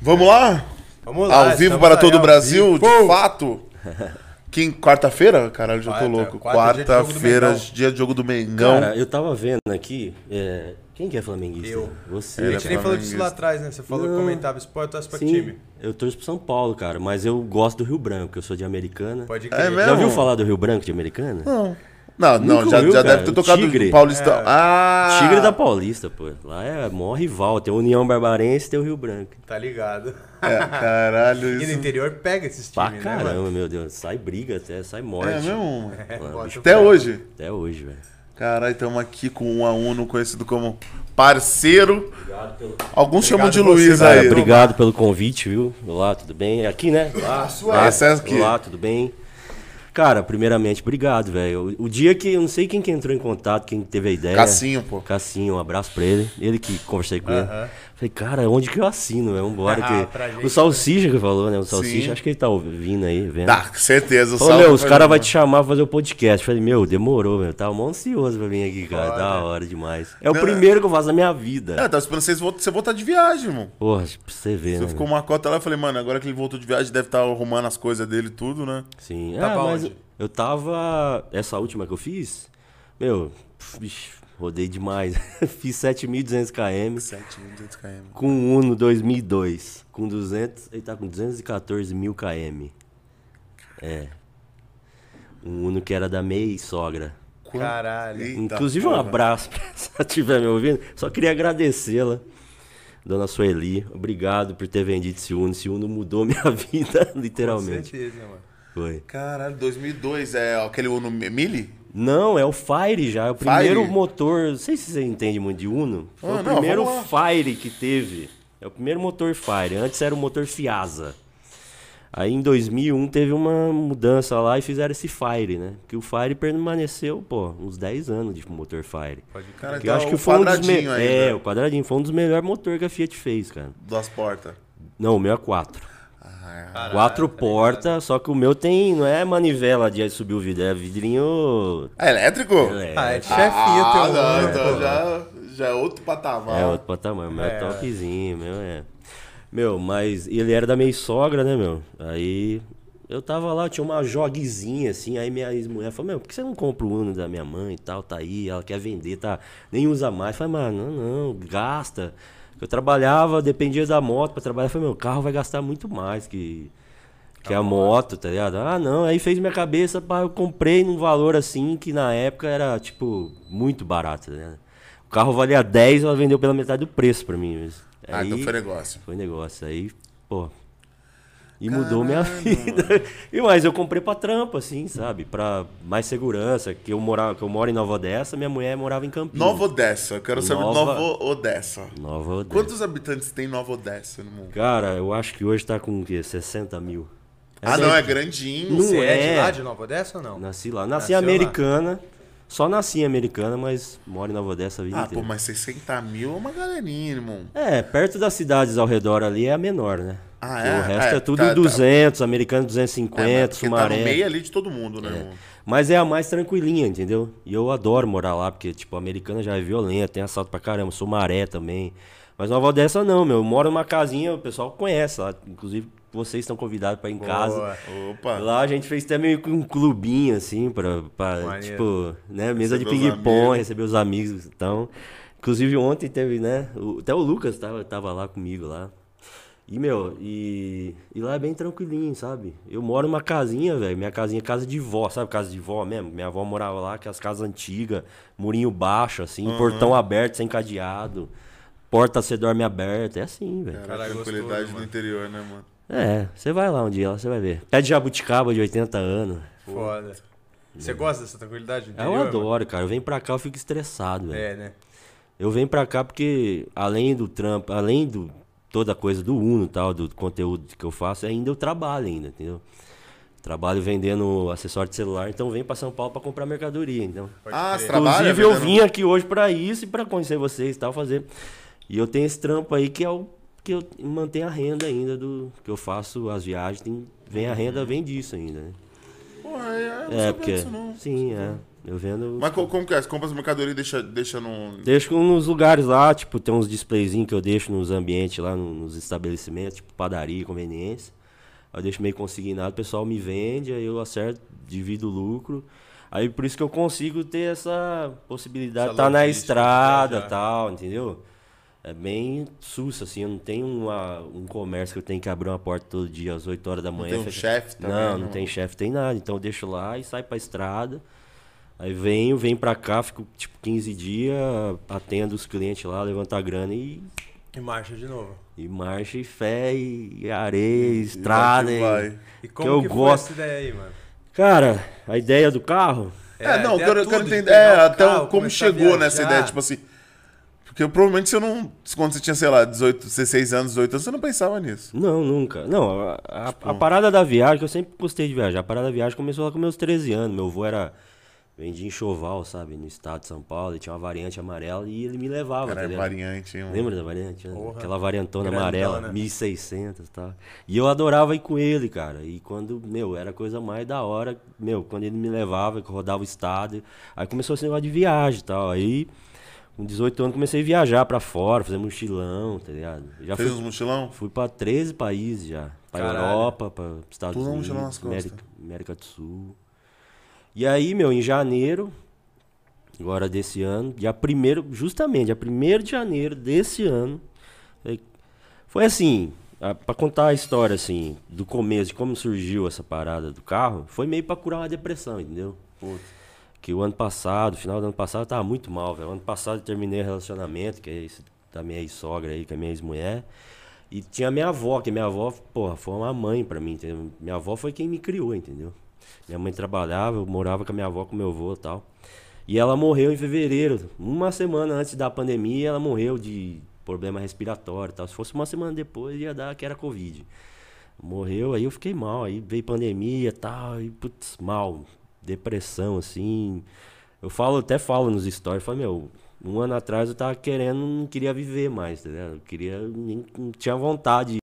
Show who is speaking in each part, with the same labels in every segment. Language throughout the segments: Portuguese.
Speaker 1: Vamos lá?
Speaker 2: Vamos lá.
Speaker 1: Ao vivo
Speaker 2: estamos
Speaker 1: para
Speaker 2: aí,
Speaker 1: todo o
Speaker 2: ao
Speaker 1: Brasil,
Speaker 2: vivo.
Speaker 1: de fato. Quem, quarta-feira? Caralho, já tô
Speaker 2: Quarta,
Speaker 1: louco.
Speaker 2: quarta, dia de jogo do
Speaker 1: Quarta-feira,
Speaker 2: Mengão.
Speaker 1: dia de jogo do Mengão.
Speaker 3: Cara, eu tava vendo aqui. é, Quem que é flamenguista?
Speaker 2: Eu.
Speaker 3: Você.
Speaker 2: A
Speaker 1: Ele é
Speaker 2: gente nem falou disso lá
Speaker 1: flamenguista.
Speaker 2: atrás, né? Você falou
Speaker 3: Não.
Speaker 2: que comentava esporte, torce pra que
Speaker 3: Sim,
Speaker 2: time.
Speaker 3: eu torço pro São Paulo, cara, mas eu gosto do Rio Branco, eu sou de Americana.
Speaker 2: Pode
Speaker 1: É
Speaker 2: crer.
Speaker 1: mesmo?
Speaker 3: Já ouviu falar do Rio Branco de Americana?
Speaker 1: Não. Não, não,
Speaker 3: Nunca
Speaker 1: já,
Speaker 3: ouviu,
Speaker 1: já
Speaker 3: cara?
Speaker 1: deve ter tocado
Speaker 3: Tigre.
Speaker 1: o Paulista.
Speaker 2: É.
Speaker 1: Ah!
Speaker 3: Tigre da Paulista, pô. Lá é mó rival, tem o União Barbarense e tem o Rio Branco.
Speaker 2: Tá ligado.
Speaker 1: É, caralho,
Speaker 2: E no
Speaker 1: isso. é
Speaker 2: interior pega esses
Speaker 3: Pra
Speaker 2: times, né,
Speaker 3: caramba,
Speaker 2: mano?
Speaker 3: meu Deus. Sai briga até, sai morte.
Speaker 1: É mesmo?
Speaker 2: Bota
Speaker 3: bicho,
Speaker 1: Até
Speaker 2: fé.
Speaker 1: hoje.
Speaker 3: Até hoje, velho.
Speaker 1: Caralho, estamos aqui com um aluno conhecido como parceiro.
Speaker 3: Obrigado, pelo...
Speaker 1: Alguns chamam
Speaker 2: Obrigado
Speaker 1: de
Speaker 2: você,
Speaker 1: Luiz
Speaker 2: cara.
Speaker 1: aí.
Speaker 3: obrigado pelo convite, viu? Olá, tudo bem? É Aqui, né?
Speaker 2: Ah,
Speaker 3: Lá,
Speaker 1: sua
Speaker 3: lá,
Speaker 1: é. Essa é aqui.
Speaker 3: Olá, tudo bem? Cara, primeiramente, obrigado, velho. O, o dia que eu não sei quem que entrou em contato, quem teve a ideia.
Speaker 1: Cassinho, pô.
Speaker 3: Cassinho, um abraço pra ele. Ele que conversei com ele.
Speaker 2: Aham.
Speaker 3: Falei, cara, onde que eu assino? velho? Vambora.
Speaker 2: Ah,
Speaker 3: que...
Speaker 2: pra gente,
Speaker 3: o Salsicha que falou, né? O Salsicha,
Speaker 1: Sim.
Speaker 3: acho que ele tá ouvindo aí, vendo.
Speaker 1: Dá, Ah, certeza. o
Speaker 3: Ô,
Speaker 1: Saulo
Speaker 3: meu, os
Speaker 1: foi
Speaker 3: caras
Speaker 1: no-
Speaker 3: vão te chamar pra fazer o podcast. Falei, meu, demorou, meu. Tava mó ansioso pra vir aqui, cara.
Speaker 2: Foda.
Speaker 3: Da hora demais. É o
Speaker 1: Não,
Speaker 3: primeiro que eu faço na minha vida.
Speaker 1: É, tava esperando vocês voltar, você voltar de viagem, irmão.
Speaker 3: Porra, pra você ver, né?
Speaker 1: Você ficou
Speaker 3: meu?
Speaker 1: uma cota lá, eu falei, mano, agora que ele voltou de viagem, deve estar arrumando as coisas dele e tudo, né?
Speaker 3: Sim.
Speaker 2: Tava
Speaker 3: ah, mas
Speaker 2: onde?
Speaker 3: eu tava. Essa última que eu fiz, meu, pf, bicho, rodei demais. fiz 7.200 km
Speaker 1: 7.200 km.
Speaker 3: com um Uno 2002. Com 200, ele tá com 214 mil km. É. Um Uno que era da meia sogra.
Speaker 2: Caralho.
Speaker 3: Inclusive, um
Speaker 1: porra.
Speaker 3: abraço pra se ela estiver me ouvindo. Só queria agradecê-la, dona Sueli. Obrigado por ter vendido esse Uno. Esse Uno mudou minha vida,
Speaker 2: Com
Speaker 3: literalmente.
Speaker 2: certeza, mano.
Speaker 3: Foi.
Speaker 1: Caralho, 2002 é aquele Uno Mille?
Speaker 3: Não, é o Fire já. É o primeiro
Speaker 1: Fire?
Speaker 3: motor. Não sei se você entende muito de Uno. Foi
Speaker 1: Ah,
Speaker 3: o
Speaker 1: não,
Speaker 3: primeiro
Speaker 1: vamos
Speaker 3: Fire que teve. É o primeiro motor Fire. Antes era o motor Fiasa. Aí em 2001 teve uma mudança lá e fizeram esse Fire, né? Que o Fire permaneceu, pô, uns 10 anos de motor Fire.
Speaker 2: Pode crer.
Speaker 1: Cara, tá
Speaker 3: Que eu acho que
Speaker 1: o
Speaker 3: foi um dos me...
Speaker 1: quadradinho
Speaker 2: né?
Speaker 1: né,
Speaker 3: É,
Speaker 1: ainda
Speaker 3: o quadradinho foi um dos melhores motores que a Fiat fez, cara.
Speaker 1: das portas.
Speaker 3: Não, o meu é quatro.
Speaker 1: Ah.
Speaker 2: Caralho,
Speaker 3: quatro
Speaker 2: tá ligado?
Speaker 3: portas, só que o meu tem, não é manivela de subir o vidro, é vidrinho.
Speaker 1: É elétrico?
Speaker 3: É,
Speaker 2: Ah, é
Speaker 3: é,
Speaker 2: de chefinho
Speaker 1: ah,
Speaker 2: teu
Speaker 1: não,
Speaker 2: mano,
Speaker 1: então
Speaker 2: pô.
Speaker 1: já, já é outro patamar.
Speaker 3: outro patamar, o meu é,
Speaker 2: É.
Speaker 3: topzinho, o meu é. Meu, mas ele era da minha sogra, né, meu? Aí eu tava lá, tinha uma joguezinha assim, aí minha ex-mulher falou: Meu, por que você não compra o Uno da minha mãe e tal? Tá aí, ela quer vender, tá? Nem usa mais. Eu Falei, mano, não, não, gasta. Eu trabalhava, dependia da moto pra trabalhar. Eu Falei, meu, o carro vai gastar muito mais que. Que a moto, tá ligado? Ah, não, aí fez minha cabeça, pá, eu comprei num valor assim que na época era, tipo, muito barato, né? O carro valia 10, ela vendeu pela metade do preço pra mim. Mas
Speaker 1: Ah,
Speaker 3: aí
Speaker 1: então foi negócio.
Speaker 3: foi negócio. Aí, pô. E mudou minha vida. E mais, eu comprei pra trampa, assim, sabe? Pra mais segurança. Que eu, morava, que eu moro em Nova Odessa, minha mulher morava em Campinas.
Speaker 1: Nova Odessa, eu quero saber
Speaker 3: Nova-
Speaker 1: Nova Odessa.
Speaker 3: Nova Odessa.
Speaker 1: Quantos habitantes tem Nova Odessa no mundo?
Speaker 3: Cara, eu acho que hoje tá com o quê? 60 mil.
Speaker 1: Ah, não, é grandinho.
Speaker 3: Não
Speaker 2: Você é de
Speaker 3: é.
Speaker 2: lá, de Nova Odessa ou não?
Speaker 3: Nasci lá. Nasci
Speaker 2: Nasceu
Speaker 3: em
Speaker 2: lá.
Speaker 3: americana. Só nasci em americana, mas moro em Nova Odessa a vida
Speaker 1: Ah, pô,
Speaker 3: inteira.
Speaker 1: mas 60 mil é uma galerinha, irmão.
Speaker 3: É, perto das cidades ao redor ali é a menor, né?
Speaker 1: Ah,
Speaker 3: Porque
Speaker 1: é?
Speaker 3: O resto
Speaker 1: É,
Speaker 3: é, tudo
Speaker 1: tá, tá.
Speaker 3: 200, americano
Speaker 1: É,
Speaker 3: 250,
Speaker 1: mas porque tá
Speaker 3: Sumaré.
Speaker 1: no meio ali de todo mundo, né, irmão?
Speaker 3: Mas é a mais tranquilinha, entendeu? E eu adoro morar lá, porque, tipo, a americana já é violenta, tem assalto pra caramba, sou maré também. Mas Nova Odessa não, meu. Eu moro numa casinha, o pessoal conhece lá. Inclusive, vocês estão convidados pra ir em casa.
Speaker 2: Boa.
Speaker 1: Opa.
Speaker 3: Lá a gente fez até meio que um clubinho, assim, pra, pra,
Speaker 2: Maneiro.
Speaker 3: tipo, né, mesa
Speaker 1: Receber
Speaker 3: de
Speaker 1: os amigos.
Speaker 3: ping-pong, receber os amigos, então. Inclusive ontem teve, né, o- até o Lucas tava, tava lá comigo lá. E, meu, e, e lá é bem tranquilinho, sabe? Eu moro numa casinha, velho, minha casinha é casa de vó, sabe? Casa de vó mesmo, minha avó morava lá, que as casas antigas, murinho baixo, assim, portão aberto, sem cadeado, porta você dorme aberta, é assim, velho.
Speaker 1: Cara,
Speaker 2: Caralho,
Speaker 1: tranquilidade
Speaker 2: gostoso,
Speaker 1: do
Speaker 2: mano.
Speaker 1: interior, né, mano?
Speaker 3: É, você vai lá um dia, lá você vai ver. Pé de jabuticaba de 80 anos.
Speaker 2: Foda. Você gosta dessa tranquilidade? do
Speaker 3: Ah,
Speaker 2: interior,
Speaker 3: eu adoro, cara. Eu venho pra cá, eu fico estressado,
Speaker 2: mano?
Speaker 3: velho.
Speaker 2: É, né?
Speaker 3: Eu venho pra cá porque, além do trampo, além do toda a coisa do Uno e tal, do conteúdo que eu faço, ainda eu trabalho ainda, entendeu? Trabalho vendendo acessório de celular, então eu venho pra São Paulo pra comprar mercadoria, então.
Speaker 2: Pode
Speaker 1: ah, você
Speaker 2: crer.
Speaker 1: trabalha?
Speaker 3: Inclusive, eu
Speaker 1: vendendo-
Speaker 3: vim aqui hoje pra isso e pra conhecer vocês e tal, fazer. E eu tenho esse trampo aí que é o que eu mantenho a renda ainda do que eu faço as viagens, tem- vem a renda, vem disso ainda, né?
Speaker 1: Porra, eu não
Speaker 3: É,
Speaker 1: sabia
Speaker 3: porque.
Speaker 1: disso, não.
Speaker 3: Sim, é. Eu vendo.
Speaker 1: Mas co- como que é? Você compra as mercadorias e deixa, deixa num.
Speaker 3: Deixo nos lugares lá, tipo, tem uns displayzinhos que eu deixo nos ambientes lá, no- nos estabelecimentos, tipo padaria, conveniência. Aí eu deixo meio consignado, o pessoal me vende, aí eu acerto, divido o lucro. Aí por isso que eu consigo ter essa possibilidade
Speaker 2: Essa
Speaker 3: de tá na
Speaker 2: logística,
Speaker 3: estrada
Speaker 2: viajar.
Speaker 3: tal, entendeu? É bem sussa, assim, eu não tenho uma, um comércio que eu tenho que abrir uma porta todo dia às 8 horas da manhã.
Speaker 1: tem um
Speaker 3: fechar-
Speaker 1: chefe também,
Speaker 3: Não, não
Speaker 1: não?
Speaker 3: tem chefe, tem nada. Então eu deixo lá e saio pra estrada. Aí venho, venho pra cá, fico tipo 15 dias, atendo os clientes lá, levanto a grana e,
Speaker 2: E marcha de novo.
Speaker 3: e marcha e fé e, e areia, e estrada.
Speaker 1: E
Speaker 3: e-
Speaker 1: vai que vai.
Speaker 2: E
Speaker 3: eu
Speaker 2: como que, foi
Speaker 3: gosto.
Speaker 2: essa ideia aí, mano?
Speaker 3: Cara, a ideia do carro,
Speaker 1: É, não, eu
Speaker 2: até
Speaker 1: quero, eu
Speaker 2: tudo,
Speaker 1: quero
Speaker 2: de
Speaker 1: entender.
Speaker 2: pegar
Speaker 1: É,
Speaker 2: o
Speaker 1: até
Speaker 2: carro,
Speaker 1: como
Speaker 2: começar a
Speaker 1: chegou nessa
Speaker 2: viajar.
Speaker 1: ideia, tipo assim. Porque provavelmente você não. Quando você tinha, sei lá, 18, 16 anos, 18 anos, você não pensava nisso.
Speaker 3: não, nunca. Não, a, a-
Speaker 1: Tipo,
Speaker 3: a parada da viagem, que eu sempre gostei de viajar, a parada da viagem começou lá com meus 13 anos. Meu avô era. Vendia enxoval, sabe? No estado de São Paulo, e tinha uma variante amarela e ele me levava, tá
Speaker 1: Cara, é
Speaker 3: ligado?
Speaker 1: variante, né? hein? mano?
Speaker 3: Lembra da variante? né?
Speaker 2: Porra.
Speaker 3: Aquela variantona
Speaker 2: Grandona.
Speaker 3: amarela, 1600 e tal. E eu adorava ir com ele, cara. E quando, meu, era a coisa mais da hora, meu, quando ele me levava, que eu rodava o estado. Aí começou esse negócio de viagem e tal. Aí, com 18 anos, comecei a viajar pra fora, fazer mochilão, tá ligado? Já
Speaker 1: Fez
Speaker 3: fui,
Speaker 1: uns mochilão?
Speaker 3: fui pra 13 países já. Pra
Speaker 2: Caralho.
Speaker 3: Europa, pra Estados
Speaker 1: Tudo um mochilão nas
Speaker 3: Unidos,
Speaker 1: costas.
Speaker 3: América, América do Sul. E aí, meu, em janeiro, agora desse ano, dia 1 justamente, dia 1 de janeiro desse ano, foi- foi assim, a- pra contar a história, assim, do começo, de como surgiu essa parada do carro, foi meio pra curar uma depressão, entendeu?
Speaker 1: Puta.
Speaker 3: Que o ano passado, final do ano passado, eu tava muito mal, velho. Ano passado eu terminei o relacionamento, que é esse da minha ex-sogra aí, que é minha ex-mulher. E tinha minha avó, que minha avó, porra, foi uma mãe pra mim, entendeu? Minha avó foi quem me criou, entendeu? Minha mãe trabalhava, eu morava com a minha avó, com meu avô e tal. E ela morreu em fevereiro, uma semana antes da pandemia, ela morreu de problema respiratório e tal. Se fosse uma semana depois, ia dar que era Covid. Morreu, aí eu fiquei mal, aí veio pandemia e tal, e putz, mal, depressão, assim. Eu falo, até falo nos stories, falo, meu, um ano atrás eu tava querendo, não queria viver mais, tá ligado? Eu queria, nem, não tinha vontade,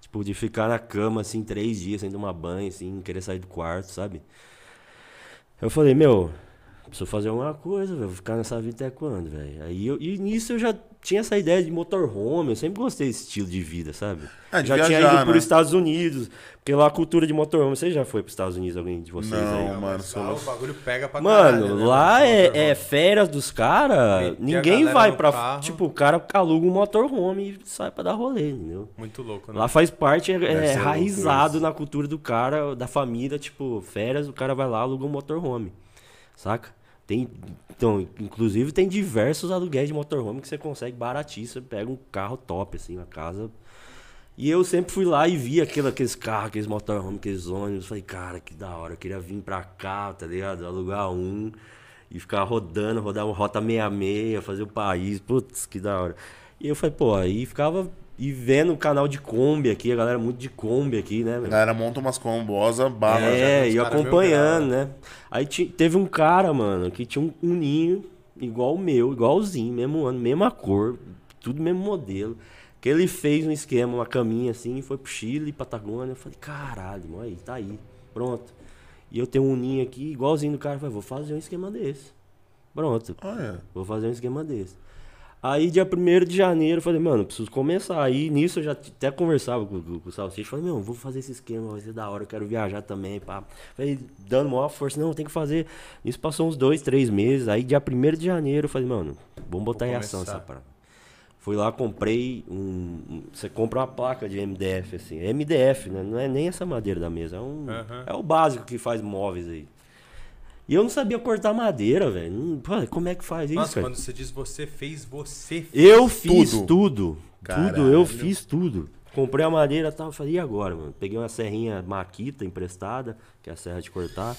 Speaker 3: tipo, de ficar na cama, assim, três dias, sem tomar banho, assim, não querer sair do quarto, sabe? Eu falei, meu, preciso fazer alguma coisa, velho. Vou ficar nessa vida até quando, velho? Aí eu, e nisso eu já tinha essa ideia de motorhome, eu sempre gostei desse estilo de vida, sabe?
Speaker 1: Ah, de
Speaker 3: já tinha
Speaker 1: viajar,
Speaker 3: ido para
Speaker 1: né?
Speaker 3: os Estados Unidos, porque lá a cultura de motorhome, você já foi para os Estados Unidos, alguém de vocês aí?
Speaker 1: Não,
Speaker 2: Ah,
Speaker 1: mano,
Speaker 2: mas
Speaker 1: sou
Speaker 2: lá
Speaker 1: louco.
Speaker 2: O bagulho pega pra
Speaker 3: Mano,
Speaker 2: caralho, né,
Speaker 3: lá
Speaker 2: mano?
Speaker 3: é, é férias dos caras,
Speaker 2: Tem- tem a
Speaker 3: ninguém
Speaker 2: galera
Speaker 3: vai
Speaker 2: no
Speaker 3: pra.
Speaker 2: carro.
Speaker 3: Tipo, o cara aluga um motorhome e sai pra dar rolê, entendeu?
Speaker 2: Muito louco, né?
Speaker 3: Lá faz parte, é,
Speaker 1: Deve
Speaker 3: é
Speaker 1: ser loucura
Speaker 3: raizado na cultura do cara, da família, tipo, férias, o cara vai lá, aluga um motorhome, saca? Tem, então, inclusive tem diversos aluguéis de motorhome que você consegue baratinho, você pega um carro top, assim, uma casa. E eu sempre fui lá e vi aquele, aqueles carros, aqueles motorhome, aqueles ônibus, falei, cara, que da hora, eu queria vir pra cá, tá ligado? Alugar um e ficar rodando, rodar uma rota 66, fazer o país, putz, que da hora. E eu falei, pô, aí ficava e vendo o canal de Kombi aqui, a galera muito de Kombi aqui, né,
Speaker 1: A
Speaker 3: meu?
Speaker 1: galera monta umas combosa bala.
Speaker 3: É,
Speaker 2: já, os caras
Speaker 3: e eu
Speaker 2: meio
Speaker 3: acompanhando, né? Aí ti- teve um cara, mano, que tinha um, um ninho igual o meu, igualzinho, mesmo ano, mesma cor, tudo mesmo modelo. Que ele fez um esquema, uma caminha assim, foi pro Chile, Patagônia. Eu falei, caralho, mano, aí, tá aí, pronto. E eu tenho um ninho aqui, igualzinho do cara, eu falei, vou fazer um esquema desse. Pronto.
Speaker 1: Olha.
Speaker 3: Vou fazer um esquema desse. Aí, dia 1 de janeiro, eu falei, mano, preciso começar. Aí, nisso, eu já t- até conversava com, com, com o Salsicha. Falei, meu, vou fazer esse esquema, vai ser da hora, eu quero viajar também. Pá. Falei, dando maior força, não, tem que fazer. Isso passou uns dois, três meses. Aí, dia 1 de janeiro, eu falei, mano, vamos botar em ação
Speaker 2: começar.
Speaker 3: essa parada. Fui lá, comprei um, um- Você compra uma placa de MDF, assim. É MDF, né? Não é nem essa madeira da mesa. É, um,
Speaker 2: Aham.
Speaker 3: é o básico que faz móveis aí. E eu não sabia cortar madeira, velho. Hum, pô, Como é que faz isso,
Speaker 2: Nossa,
Speaker 3: cara?
Speaker 2: quando você diz você fez, você fez.
Speaker 3: Eu fiz tudo. Tudo,
Speaker 1: Caralho.
Speaker 3: eu fiz tudo. Comprei a madeira e tal. Falei, e agora, mano? Peguei uma serrinha Maquita emprestada, que é a serra de cortar,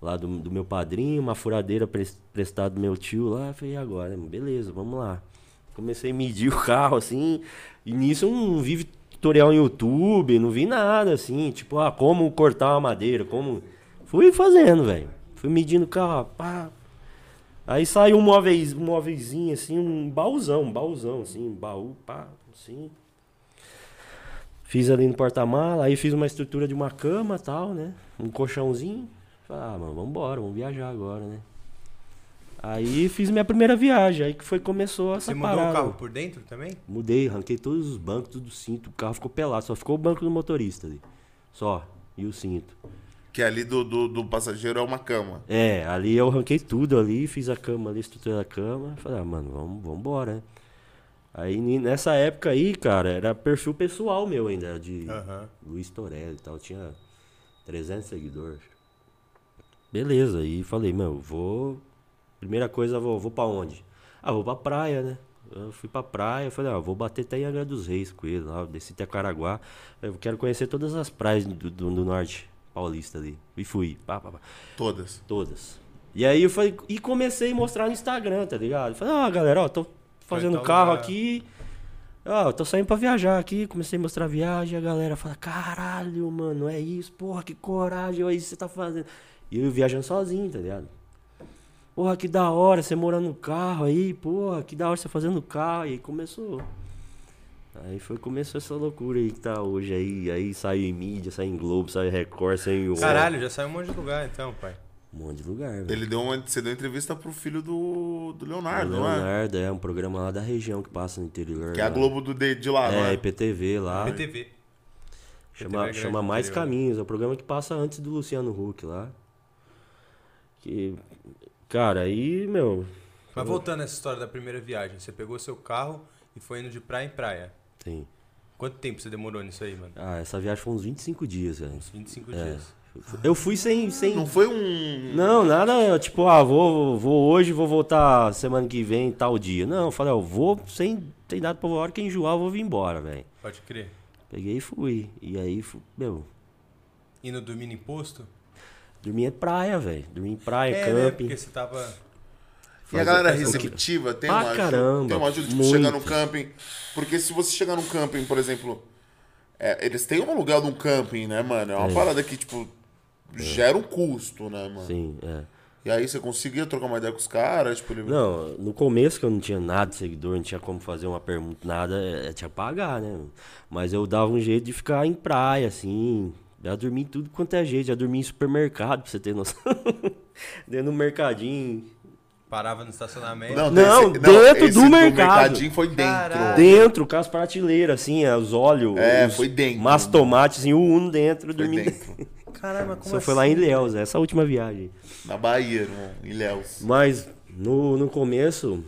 Speaker 3: lá do, do meu padrinho, uma furadeira pres- emprestada do meu tio lá. Falei, e agora? mano? Beleza, vamos lá. Comecei a medir o carro, assim. E nisso eu não vi tutorial no YouTube, não vi nada, assim. Tipo, ah, como cortar uma madeira, como... Fui fazendo, velho. Fui medindo o carro, pá, Aí saiu um móveis, um móveizinho assim, um baúzão, um baúzão assim, um baú, pá, assim. Fiz ali no porta-mala, aí fiz uma estrutura de uma cama, tal, né? Um colchãozinho. Falei, ah, mano, vambora, vamos viajar agora, né? Aí fiz minha primeira viagem, aí que foi começou essa
Speaker 2: Você mudou
Speaker 3: parada.
Speaker 2: o carro por dentro também?
Speaker 3: Mudei, arranquei todos os bancos, tudo cinto, o carro ficou pelado, só ficou o banco do motorista ali. Só, e o cinto.
Speaker 1: Que ali do, do, do passageiro é uma cama.
Speaker 3: É, ali eu arranquei tudo ali, fiz a cama ali, estrutura da cama. Falei, ah, mano, vamos, vamos embora, né? Aí ni- nessa época aí, cara, era perfil pessoal meu ainda, de
Speaker 2: Aham.
Speaker 3: Luiz Torelli e tal, tinha 300 seguidores. Beleza, aí falei, meu, vou. Primeira coisa, vou, vou pra onde? Ah, vou pra praia, né? Eu fui pra praia, falei, ah, vou bater até em Angra dos Reis com ele lá, desci até Caraguá. Eu quero conhecer todas as praias do, do- do norte paulista ali. E fui, pá, pá, pá.
Speaker 1: Todas.
Speaker 3: Todas. E aí eu falei, e comecei a mostrar no Instagram, tá ligado? Falei, ah, galera, ó, tô fazendo
Speaker 2: tal
Speaker 3: carro
Speaker 2: lugar.
Speaker 3: aqui. Ó, tô saindo pra viajar aqui, comecei a mostrar a viagem, a galera fala, caralho, mano, é isso, porra, que coragem, olha isso que você tá fazendo. E eu viajando sozinho, tá ligado? Porra, que da hora, você morando no carro aí, porra, que da hora você tá fazendo carro, e aí começou. Aí foi, começou essa loucura aí que tá hoje aí, aí saiu em mídia, saiu em Globo, saiu em Record, saiu em... UOL.
Speaker 2: Caralho, já saiu um monte de lugar então, pai.
Speaker 3: Um monte de lugar, velho.
Speaker 1: Ele deu uma, você deu entrevista pro filho do, do
Speaker 3: O
Speaker 1: Leonardo, não é?
Speaker 3: Leonardo, é um programa lá da região que passa no interior.
Speaker 1: Que é a
Speaker 3: lá.
Speaker 1: Globo do, de, de lá, não
Speaker 3: É,
Speaker 1: é?
Speaker 3: IPTV lá.
Speaker 2: PTV.
Speaker 3: é. Chama,
Speaker 1: né,
Speaker 2: é grande
Speaker 3: chama
Speaker 2: no
Speaker 3: Mais
Speaker 2: interior.
Speaker 3: Caminhos, é o programa que passa antes do Luciano Huck lá. Que. Cara, aí, meu.
Speaker 2: Mas voltando nessa história da primeira viagem, você pegou seu carro e foi indo de praia em praia.
Speaker 3: Tem.
Speaker 2: Quanto tempo você demorou nisso aí, mano?
Speaker 3: Ah, essa viagem foi uns 25 dias, velho.
Speaker 2: 25
Speaker 3: É.
Speaker 2: dias.
Speaker 3: Eu fui sem. sem...
Speaker 1: Não foi um.
Speaker 3: Não, nada, tipo, ah, vou, vou hoje, vou voltar semana que vem, tal dia. Não, eu falei, ó, vou sem. Tem dado pra hora que enjoar, eu vou vir embora, velho.
Speaker 2: Pode crer.
Speaker 3: Peguei e fui. E aí, fu- meu,
Speaker 2: E no dormir em posto?
Speaker 3: dormi em é praia, velho. Dormi em praia,
Speaker 2: é, né?
Speaker 3: camping.
Speaker 2: Porque você tava.
Speaker 1: E a
Speaker 3: Fazer-
Speaker 1: galera
Speaker 3: fazer o quê?
Speaker 1: receptiva tem
Speaker 3: Pra
Speaker 1: uma, ajuda,
Speaker 3: caramba,
Speaker 1: tem uma ajuda, tipo, chegar no
Speaker 3: muito.
Speaker 1: camping. Porque se você chegar num camping, por exemplo, é, eles têm um aluguel de um camping, né, mano? É uma parada que, tipo, gera um custo, né, mano?
Speaker 3: É. Sim, é.
Speaker 1: E aí você conseguia trocar uma ideia com os caras, tipo, ele...
Speaker 3: Não, no começo que eu não tinha nada de seguidor, não tinha como fazer uma pergunta, nada, é, é, tinha que pagar, né? Mas eu dava um jeito de ficar em praia, assim. Já dormi em tudo quanto é jeito, já dormi em supermercado, pra você ter noção. dentro do mercadinho.
Speaker 2: Parava no estacionamento.
Speaker 1: Não,
Speaker 3: Não,
Speaker 1: esse-
Speaker 3: dentro
Speaker 1: esse
Speaker 3: do mercado.
Speaker 1: mercadinho foi dentro.
Speaker 2: Caralho.
Speaker 3: Dentro, com as prateleiras, assim, é, os óleos.
Speaker 1: É,
Speaker 3: os,
Speaker 1: foi dentro.
Speaker 3: Mas tomates, assim, o uno dentro, eu
Speaker 1: Foi
Speaker 3: dormi.
Speaker 1: dentro. assim?
Speaker 2: Caralho, mas como
Speaker 3: Só foi lá em Ilhéus, essa é última viagem.
Speaker 1: Na Bahia, irmão. Em Léus.
Speaker 3: Mas no, no começo,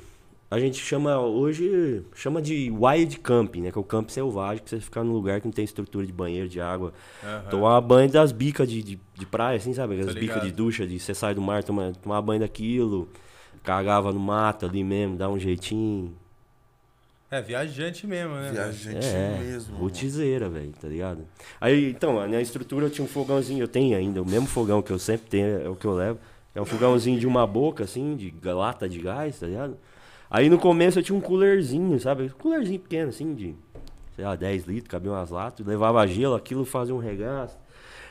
Speaker 3: a gente chama hoje chama de wild camping, né? Que é o camping selvagem, que você fica num lugar que não tem estrutura de banheiro, de água. Tomar banho das bicas de, de, de praia, assim, sabe? Aquelas
Speaker 2: Tô
Speaker 3: bicas de
Speaker 2: ligado.
Speaker 3: ducha, de você sai do mar, toma, tomar banho daquilo, cagava no mato ali mesmo, dá um jeitinho.
Speaker 2: É, viajante mesmo, né?
Speaker 1: Viajante
Speaker 3: É,
Speaker 1: mesmo. né? mano.
Speaker 3: rotizeira, velho, tá ligado? Aí, então, a minha estrutura eu tinha um fogãozinho, eu tenho ainda, o mesmo fogão que eu sempre tenho, é o que eu levo. É um fogãozinho de uma boca, assim, de lata de gás, tá ligado? Aí no começo eu tinha um coolerzinho, sabe? Um coolerzinho pequeno, assim, de, sei lá, 10 litros, cabia umas latas, levava gelo, aquilo fazia um regaço.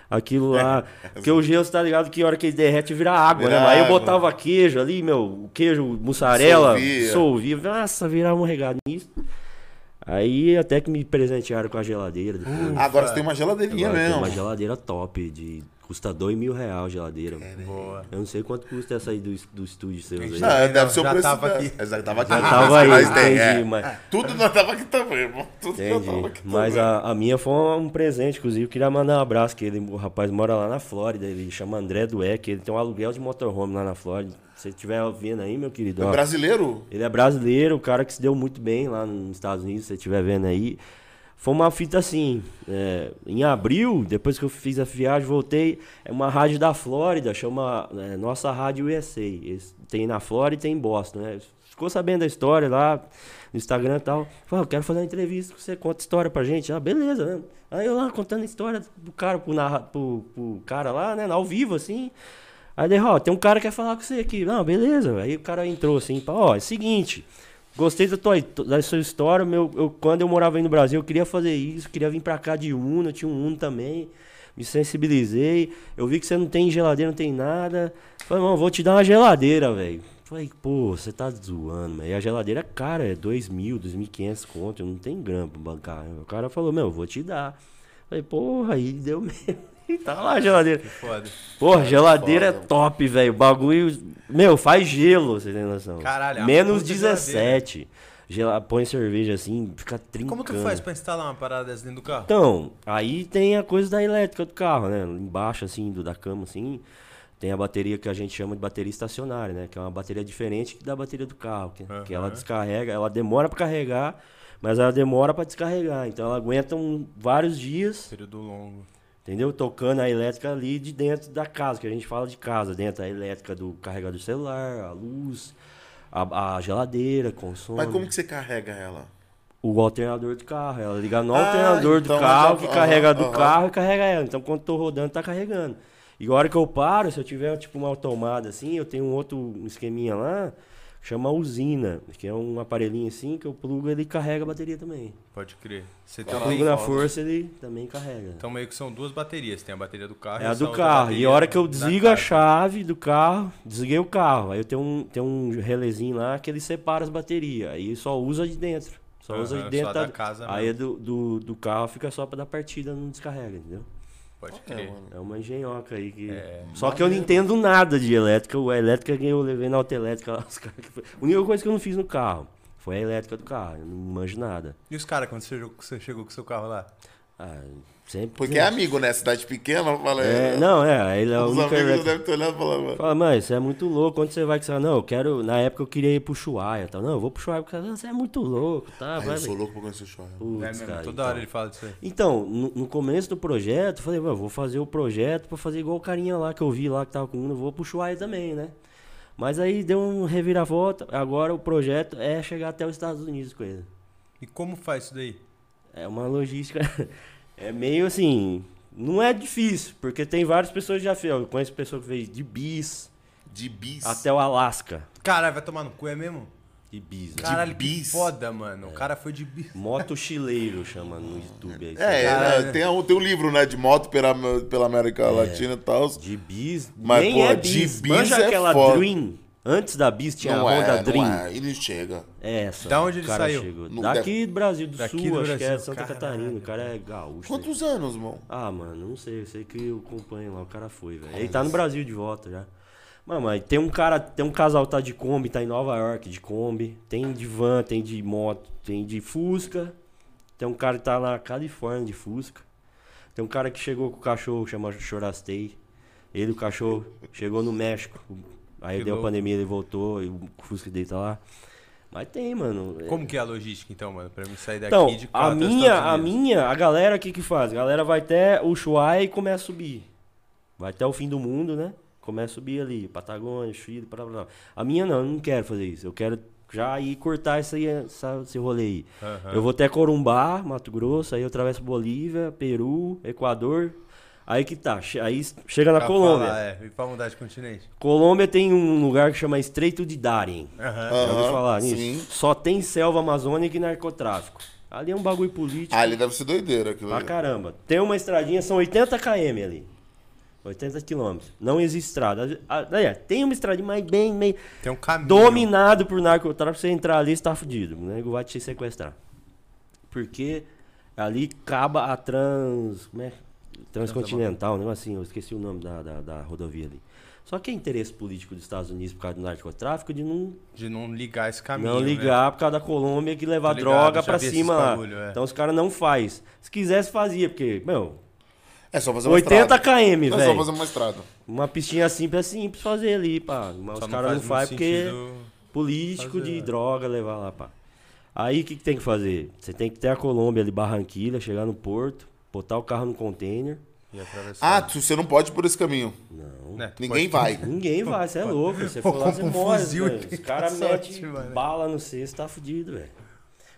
Speaker 3: Aquilo lá. Porque o gelo, você tá ligado? Que a hora que ele derrete vira água,
Speaker 1: Vira
Speaker 3: né? Aí eu
Speaker 1: água.
Speaker 3: botava queijo ali, meu, o queijo, mussarela,
Speaker 1: Dissolvia.
Speaker 3: dissolvia. Nossa, virava um regado nisso. Aí até que me presentearam com a geladeira. depois.
Speaker 1: Ah, Agora você tem uma geladeirinha
Speaker 3: Agora tem
Speaker 1: mesmo.
Speaker 3: uma geladeira top, de custa dois mil reais a geladeira.
Speaker 2: Boa.
Speaker 3: Eu não sei quanto custa essa aí do, es- do estúdio seu aí.
Speaker 1: Não, Ah, deve ser o
Speaker 2: Já
Speaker 1: preço
Speaker 2: tava
Speaker 1: da-
Speaker 2: aqui.
Speaker 1: É, Já tava aqui.
Speaker 3: Já tava aí,
Speaker 1: Mas tem,
Speaker 3: entendi,
Speaker 1: é.
Speaker 3: mas,
Speaker 1: Tudo já tava aqui também, irmão. Tudo já tava
Speaker 3: entendi.
Speaker 1: aqui
Speaker 3: Mas
Speaker 1: também.
Speaker 3: a, a minha foi um presente, inclusive. Eu queria mandar um abraço, que ele, o rapaz mora lá na Flórida, ele chama André Dueck, ele tem um aluguel de motorhome lá na Flórida. Se você estiver vendo aí, meu querido, ó,
Speaker 1: Brasileiro?
Speaker 3: Ele é brasileiro, o cara que se deu muito bem lá nos Estados Unidos, se você estiver vendo aí. Foi uma fita assim, é, em abril, depois que eu fiz a viagem, voltei. É uma rádio da Flórida, chama é, Nossa Rádio USA. Eles tem na Flórida e tem em Boston, né? Ficou sabendo da história lá no Instagram e tal. Falei, "Ah, eu quero fazer uma entrevista com você, conta a história pra gente. Ah, beleza, né? Aí eu lá contando a história do cara pro, narra- pro- pro cara lá, né? Ao vivo, assim. Aí ele, ó, tem um cara que quer falar com você aqui. Não, beleza. Aí o cara entrou assim, pá, ó, é o seguinte, gostei da, tua, da sua história, meu, eu, quando eu morava aí no Brasil, eu queria fazer isso, queria vir pra cá de Uno, eu tinha um Uno também, me sensibilizei, eu vi que você não tem geladeira, não tem nada. Falei, mano, vou te dar uma geladeira, velho. Falei, pô, você tá zoando, mano. E a geladeira é cara, é 2 mil, 2.500 conto, eu não tenho grana pra bancar. O cara falou, meu, eu vou te dar. Falei, porra, aí deu mesmo. E tá lá a geladeira.
Speaker 2: Foda.
Speaker 3: Porra, geladeira é
Speaker 1: foda.
Speaker 3: top, velho. O bagulho. Meu, faz gelo, você tem noção.
Speaker 2: Caralho, a
Speaker 3: Menos
Speaker 2: puta
Speaker 3: 17. Gela... Põe cerveja assim, fica
Speaker 2: Como
Speaker 3: trincando.
Speaker 2: tu faz pra instalar uma parada dessa dentro do carro?
Speaker 3: Então, aí tem a coisa da elétrica do carro, né? Embaixo, assim, do, da cama, assim, tem a bateria que a gente chama de bateria estacionária, né? Que é uma bateria diferente da bateria do carro, que, que ela descarrega, ela demora pra carregar, mas ela demora pra descarregar. Então, ela aguenta um- vários dias,
Speaker 2: Período longo.
Speaker 3: entendeu? Tocando a elétrica ali de dentro da casa, que a gente fala de casa, dentro da elétrica do carregador do celular, a luz, a, a geladeira, consome.
Speaker 1: Mas como que você carrega ela?
Speaker 3: O alternador do carro. Ela liga no
Speaker 1: Ah,
Speaker 3: alternador
Speaker 1: então, mas
Speaker 3: do carro,
Speaker 1: é-
Speaker 3: que
Speaker 1: aham,
Speaker 3: carrega do
Speaker 1: aham.
Speaker 3: carro e carrega ela. Então, quando tô rodando, tá carregando. E a hora que eu paro, se eu tiver tipo uma tomada assim, eu tenho um outro esqueminha lá, que chama usina, que é um aparelhinho assim que eu plugo ele carrega a bateria também.
Speaker 2: Pode crer. Você
Speaker 1: Caralho.
Speaker 2: também-
Speaker 3: Plugo na
Speaker 1: Ah, foda.
Speaker 3: força, ele também carrega.
Speaker 2: Então meio que são duas baterias. Tem a bateria do carro
Speaker 3: É a
Speaker 2: essa
Speaker 3: do
Speaker 2: outra
Speaker 3: carro. E
Speaker 2: bateria
Speaker 3: a hora que eu
Speaker 2: da
Speaker 3: desligo a
Speaker 2: casa.
Speaker 3: chave do carro, desliguei o carro. Aí eu tenho um, tenho um relezinho lá que ele separa as baterias. Aí só usa de dentro. Só
Speaker 2: Aham,
Speaker 3: usa de
Speaker 2: só
Speaker 3: dentro.
Speaker 2: da casa
Speaker 3: aí é do, do, do carro fica só pra dar partida, não descarrega, entendeu?
Speaker 2: Pode
Speaker 1: É,
Speaker 2: crer.
Speaker 1: mano.
Speaker 3: É uma engenhoca aí que.
Speaker 2: É,
Speaker 3: Só que eu não entendo nada de elétrica. A elétrica que eu levei na autoelétrica lá, os caras que foi- A única coisa que eu não fiz no carro foi a elétrica do carro. Eu não manjo nada.
Speaker 2: E os caras, quando você chegou, você chegou com o seu carro lá?
Speaker 3: Ah, sempre.
Speaker 1: Porque é amigo, né? Cidade pequena, eu falei. né?
Speaker 3: É, não, é. Ele é a
Speaker 1: Os
Speaker 3: única
Speaker 1: amigos
Speaker 3: elétrica.
Speaker 1: devem ter olhado e falar, mano.
Speaker 3: Fala, mãe, você é muito louco. Onde você vai que você vai? Não, eu quero. Na época eu queria ir pro Chuaia. Tal. Não, eu vou pro Chuaia porque você é muito louco. Tá,
Speaker 1: Ah,
Speaker 3: vai,
Speaker 1: eu sou
Speaker 3: vai.
Speaker 1: louco pra conhecer o churrasco.
Speaker 3: Putz,
Speaker 2: é mesmo,
Speaker 3: cara,
Speaker 2: toda
Speaker 3: então.
Speaker 2: hora ele fala disso aí.
Speaker 3: Então, no, no começo do projeto, eu falei, "Mano, vou fazer o projeto pra fazer igual o carinha lá que eu vi lá que tava com um, eu vou pro Chuaia também, né? Mas aí deu um reviravolta. Agora o projeto é chegar até os Estados Unidos com ele.
Speaker 2: E como faz isso daí?
Speaker 3: É uma logística. É meio assim. Não é difícil, porque tem várias pessoas que já fez. Eu conheço pessoa que fez de bis
Speaker 1: De bis.
Speaker 3: até o Alasca.
Speaker 2: Caralho, vai tomar no cu, é mesmo?
Speaker 3: De bis, né?
Speaker 2: Caralho, que
Speaker 1: bis.
Speaker 2: foda, mano.
Speaker 3: É.
Speaker 2: O cara foi de bis.
Speaker 3: Moto chileiro chama no YouTube
Speaker 1: É,
Speaker 3: aí. sabe?
Speaker 2: Caralho.
Speaker 1: né, tem, um, tem um livro, né? De moto pela, pela América
Speaker 3: É.
Speaker 1: Latina e tal.
Speaker 3: De bis.
Speaker 1: Mas,
Speaker 3: nem
Speaker 1: pô,
Speaker 3: é
Speaker 1: de
Speaker 3: bis.
Speaker 1: bis
Speaker 3: Manja
Speaker 1: é
Speaker 3: aquela
Speaker 1: foda.
Speaker 3: Dream. Antes da bis tinha
Speaker 1: Não
Speaker 3: a
Speaker 1: é,
Speaker 3: Honda
Speaker 1: não
Speaker 3: Dream.
Speaker 1: é. Ele chega.
Speaker 3: É essa.
Speaker 2: Da onde ele
Speaker 3: o cara
Speaker 2: saiu?
Speaker 3: chegou.
Speaker 1: No-
Speaker 3: Daqui do Brasil, do
Speaker 2: Daqui
Speaker 3: Sul,
Speaker 2: do
Speaker 3: acho que é
Speaker 2: Brasil,
Speaker 3: Santa
Speaker 2: caralho.
Speaker 3: Catarina. O cara é gaúcho. né?
Speaker 1: Quantos anos, irmão?
Speaker 3: Ah, mano, não sei. Eu sei que eu acompanho lá. O cara foi, velho. Ele tá no Brasil de volta já. Mano, mas tem um cara, tem um casal que tá de Kombi, tá em Nova York de Kombi. Tem de van, tem de moto, tem de Fusca. Tem um cara que tá na Califórnia de Fusca. Tem um cara que chegou com o cachorro, chama Chorastei. Ele, o cachorro, chegou no México. Aí
Speaker 2: Que
Speaker 3: deu
Speaker 2: louco.
Speaker 3: a pandemia, ele voltou e o Fusca dele tá lá. Mas tem, mano. É-
Speaker 2: Como que é a logística, então, mano? Pra mim sair daqui
Speaker 3: então,
Speaker 2: de carro até
Speaker 3: a
Speaker 2: os
Speaker 3: minha,
Speaker 2: Estados
Speaker 3: a
Speaker 2: Unidos?
Speaker 3: minha, a galera, o que que faz? A galera vai até o Ushuaia e começa a subir. Vai até o fim do mundo, né? Começa a subir ali, Patagônia, Chile, blá, blá, blá. A minha não, eu não quero fazer isso. Eu quero já ir cortar essa, aí, essa- esse rolê aí.
Speaker 2: Aham.
Speaker 3: Eu vou até Corumbá, Mato Grosso, aí eu atravesso Bolívia, Peru, Equador. Aí que tá, che- aí chega na
Speaker 2: Pra
Speaker 3: Colômbia.
Speaker 2: falar, é, e pra mudar de continente.
Speaker 3: Colômbia tem um lugar que chama Estreito de Darien.
Speaker 2: Aham.
Speaker 3: Já ouviu
Speaker 1: Aham,
Speaker 3: falar nisso?
Speaker 1: sim.
Speaker 3: Só tem selva amazônica e narcotráfico. Ali é um bagulho político
Speaker 1: Ah, ele deve ser doideira aquilo
Speaker 3: pra
Speaker 1: ali.
Speaker 3: caramba. Tem uma estradinha, são 80 km ali. 80 quilômetros. Não existe estrada. Ah, Aliás, tem uma estradinha, mas bem, meio.
Speaker 2: Tem um caminho.
Speaker 3: Dominado por narcotráfico, você entrar ali, você tá fudido. O nego vai te sequestrar. Porque ali acaba a trans. Como é? Transcontinental, um negócio assim, eu esqueci o nome da, da, da rodovia ali. Só que é interesse político dos Estados Unidos por causa do narcotráfico de não
Speaker 2: De não ligar esse caminho.
Speaker 3: não
Speaker 2: né?
Speaker 3: ligar por causa da Colômbia que levar
Speaker 2: Tô ligado,
Speaker 3: droga
Speaker 2: já
Speaker 3: pra
Speaker 2: vi esses
Speaker 3: cima lá.
Speaker 2: bagulho, é.
Speaker 3: Então os caras não faz. Se quisesse, fazia, porque, meu,
Speaker 1: É só fazer uma
Speaker 3: 80
Speaker 1: estrada.
Speaker 3: km,
Speaker 1: Não, é só
Speaker 3: velho.
Speaker 1: fazer uma estrada.
Speaker 3: Uma pistinha simples é simples fazer ali, pá. Mas
Speaker 2: Só
Speaker 3: os caras não
Speaker 2: faz
Speaker 3: faz
Speaker 2: muito
Speaker 3: porque
Speaker 2: sentido-
Speaker 3: político
Speaker 2: fazer,
Speaker 3: de
Speaker 2: é.
Speaker 3: droga levar lá, pá. Aí o que, que tem que fazer? Você tem que ter a Colômbia ali, Barranquilha, chegar no porto, botar o carro no container.
Speaker 2: E atravessar.
Speaker 1: Ah, tu- você não pode ir por esse caminho.
Speaker 3: Não.
Speaker 2: Né, tu
Speaker 1: Ninguém
Speaker 2: pode-
Speaker 1: vai.
Speaker 3: Ninguém vai, você é louco. Você
Speaker 2: Pô,
Speaker 3: for lá,
Speaker 2: com
Speaker 3: você
Speaker 2: um
Speaker 3: morre.
Speaker 2: fuzil
Speaker 3: velho.
Speaker 2: tem
Speaker 3: Os caras
Speaker 2: sorte,
Speaker 3: metem
Speaker 2: mano.
Speaker 3: bala no cesto, tá fudido, velho.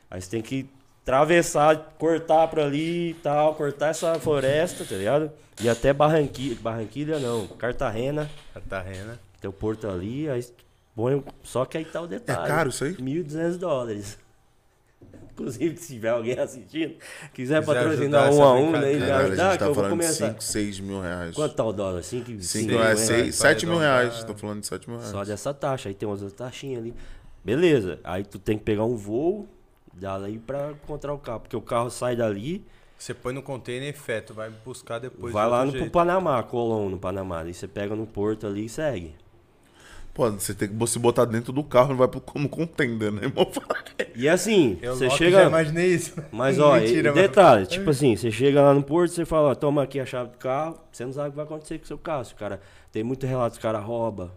Speaker 3: Aí você tem que atravessar, cortar pra ali e tal, cortar essa floresta, tá ligado? E até Barranquilha, Barranquilha não, Cartagena,
Speaker 2: Cartagena.
Speaker 3: tem o porto ali, aí põe, o- só que aí
Speaker 2: É
Speaker 3: tá o detalhe.
Speaker 1: caro isso aí?
Speaker 3: 1.200 dólares. Inclusive, se tiver alguém assistindo, quiser
Speaker 2: Quiser
Speaker 3: patrocinar
Speaker 2: ajudar
Speaker 3: um a
Speaker 2: essa
Speaker 3: um, né, e me
Speaker 2: brincadeira.
Speaker 1: Caralho, a
Speaker 3: ajudar,
Speaker 1: gente
Speaker 3: que
Speaker 1: tá
Speaker 3: eu vou
Speaker 1: falando de
Speaker 3: começar.
Speaker 1: 5, 6 mil reais.
Speaker 3: Quanto tá o dólar? 5,
Speaker 1: 5
Speaker 3: né,
Speaker 1: reais,
Speaker 2: reais,
Speaker 1: 6,
Speaker 2: pra
Speaker 1: 7 mil
Speaker 2: arredondar.
Speaker 1: reais. Tô falando de 7 mil reais.
Speaker 3: Só dessa taxa, aí tem outras taxinhas ali. Beleza, aí tu tem que pegar um voo dali pra encontrar o carro, porque o carro sai dali,
Speaker 2: Você põe no container e feto, vai buscar depois.
Speaker 3: Vai
Speaker 2: de
Speaker 3: lá
Speaker 2: outro
Speaker 3: no pro
Speaker 2: jeito.
Speaker 3: Panamá, Colom, no Panamá. Daí você pega no porto ali e segue.
Speaker 1: Pô, você tem que se botar dentro do carro, não vai pro, no contender, né, irmão?
Speaker 3: E assim,
Speaker 2: Eu
Speaker 3: você
Speaker 2: logo
Speaker 3: chega.
Speaker 2: já é imaginei isso.
Speaker 3: Mas ó,
Speaker 2: É Mentira,
Speaker 3: e-
Speaker 2: mano.
Speaker 3: detalhe, tipo assim, você chega lá no porto, você fala, ó, toma aqui a chave do carro, você não sabe o que vai acontecer com o seu carro. Se o cara tem muito relato, os cara rouba,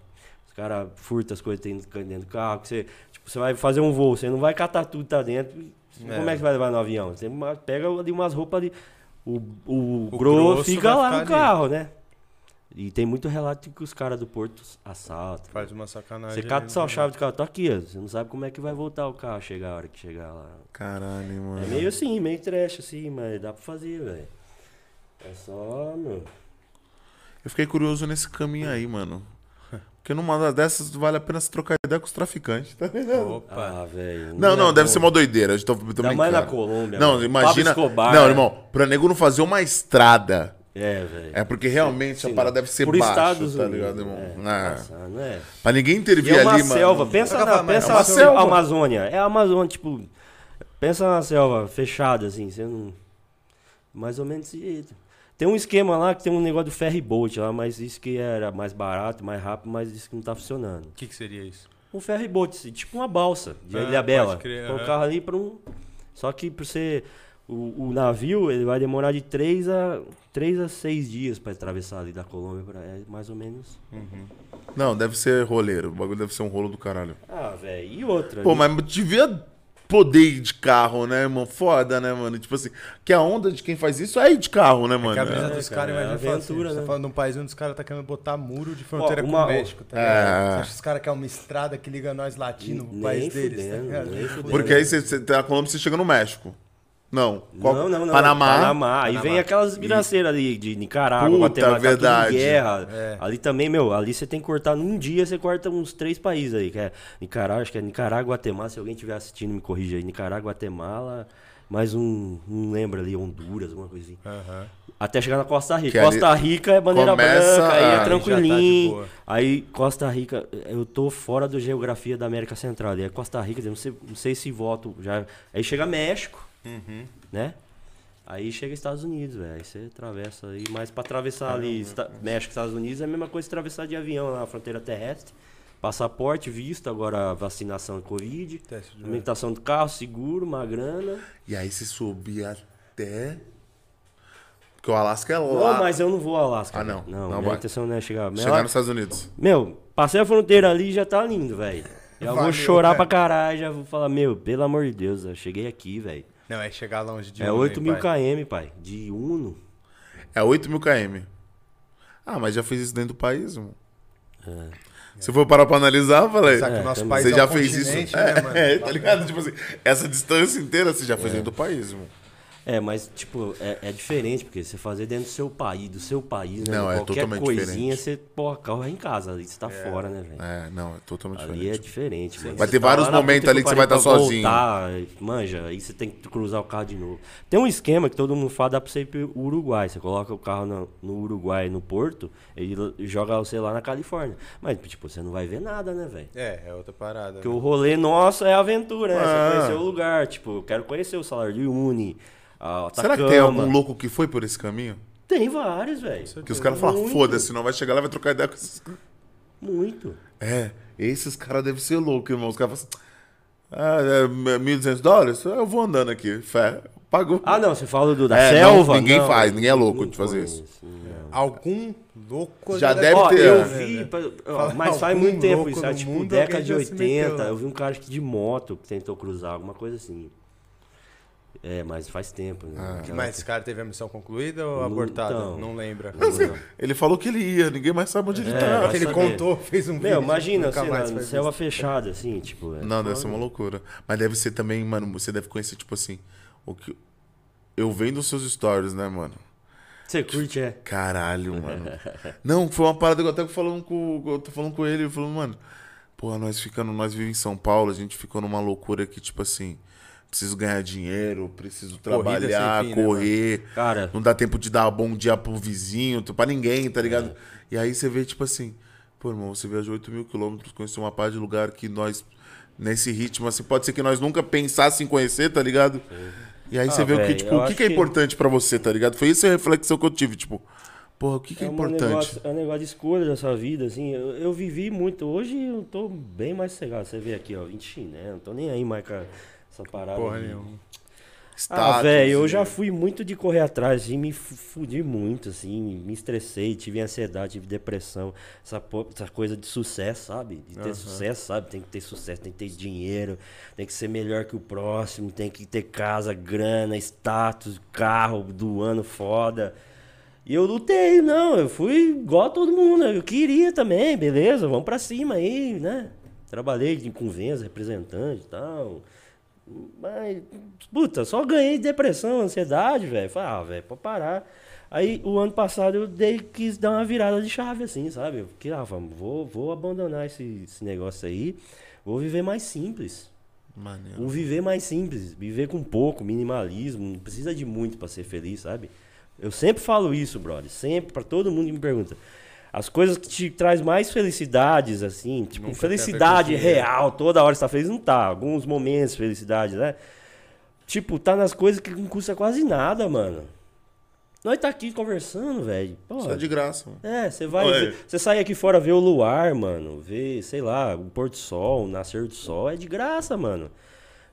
Speaker 3: os cara furta as coisas que tem dentro do carro, que você, tipo, você vai fazer um voo, você não vai catar tudo que tá dentro.
Speaker 2: É.
Speaker 3: Como é que vai levar no avião? Você ma- pega ali umas roupas ali, o, o,
Speaker 2: O
Speaker 3: gro
Speaker 2: grosso
Speaker 3: fica
Speaker 2: vai
Speaker 3: lá
Speaker 2: ficar
Speaker 3: no
Speaker 2: ali.
Speaker 3: carro, né? E tem muito relato que os caras do porto assaltam.
Speaker 2: Faz uma sacanagem. né?
Speaker 3: Você cata
Speaker 2: ali,
Speaker 3: só a
Speaker 2: mano.
Speaker 3: chave do carro, tá aqui, ó. Você não sabe como é que vai voltar o carro, chegar a hora que chegar lá.
Speaker 1: Caralho, mano.
Speaker 3: É meio assim, meio trash assim, mas dá pra fazer, velho. É só, meu.
Speaker 1: Eu fiquei curioso nesse caminho aí, mano. Porque numa dessas vale a pena se trocar ideia com os traficantes, tá ligado?
Speaker 2: Opa.
Speaker 3: Ah, velho.
Speaker 1: Não, não,
Speaker 3: é
Speaker 1: deve
Speaker 3: bom.
Speaker 1: ser uma doideira. Eu tô, tô
Speaker 3: Ainda
Speaker 1: brincando.
Speaker 3: mais na Colômbia.
Speaker 1: Não,
Speaker 3: mano.
Speaker 1: imagina.
Speaker 3: Pablo Escobar.
Speaker 1: Não, irmão, pra nego não fazer uma estrada.
Speaker 3: É, velho.
Speaker 1: É porque realmente a
Speaker 3: Sim.
Speaker 1: parada deve ser
Speaker 3: Por
Speaker 1: baixa,
Speaker 3: Estados
Speaker 1: tá
Speaker 3: Unidos,
Speaker 1: ligado, irmão?
Speaker 3: É.
Speaker 1: É.
Speaker 3: Nossa, não é?
Speaker 1: Pra ninguém
Speaker 3: E
Speaker 1: intervir
Speaker 3: é uma
Speaker 1: ali,
Speaker 3: selva.
Speaker 1: mano.
Speaker 3: Pensa
Speaker 2: Nunca
Speaker 3: na,
Speaker 2: vai mais.
Speaker 1: É
Speaker 3: pensa
Speaker 1: uma
Speaker 3: na
Speaker 1: selva.
Speaker 3: Amazônia. É a Amazônia, tipo. Pensa na selva fechada, assim. Você não. Mais ou menos desse jeito. Tem um esquema lá que tem um negócio do ferry boat lá, mas isso que era mais barato, mais rápido, mas isso que não tá funcionando.
Speaker 2: O que, que seria isso?
Speaker 3: um ferryboat, assim, tipo uma balsa de
Speaker 2: Ah,
Speaker 3: Ilha Bela.
Speaker 2: pode crer,
Speaker 3: Colocar
Speaker 2: aham.
Speaker 3: ali para um. Só que pra você. O, o navio ele vai demorar de 3 a, três a 6 dias para atravessar ali da Colômbia. Pra, é mais ou menos.
Speaker 1: Não, deve ser roleiro. O bagulho deve ser um rolo do caralho.
Speaker 3: Ah, velho. E outra.
Speaker 1: Pô,
Speaker 3: ali-
Speaker 1: mas devia poder ir de carro, né, irmão? Foda, né, mano? Tipo assim, que a onda de quem faz isso é ir de carro, né, mano?
Speaker 2: Que a brisa
Speaker 1: É.
Speaker 2: dos
Speaker 3: cara,
Speaker 2: caras,
Speaker 3: é
Speaker 2: imagina, fala assim,
Speaker 3: aventura,
Speaker 2: você
Speaker 3: né?
Speaker 2: tá falando de um país onde os caras tá querendo botar muro de fronteira
Speaker 3: Ó, uma-
Speaker 2: com o México, tá
Speaker 1: É.
Speaker 2: ligado? Você acha que os caras querem uma estrada que liga nós latinos pro
Speaker 3: Nem
Speaker 2: país deles, tá
Speaker 3: fudendo,
Speaker 2: ligado?
Speaker 3: nem fudendo.
Speaker 1: Porque aí você, você tá na Colômbia e você chega no México. Não. Qual-
Speaker 3: Não, não, não.
Speaker 1: Panamá.
Speaker 3: Panamá. Aí vem aquelas biraceiras ali de Nicarágua,
Speaker 1: Puta,
Speaker 3: Guatemala, tá tudo em
Speaker 1: verdade.
Speaker 3: guerra. Ali também, meu, ali você tem que cortar num dia, você corta uns três países aí, que é Nicarágua, acho que é Nicarágua, Guatemala, se alguém estiver assistindo, me corrija aí. Nicarágua, Guatemala, mais um, não lembro ali, Honduras, alguma coisa assim.
Speaker 2: Aham.
Speaker 3: Até chegar na Costa Rica.
Speaker 1: Que ali
Speaker 3: Costa Rica é bandeira
Speaker 1: começa
Speaker 3: branca, aí
Speaker 1: a-
Speaker 3: é
Speaker 1: já tá de
Speaker 3: tranquilinho.
Speaker 2: boa.
Speaker 3: aí Costa Rica, eu tô fora da geografia da América Central. E aí é Costa Rica, eu não sei, não sei se voto já. Aí chega México,
Speaker 1: Uhum.
Speaker 3: né? Aí chega Estados Unidos, velho. Aí você atravessa aí. Mas pra atravessar ali Esta- México e Estados Unidos é a mesma coisa que atravessar de avião lá na fronteira terrestre. Passaporte, visto, agora vacinação Covid,
Speaker 2: Teste de-
Speaker 3: alimentação do carro, seguro, uma grana.
Speaker 1: E aí você subia até. Porque o Alasca é
Speaker 3: Não,
Speaker 1: lá.
Speaker 3: mas eu não vou ao Alasca.
Speaker 1: Ah, não.
Speaker 3: velho. Não,
Speaker 1: Não
Speaker 3: minha
Speaker 1: vai.
Speaker 3: intenção não é chegar. Minha-
Speaker 1: Chegar nos Estados Unidos.
Speaker 3: Meu, passei a fronteira ali e já tá lindo, velho. Já vou
Speaker 2: Valeu,
Speaker 3: chorar
Speaker 2: velho.
Speaker 3: pra caralho, já vou falar, meu, pelo amor de Deus, eu cheguei aqui, velho.
Speaker 2: Não, é chegar longe de
Speaker 3: É
Speaker 2: um,
Speaker 3: 8
Speaker 2: hein,
Speaker 3: mil
Speaker 2: pai?
Speaker 3: km, pai, de Uno.
Speaker 1: É 8 mil km. Ah, mas já fez isso dentro do país, mano. Se for parar pra analisar, falei.
Speaker 2: Sabe que o nosso
Speaker 3: também.
Speaker 2: país
Speaker 1: É. Você
Speaker 2: é
Speaker 1: já
Speaker 2: um
Speaker 1: fez isso.
Speaker 2: continente,
Speaker 1: é,
Speaker 2: né, mano?
Speaker 1: é, tá ligado? Tipo assim, essa distância inteira você já fez dentro do país, mano.
Speaker 3: É, mas, tipo, é, é diferente, porque você fazer dentro do seu país, do seu país, né?
Speaker 1: Não, é
Speaker 3: Qualquer
Speaker 1: totalmente
Speaker 3: coisinha, você, porra, carro é em casa, ali você tá fora, né, velho?
Speaker 1: É, não, é totalmente
Speaker 3: Ali é
Speaker 1: diferente.
Speaker 3: diferente, mano.
Speaker 1: Vai
Speaker 3: Você
Speaker 1: ter
Speaker 3: tá
Speaker 1: vários
Speaker 3: lá na
Speaker 1: momentos
Speaker 3: puta
Speaker 1: ali que você vai
Speaker 3: pariu
Speaker 1: tá
Speaker 3: pra
Speaker 1: sozinho.
Speaker 3: voltar, é, manja, aí você tem que cruzar o carro de novo. Tem um esquema que todo mundo fala, dá pra você ir pro Uruguai. Você coloca o carro no, no Uruguai, no Porto, e l- joga você lá na Califórnia. Mas, tipo, você não vai ver nada, né, velho?
Speaker 2: É, é outra parada.
Speaker 3: Porque
Speaker 2: né?
Speaker 3: o rolê nosso é a aventura, né?
Speaker 1: Ah.
Speaker 3: Você conhecer o lugar, tipo, eu quero conhecer o salário de Uni, a
Speaker 1: Será que tem algum louco que foi por esse caminho?
Speaker 3: Tem vários, velho.
Speaker 1: Que os caras falam,
Speaker 3: Muito.
Speaker 1: foda-se, não vai chegar lá e vai trocar ideia com esses caras.
Speaker 3: Muito.
Speaker 1: É, esses caras devem ser loucos, irmão. Os caras falam assim, ah, é 1.200 dólares? Eu vou andando aqui, fé. Pagou.
Speaker 3: Ah, não, você fala do da
Speaker 1: É, não,
Speaker 3: selva?
Speaker 1: ninguém
Speaker 3: Não,
Speaker 1: faz, ninguém é louco
Speaker 3: não
Speaker 1: de fazer
Speaker 3: conheço, não.
Speaker 2: né? Algum louco...
Speaker 1: Já
Speaker 2: né?
Speaker 1: deve
Speaker 3: Ó,
Speaker 1: ter,
Speaker 3: eu
Speaker 1: né,
Speaker 3: vi,
Speaker 2: né?
Speaker 3: pa- ó,
Speaker 2: Fala,
Speaker 3: mas faz
Speaker 2: algum
Speaker 3: muito tempo
Speaker 2: louco
Speaker 3: isso,
Speaker 2: no
Speaker 3: sabe? tipo,
Speaker 2: mundo, é
Speaker 3: década
Speaker 2: alguém
Speaker 3: de
Speaker 2: já se meteu
Speaker 3: 80,
Speaker 2: lá.
Speaker 3: eu vi um cara que de moto que tentou cruzar, alguma coisa assim. É, mas faz tempo, né? Aquela-
Speaker 2: Ah, Mas esse cara teve a missão concluída ou
Speaker 3: Não,
Speaker 2: abortada?
Speaker 3: então.
Speaker 2: Não lembra.
Speaker 1: Ele falou que ele ia, ninguém mais sabe onde ele
Speaker 2: É.
Speaker 1: tá.
Speaker 3: vai
Speaker 2: ele
Speaker 3: saber.
Speaker 2: contou, fez um
Speaker 3: Meu, imagina,
Speaker 2: nunca
Speaker 3: sei lá,
Speaker 2: mais
Speaker 3: no
Speaker 2: faz
Speaker 3: selva
Speaker 2: isso.
Speaker 3: fechada, assim, tipo... é
Speaker 1: Não, deve ser uma loucura. Mas deve ser também, mano, você deve conhecer, tipo assim, o que. Eu vendo os seus stories, né, mano?
Speaker 3: Você curte, é.
Speaker 1: Caralho, mano. Não, foi uma parada que eu até falando com. Eu tô falando com ele, falando, mano, porra, nós ficando, nós vivemos em São Paulo, a gente ficou numa loucura que, tipo assim, preciso ganhar dinheiro, preciso
Speaker 2: Corrida sem
Speaker 1: trabalhar,
Speaker 2: fim, né, mano?
Speaker 1: correr.
Speaker 3: Cara,
Speaker 1: É. Não dá tempo de dar bom dia pro vizinho, tu- pra ninguém, tá ligado?
Speaker 3: É.
Speaker 1: E aí você vê, tipo assim, pô, irmão, você viajou 8 mil quilômetros, conheceu uma par de lugar que nós, nesse ritmo, assim, pode ser que nós nunca pensássemos em conhecer, tá ligado? E aí você vê o que,
Speaker 3: Ah, velho,
Speaker 1: tipo,
Speaker 3: eu
Speaker 1: o que,
Speaker 3: acho
Speaker 1: que é
Speaker 3: que-
Speaker 1: importante pra você, tá ligado? Foi essa a reflexão que eu tive, tipo, porra, o que, que é,
Speaker 3: um
Speaker 1: importante?
Speaker 3: negócio- é um negócio de escolha da sua vida, assim. Eu, eu vivi muito. Hoje eu tô bem mais cegado. Você vê aqui, ó, 20 chinelo. Não tô nem aí mais com essa parada.
Speaker 1: Porra
Speaker 3: de-
Speaker 1: nenhuma.
Speaker 3: Ah,
Speaker 1: Status,
Speaker 3: velho, eu já
Speaker 1: né?
Speaker 3: fui muito de correr atrás, assim, me fu- fudi muito, assim, me estressei, tive ansiedade, tive depressão, essa, po- essa coisa de sucesso, sabe? De ter sucesso, sabe? Tem que ter sucesso, tem que ter dinheiro, tem que ser melhor que o próximo, tem que ter casa, grana, status, carro do ano foda. E eu lutei, não, eu fui igual a todo mundo, né? eu queria também, beleza, vamos pra cima aí, né? Trabalhei de- com vendas, representante e tal. Mas, puta, só ganhei depressão, ansiedade, velho. Falei, ah, velho, pra parar. Aí, o ano passado, eu dei, quis dar uma virada de chave, assim, sabe? Eu fiquei, ah, vamos, vou, vou abandonar esse, esse negócio aí. Vou viver mais simples.
Speaker 1: Maneiro.
Speaker 3: O Um viver mais simples, viver com pouco, minimalismo, não precisa de muito pra ser feliz, sabe? Eu sempre falo isso, brother, sempre pra todo mundo que me pergunta. As coisas que te traz mais felicidades assim,
Speaker 2: Nunca tem a
Speaker 3: tipo,
Speaker 2: ver com
Speaker 3: felicidade
Speaker 2: dinheiro.
Speaker 3: real, toda hora você tá feliz, não tá, alguns momentos de felicidade, né? Tipo, tá nas coisas que não custa quase nada, mano. Nós tá aqui conversando, velho. Pô,
Speaker 1: Isso é de graça, mano.
Speaker 3: é, você vai.
Speaker 1: Olha.
Speaker 3: ver- Você sai aqui fora ver o luar, mano. Ver, sei lá, o pôr do sol, o nascer do sol. É de graça, mano.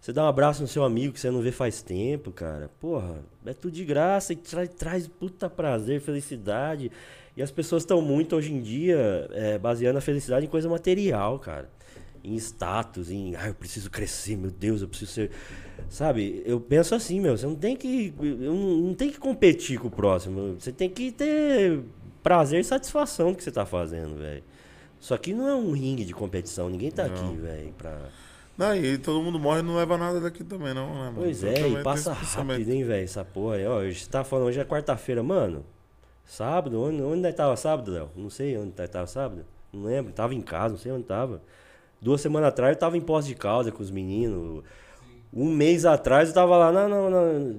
Speaker 3: Você dá um abraço no seu amigo que você não vê faz tempo, cara. Porra, é tudo de graça e tra- traz puta prazer, felicidade. E as pessoas estão muito hoje em dia é, baseando a felicidade em coisa material, cara. Em status, em. Ah, eu preciso crescer, meu Deus, eu preciso ser. Sabe? Eu penso assim, meu. Você não tem que. eu Não não tem que competir com o próximo. Você tem que ter prazer e satisfação do que você tá fazendo, velho. Isso aqui não é um ringue de competição. Ninguém tá aqui, velho, pra.
Speaker 1: Não, e todo mundo morre e não leva nada daqui também, não, né, mano?
Speaker 3: Pois
Speaker 1: Eu
Speaker 3: é,
Speaker 1: também
Speaker 3: e
Speaker 1: tenho
Speaker 3: passa
Speaker 1: esse pensamento.
Speaker 3: rápido, hein, velho, essa porra. aí. Ó, hoje tá falando, hoje é quarta-feira, mano. Sábado, onde, onde nós tava sábado, Léo? Não sei onde nós tava sábado. Não lembro, tava em casa, não sei onde tava. Duas semanas atrás eu tava em posse de causa com os meninos. Um mês atrás eu tava lá na. na, na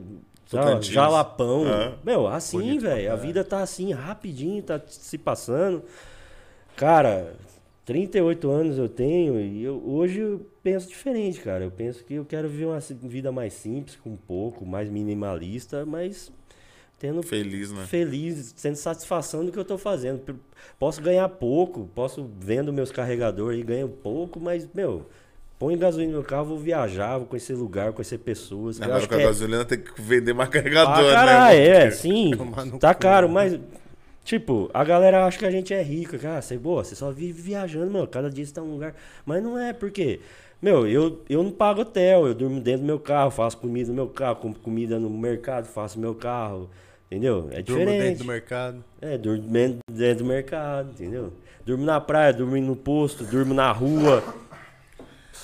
Speaker 3: já,
Speaker 1: Tocantins.
Speaker 3: Jalapão.
Speaker 1: É.
Speaker 3: Meu, assim,
Speaker 1: Bonito pra
Speaker 3: velho. A vida tá assim, rapidinho, tá se passando. Cara, 38 anos eu tenho e eu, hoje eu penso diferente, cara. Eu penso que eu quero viver uma si- vida mais simples, com um pouco, mais minimalista, mas tendo
Speaker 1: Feliz, né?
Speaker 3: feliz, tendo satisfação do que eu tô fazendo. P- Posso ganhar pouco, posso vendo meus carregadores e ganho pouco, mas, meu, põe gasolina no meu carro, vou viajar, vou conhecer lugar, conhecer pessoas. Eu
Speaker 1: Agora
Speaker 3: acho
Speaker 1: com
Speaker 3: que
Speaker 1: a
Speaker 3: é-
Speaker 1: gasolina tem que vender mais
Speaker 3: ah,
Speaker 1: carregador,
Speaker 3: caralho,
Speaker 1: né?
Speaker 3: é, sim.
Speaker 2: Tomar no
Speaker 3: Tá
Speaker 2: cu,
Speaker 3: caro,
Speaker 2: né?
Speaker 3: mas. Tipo, a galera acha que a gente é rico, cara, você boa, você só vive viajando, mano. Cada dia você tá em um lugar. Mas não é, porque. Meu, eu, eu não pago hotel, eu durmo dentro do meu carro, faço comida no meu carro, compro comida no mercado, faço meu carro. Entendeu? É
Speaker 2: Durmo
Speaker 3: diferente.
Speaker 2: dentro do mercado.
Speaker 3: É, durmo men- dentro do mercado, entendeu? Durmo na praia, durmo no posto, durmo na rua.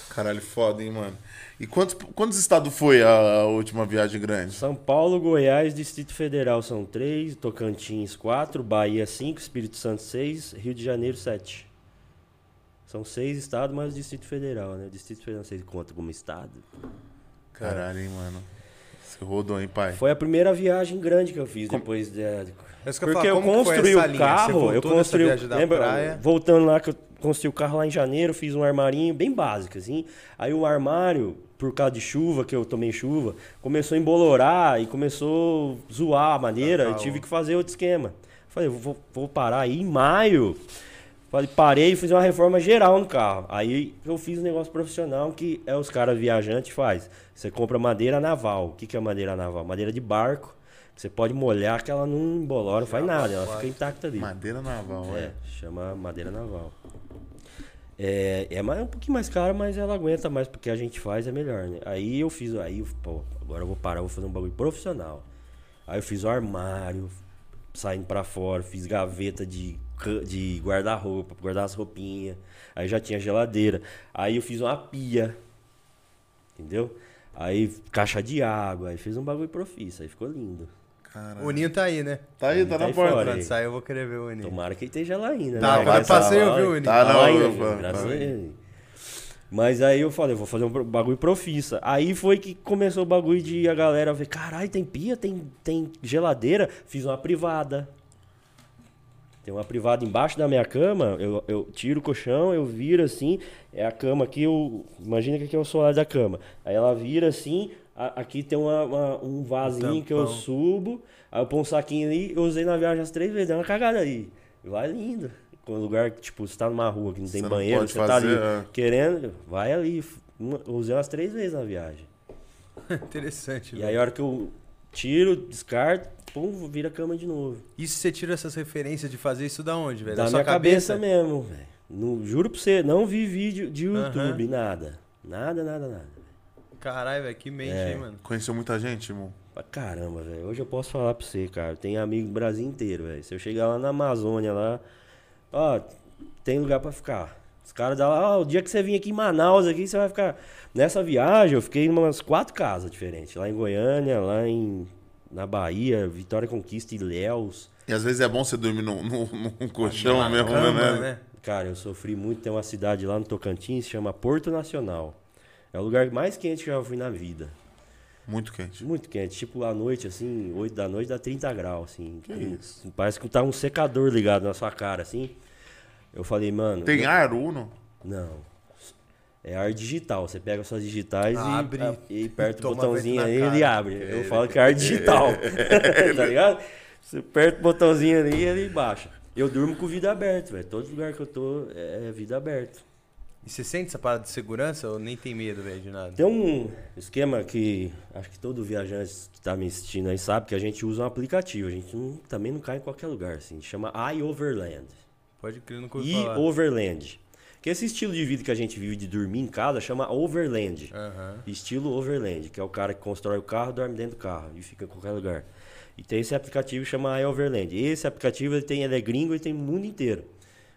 Speaker 1: Caralho, foda, hein, mano. E quantos, quantos estados foi a, a última viagem grande?
Speaker 3: São Paulo, Goiás, Distrito Federal são três, Tocantins quatro, Bahia cinco, Espírito Santo seis, Rio de Janeiro sete. São seis estados mais o Distrito Federal, né? O Distrito Federal vocês conta como estado.
Speaker 1: Caralho, hein, mano. Você rodou, hein, pai?
Speaker 3: Foi a primeira viagem grande que eu fiz depois da
Speaker 2: É isso que eu ia falar,
Speaker 3: Porque eu
Speaker 2: como que foi
Speaker 3: construí
Speaker 2: essa
Speaker 3: o
Speaker 2: linha? Você
Speaker 3: carro,
Speaker 2: voltou
Speaker 3: eu
Speaker 2: dessa
Speaker 3: construí,
Speaker 2: viagem da
Speaker 3: lembra,
Speaker 2: praia?
Speaker 3: voltando lá que eu construí o carro lá em janeiro, fiz um armarinho bem básico assim. Aí o armário, por causa de chuva, que eu tomei chuva, começou a embolorar e começou a zoar a maneira, eu
Speaker 2: Tá, tá,
Speaker 3: tive
Speaker 2: ó.
Speaker 3: que fazer outro esquema. Falei, eu vou, vou parar aí em maio. Falei, parei e fiz uma reforma geral no carro. Aí eu fiz um negócio profissional que é os caras viajantes faz. Você compra madeira naval. O que, que é madeira naval? Madeira de barco. que Você pode molhar que ela não embolora, não faz nada. Ela fica intacta ali.
Speaker 1: Madeira naval,
Speaker 3: É,
Speaker 1: é.
Speaker 3: chama madeira naval. É, é mais, um pouquinho mais caro, mas ela aguenta mais, porque a gente faz é melhor, né? Aí eu fiz, aí, eu, pô, agora eu vou parar, vou fazer um bagulho profissional. Aí eu fiz o armário, saindo pra fora, fiz gaveta de, ca- de guarda-roupa, pra guardar as roupinhas. Aí já tinha geladeira. Aí eu fiz uma pia, entendeu? Aí caixa de água, aí fiz um bagulho profício, aí ficou lindo.
Speaker 1: Caralho.
Speaker 2: O Ninho tá aí, né?
Speaker 1: Tá aí, tá
Speaker 3: Tá
Speaker 1: na
Speaker 3: É. aí
Speaker 1: porta.
Speaker 3: fora.
Speaker 2: Quando sair eu vou querer ver o Ninho.
Speaker 3: Tomara que ele esteja lá ainda,
Speaker 2: Tá,
Speaker 3: né?
Speaker 1: vai,
Speaker 3: Essa
Speaker 2: passeio,
Speaker 3: hora-
Speaker 2: viu, Nini?
Speaker 1: Tá,
Speaker 3: Tá
Speaker 1: não,
Speaker 3: lá ainda,
Speaker 1: eu-
Speaker 3: gente,
Speaker 1: eu-
Speaker 3: graças
Speaker 1: eu-
Speaker 3: a Deus. Mas aí eu falei, eu vou fazer um pro- bagulho profissa. Aí foi que começou o bagulho de a galera ver, caralho, tem pia, tem, tem geladeira. Fiz uma privada. Tem uma privada embaixo da minha cama, eu, eu tiro o colchão, eu viro assim, é a cama aqui, eu, imagina que aqui é o solar da cama. Aí ela vira assim, a- aqui tem uma- uma- um vasinho
Speaker 1: Um
Speaker 3: que eu
Speaker 1: tampão.
Speaker 3: subo, aí eu ponho um saquinho ali, eu usei na viagem as três vezes, deu uma cagada aí. Vai lindo. Quando o lugar, que, tipo, você tá numa rua que não tem
Speaker 1: Você não
Speaker 3: banheiro,
Speaker 1: pode
Speaker 3: você tá
Speaker 1: fazer,
Speaker 3: ali
Speaker 1: é.
Speaker 3: querendo, vai ali. F- uma- eu usei umas três vezes na viagem.
Speaker 2: Interessante.
Speaker 3: E
Speaker 2: velho.
Speaker 3: aí a hora que eu tiro, descarto, pum, vira a cama de novo.
Speaker 2: Isso você tira essas referências de fazer isso da onde, velho?
Speaker 3: Da
Speaker 2: sua
Speaker 3: minha cabeça, mesmo, velho. Não- Juro pra você, não vi vídeo de
Speaker 2: Aham.
Speaker 3: YouTube, nada. Nada, nada, nada.
Speaker 2: Caralho, velho, que mente,
Speaker 3: É.
Speaker 2: hein, mano?
Speaker 1: né? Conheceu muita gente, irmão?
Speaker 3: Pra caramba, velho. Hoje eu posso falar pra você, cara. Tem amigo do Brasil inteiro, velho. Se eu chegar lá na Amazônia, lá. Ó, tem lugar pra ficar. Os caras dão lá, ó, o dia que você vir aqui em Manaus, aqui, você vai ficar. Nessa viagem, eu fiquei em umas quatro casas diferentes. Lá em Goiânia, lá em. Na Bahia, Vitória e Conquista e Léus.
Speaker 1: E às vezes é bom você dormir num, num, num colchão
Speaker 2: Na
Speaker 1: mesmo,
Speaker 2: cama,
Speaker 1: né?
Speaker 3: Cara, eu sofri muito. Tem uma cidade lá no Tocantins, chama Porto Nacional. É o lugar mais quente que eu já fui na vida.
Speaker 1: Muito quente.
Speaker 3: Muito quente, tipo à noite, assim, 8 da noite dá 30 graus, assim.
Speaker 1: Que
Speaker 3: Tem-
Speaker 1: isso?
Speaker 3: Parece que tá um secador ligado na sua cara, assim. Eu falei, mano.
Speaker 1: Tem
Speaker 3: eu-
Speaker 1: ar, Uno?
Speaker 3: Não. É ar digital. Você pega suas digitais e-
Speaker 2: Abre,
Speaker 3: e, aperta o
Speaker 2: toma
Speaker 3: botãozinho
Speaker 2: vento
Speaker 3: ali
Speaker 2: na
Speaker 3: ele
Speaker 2: cara.
Speaker 3: abre. Eu falo que é ar digital. tá ligado? Você aperta o botãozinho ali e ele baixa. Eu durmo com o vidro aberto, velho. Todo lugar que eu tô é é vidro aberto.
Speaker 2: E você sente essa parada de segurança ou nem tem medo, velho, de nada?
Speaker 3: Tem um esquema que acho que todo viajante que tá me assistindo aí sabe que a gente usa um aplicativo. A gente não- também não cai em qualquer lugar, assim. Chama iOverland.
Speaker 2: Pode crer, não
Speaker 3: E
Speaker 2: ouvi falar.
Speaker 3: Overland. Que esse estilo de vida que a gente vive de dormir em casa chama Overland.
Speaker 2: Aham.
Speaker 3: Estilo Overland, que é o cara que constrói o carro, dorme dentro do carro e fica em qualquer lugar. E tem esse aplicativo que chama Overland. Esse aplicativo ele, tem, ele é gringo e tem no mundo inteiro.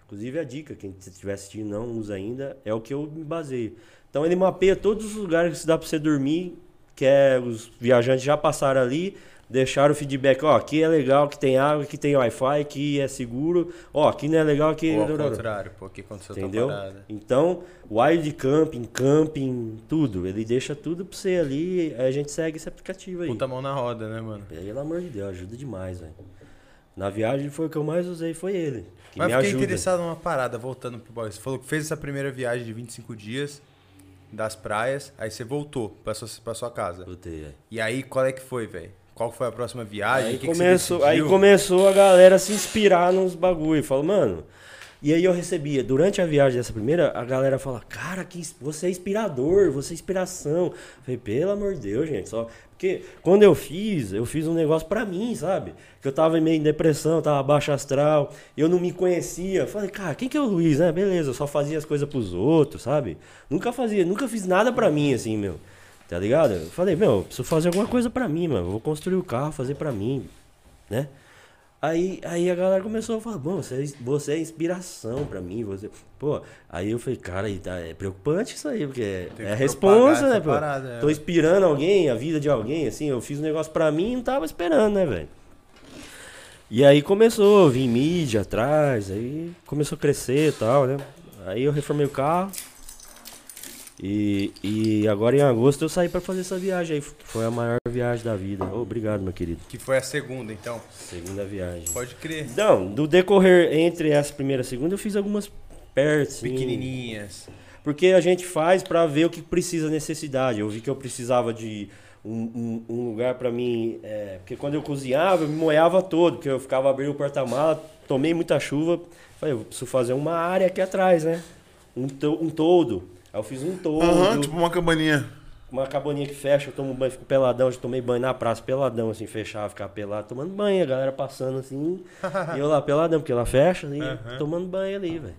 Speaker 3: Inclusive a dica, quem estiver assistindo e não usa ainda, é o que eu me baseio. Então ele mapeia todos os lugares que se dá para você dormir, que é, os viajantes já passaram ali, deixaram o feedback, ó, aqui é legal, que tem água, que tem Wi-Fi, que é seguro, ó, aqui não é legal, que...
Speaker 2: Ou ao contrário, pô, que aconteceu tá
Speaker 3: Entendeu?
Speaker 2: outra parada.
Speaker 3: Então, wild camping, camping, tudo. Ele deixa tudo pra você ali. aí A gente segue esse aplicativo aí.
Speaker 2: Puta mão na roda, né, mano?
Speaker 3: Pelo amor de Deus, ajuda demais, velho. Na viagem foi o que eu mais usei, foi ele. Que
Speaker 2: Mas
Speaker 3: me
Speaker 2: fiquei
Speaker 3: ajuda.
Speaker 2: interessado numa parada, voltando pro boy. Você falou que fez essa primeira viagem de 25 dias das praias, aí você voltou pra sua, pra sua casa.
Speaker 3: Voltei, velho.
Speaker 2: E aí, qual é que foi, velho? Qual foi a próxima viagem?
Speaker 3: Aí,
Speaker 2: O que que você
Speaker 3: começou, aí
Speaker 2: decidiu?
Speaker 3: começou a galera se inspirar nos bagulho. Falou, mano. E aí eu recebia, durante a viagem dessa primeira, a galera fala, cara, que, ins- você é inspirador, você é inspiração. Eu falei, pelo amor de Deus, gente, só. Porque quando eu fiz, eu fiz um negócio pra mim, sabe? Que eu tava meio em depressão, tava baixo astral, eu não me conhecia. Eu Falei, cara, quem que é o Luiz, né? Beleza, eu só fazia as coisas pros outros, sabe? Nunca fazia, nunca fiz nada pra mim, assim, meu. Tá ligado? Eu falei, meu, eu preciso fazer alguma coisa pra mim, mano. Eu Vou construir o carro, fazer pra mim, né? Aí, aí a galera começou a falar, bom, você, é- você é inspiração pra mim, você... Pô, aí eu falei, cara, aí tá, é preocupante isso aí, porque é-
Speaker 2: Tem que
Speaker 3: é
Speaker 2: propagar
Speaker 3: responsa,
Speaker 2: essa
Speaker 3: né, pô?
Speaker 2: parada, é.
Speaker 3: Tô inspirando alguém, a vida de alguém, assim, eu fiz um negócio pra mim e não tava esperando, né, velho? E aí começou, eu vim mídia atrás, aí começou a crescer e tal, né? Aí eu reformei o carro. E, e agora em agosto eu saí pra fazer essa viagem aí. que Foi a maior viagem da vida. Obrigado, meu querido.
Speaker 2: Que foi a segunda, então.
Speaker 3: Segunda viagem.
Speaker 2: Pode crer.
Speaker 3: Então, do decorrer entre essa primeira e segunda, eu fiz algumas perto. assim,
Speaker 2: Pequenininhas.
Speaker 3: porque a gente faz pra ver o que precisa, necessidade. Eu vi que eu precisava de um, um- um lugar pra mim. é, porque quando eu cozinhava, eu me molhava todo, porque eu ficava abrindo o porta-mala, tomei muita chuva. Falei, eu preciso fazer uma área aqui atrás, né? Um, to- um todo. Aí eu fiz um todo,
Speaker 1: Aham, tipo uma cabaninha.
Speaker 3: uma cabaninha que fecha, eu tomo banho, fico peladão. Já tomei banho na praça, peladão, assim, fechava, ficava pelado, tomando banho, a galera passando assim. e eu lá peladão, porque ela fecha, assim, tomando banho ali, velho.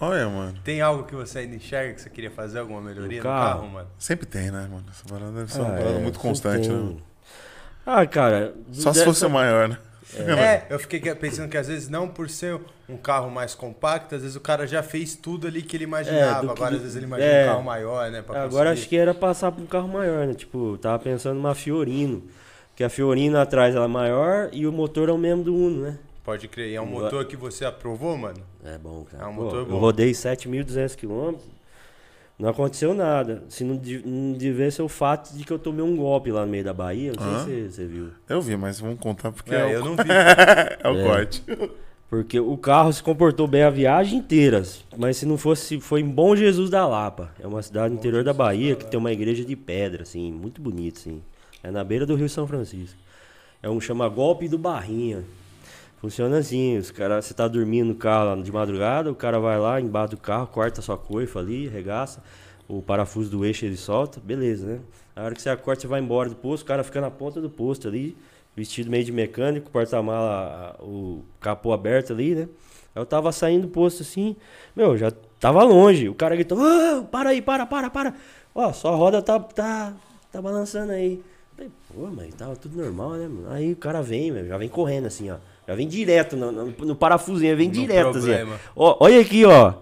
Speaker 1: Olha, mano.
Speaker 2: Tem algo que você ainda enxerga que você queria fazer? Alguma melhoria
Speaker 3: No
Speaker 2: no
Speaker 3: Um carro?
Speaker 2: carro, mano?
Speaker 1: Sempre tem, né, mano? Essa parada deve ser
Speaker 3: Ah,
Speaker 1: uma parada
Speaker 3: é,
Speaker 1: muito
Speaker 3: sempre
Speaker 1: constante, né?
Speaker 3: tem.
Speaker 1: mano?
Speaker 3: Ah, cara.
Speaker 1: Só se
Speaker 3: dessa-
Speaker 1: fosse maior, né?
Speaker 2: É, eu fiquei que- pensando que às vezes não por ser um carro mais compacto, às vezes o cara já fez tudo ali que ele imaginava.
Speaker 3: É, do que-
Speaker 2: Agora às vezes ele imagina
Speaker 3: é.
Speaker 2: um carro maior, né? pra
Speaker 3: Agora
Speaker 2: conseguir.
Speaker 3: acho que era passar pra um carro maior, né? Tipo, eu tava pensando numa Fiorino. Que a Fiorino atrás ela é maior e o motor é o mesmo do Uno, né?
Speaker 2: Pode crer. E é um motor que você aprovou, mano?
Speaker 3: É bom, cara.
Speaker 2: É um
Speaker 3: Pô,
Speaker 2: motor bom.
Speaker 3: Eu rodei 7.200 quilômetros, não aconteceu nada. Se não, de- não devesse ser o fato de que eu tomei um golpe lá no meio da Bahia, não sei
Speaker 1: Aham.
Speaker 3: se você- você viu.
Speaker 1: Eu vi, mas vamos contar porque
Speaker 2: É,
Speaker 1: é, o,
Speaker 2: eu não vi.
Speaker 1: é o
Speaker 3: É.
Speaker 1: corte.
Speaker 3: Porque o carro se comportou bem a viagem inteira, mas se não fosse, foi em Bom Jesus da Lapa. É uma cidade do interior da Bahia que tem uma igreja de pedra, assim, muito bonita, assim. É na beira do Rio São Francisco. É um chama golpe do Barrinha. Funciona assim, os cara, você tá dormindo no carro lá de madrugada, o cara vai lá embaixo do carro, corta sua coifa ali, regaça, o parafuso do eixo ele solta, beleza, né? A hora que você acorda, você vai embora do posto, o cara fica na ponta do posto ali, vestido meio de mecânico, porta-mala, a- o capô aberto ali, né? Aí eu tava saindo do posto assim, meu, já tava longe. O cara gritou, "Ah, para aí, para, para, para. Ó, sua roda tá, tá, tá balançando aí. Falei, Pô, mas tava tudo normal, né? mano? Aí o cara vem, meu, já vem correndo assim, ó. Já vem direto no, no, no parafusinho, vem
Speaker 2: No
Speaker 3: direto
Speaker 2: problema.
Speaker 3: assim. ó. Ó, olha aqui, ó.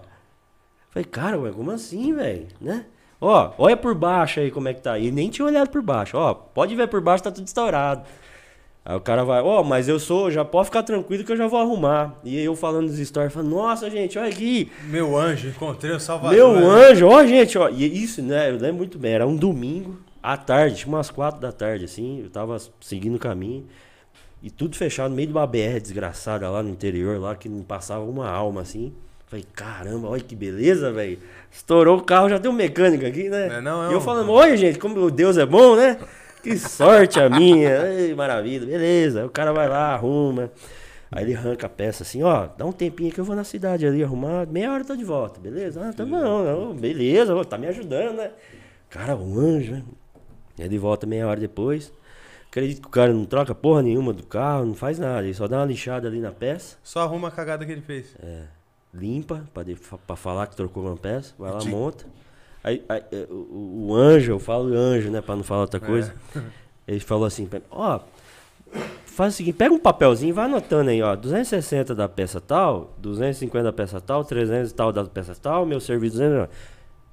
Speaker 3: Falei, cara, ué, como assim, velho? Né? Ó, olha por baixo aí como é que tá. E nem tinha olhado por baixo. Ó, pode ver por baixo, tá tudo estourado. Aí o cara vai, ó, mas eu sou, já pode ficar tranquilo que eu já vou arrumar. E eu falando dos stories, falando, nossa, gente, olha aqui,
Speaker 2: Meu anjo, encontrei o Salvador. né?
Speaker 3: meu anjo, ó, gente, ó. E isso, né, eu lembro muito bem, era um domingo à tarde, tipo umas quatro da tarde, assim, eu tava seguindo o caminho. E tudo fechado no meio de uma BR desgraçada lá no interior, lá que não passava uma alma, assim. Falei, caramba, olha que beleza, velho. Estourou o carro, já tem um mecânico aqui, né?
Speaker 2: Não é não, é
Speaker 3: E eu
Speaker 2: um-
Speaker 3: falando, oi, gente, como Deus é bom, né? Que sorte a minha. Ei, maravilha, beleza. Aí O cara vai lá, arruma. Aí ele arranca a peça assim, ó, dá um tempinho que eu vou na cidade ali arrumar, meia hora eu tô de volta, beleza? Ah, tá bom, não, beleza, ó, tá me ajudando, né? Cara, um anjo, né? E ele volta meia hora depois. Acredito que o cara não troca porra nenhuma do carro, não faz nada, ele só dá uma lixada ali na peça,
Speaker 2: Só arruma a cagada que ele fez.
Speaker 3: É. limpa, pra, de- pra falar que trocou uma peça, vai lá, monta. Aí, aí, é, o- o, o anjo, eu falo anjo, né, pra não falar outra coisa, ele falou assim, pra mim, ó, faz o seguinte, pega um papelzinho, e vai anotando aí, ó, 260 da peça tal, 250 da peça tal, 300 tal da peça tal, meu serviço... 200,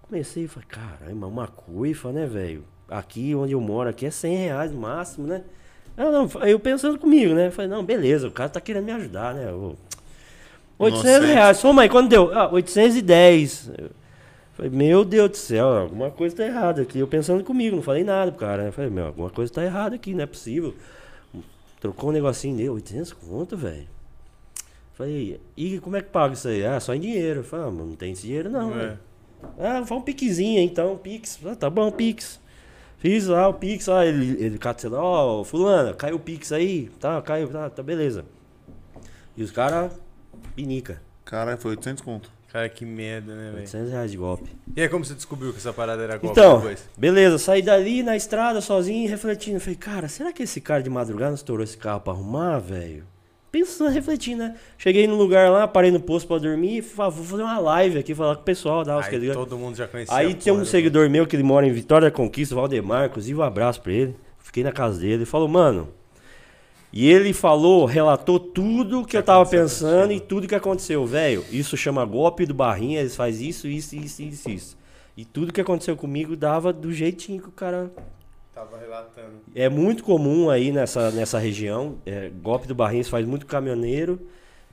Speaker 3: Comecei e falei, caralho, mas uma coifa, né, velho? Aqui onde eu moro, aqui é 100 reais no máximo, né? Eu, não, eu pensando comigo, né? Falei, não, beleza, o cara tá querendo me ajudar, né? Eu, 800
Speaker 1: Nossa, é.
Speaker 3: reais, soma aí, quando deu? Ah, 810. Eu Falei, meu Deus do céu, alguma coisa tá errada aqui. Eu pensando comigo, não falei nada pro cara, né? Falei, meu, alguma coisa tá errada aqui, não é possível. Trocou um negocinho dele, 800 conto, velho. Falei, e como é que paga isso aí? Ah, só em dinheiro. Eu Falei, ah, mano, não tem esse dinheiro não,
Speaker 2: É.
Speaker 3: velho. Ah, faz um piquezinho aí, então, pix. Ah, tá bom, pix. Fiz lá o pix, ó, ele, ele cata o celular, ó, fulano, caiu o pix aí, tá, caiu, tá, tá, beleza. E os caras, pinica,
Speaker 1: Caralho, foi 800 conto.
Speaker 2: Cara, que merda, né, velho?
Speaker 3: 800 reais de golpe.
Speaker 2: E aí, como você descobriu que essa parada era golpe
Speaker 3: Então,
Speaker 2: depois?
Speaker 3: beleza, saí dali na estrada sozinho, refletindo. Falei, cara, será que esse cara de madrugada não estourou esse carro pra arrumar, velho? Pensando, refletindo, né? Cheguei no lugar lá, parei no posto pra dormir, falei, ah, vou fazer uma live aqui, falar com o pessoal, dar umas
Speaker 2: Aí
Speaker 3: que-
Speaker 2: todo mundo já conhecia.
Speaker 3: Aí
Speaker 2: a
Speaker 3: tinha
Speaker 2: porra
Speaker 3: um
Speaker 2: do-
Speaker 3: seguidor meu que ele mora em Vitória da Conquista, Valdemar, inclusive um abraço pra ele. Fiquei na casa dele, ele falou, mano. E ele falou, relatou tudo que eu tava pensando e tudo que aconteceu, velho. Isso chama golpe do barrinha, eles fazem isso, isso, isso, isso, isso. E tudo que aconteceu comigo dava do jeitinho que o cara
Speaker 2: Tava relatando.
Speaker 3: é muito comum aí nessa, nessa região. é, golpe do barrinha se faz muito caminhoneiro.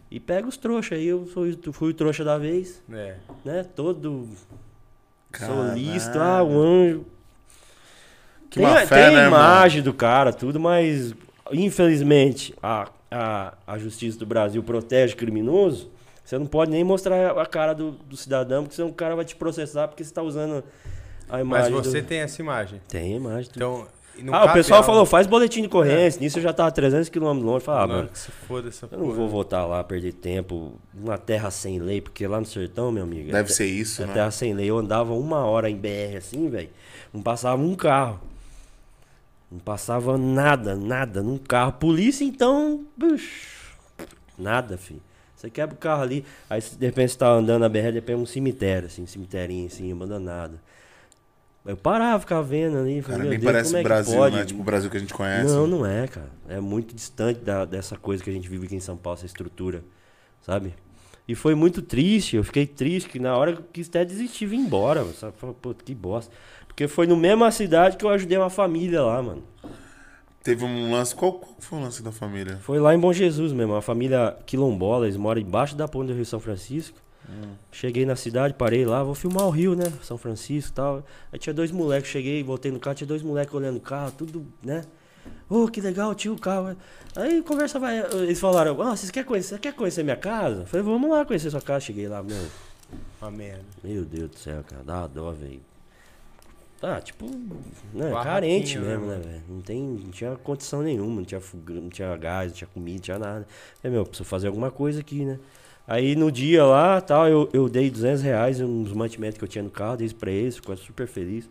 Speaker 3: E pega os trouxa aí. Eu fui, fui o trouxa da vez,
Speaker 2: É.
Speaker 3: né? Todo
Speaker 1: Caralho.
Speaker 3: solista, ah, o anjo.
Speaker 1: Que
Speaker 3: tem
Speaker 1: má
Speaker 3: a-
Speaker 1: fé,
Speaker 3: tem a
Speaker 1: né, irmão?
Speaker 3: imagem do cara, tudo, mas infelizmente a, a, a justiça do Brasil protege criminoso. Você não pode nem mostrar a cara do, do cidadão, porque senão o cara vai te processar porque você está usando a
Speaker 2: Mas
Speaker 3: imagem.
Speaker 2: você
Speaker 3: do...
Speaker 2: tem essa imagem.
Speaker 3: tem a imagem. tudo.
Speaker 2: Então. e não
Speaker 3: ah, o
Speaker 2: cabe
Speaker 3: pessoal
Speaker 2: ao-
Speaker 3: falou, faz boletim de corrência. Nisso eu já tava 300 quilômetros longe. Falei, ah,
Speaker 2: Não,
Speaker 3: mano,
Speaker 2: que se foda essa
Speaker 3: eu
Speaker 2: porra.
Speaker 3: não vou voltar lá, perder tempo. Uma terra sem lei, porque lá no sertão, meu amigo. é
Speaker 1: Deve
Speaker 3: te-
Speaker 1: ser isso,
Speaker 3: é
Speaker 1: né?
Speaker 3: terra sem lei. Eu andava uma hora em BR assim, velho. Não passava um carro. Não passava nada, nada, num carro. Polícia, então. bicho, nada, filho. Você quebra o carro ali. Aí de repente você tá andando na BR, de repente é um cemitério, assim, um cemiterinho assim, abandonado. Eu parava, ficava vendo ali.
Speaker 1: Cara,
Speaker 3: Falei,
Speaker 1: nem
Speaker 3: meu Deus,
Speaker 1: parece
Speaker 3: como é que
Speaker 1: Brasil,
Speaker 3: pode?
Speaker 1: né? Tipo o Brasil que a gente conhece.
Speaker 3: Não, não é, cara. É muito distante da- dessa coisa que a gente vive aqui em São Paulo, essa estrutura, sabe? E foi muito triste, eu fiquei triste, que na hora eu quis até desistir e ir embora, mano, sabe? Falei, pô, que bosta. Porque foi no mesma cidade que eu ajudei uma família lá, mano.
Speaker 1: Teve um lance. Qual, qual foi o lance da família?
Speaker 3: Foi lá em Bom Jesus mesmo, uma família quilombola, eles moram embaixo da ponte do Rio São Francisco. Cheguei na cidade, parei lá, vou filmar o Rio, né? São Francisco e tal. Aí tinha dois moleques, cheguei, voltei no carro, tinha dois moleques olhando o carro, tudo, né? Ô, que legal, tio, o carro. Aí conversa vai. Eles falaram, ah, vocês querem conhecer, você quer conhecer minha casa? Eu falei, vamos lá conhecer sua casa. Cheguei lá, mano.
Speaker 2: Uma merda.
Speaker 3: Meu Deus do céu, cara, dá uma dó, velho. Tá, tipo, né,
Speaker 2: Barraquinha,
Speaker 3: carente
Speaker 2: né,
Speaker 3: mesmo, né,
Speaker 2: mano?
Speaker 3: velho? Não, tem, não tinha condição nenhuma, não tinha, fogão, não tinha gás, não tinha comida, não tinha nada. Falei, meu, preciso fazer alguma coisa aqui, né? Aí no dia lá, tal, eu, eu dei 200 reais, uns mantimentos que eu tinha no carro, dei isso pra eles, ficou super feliz.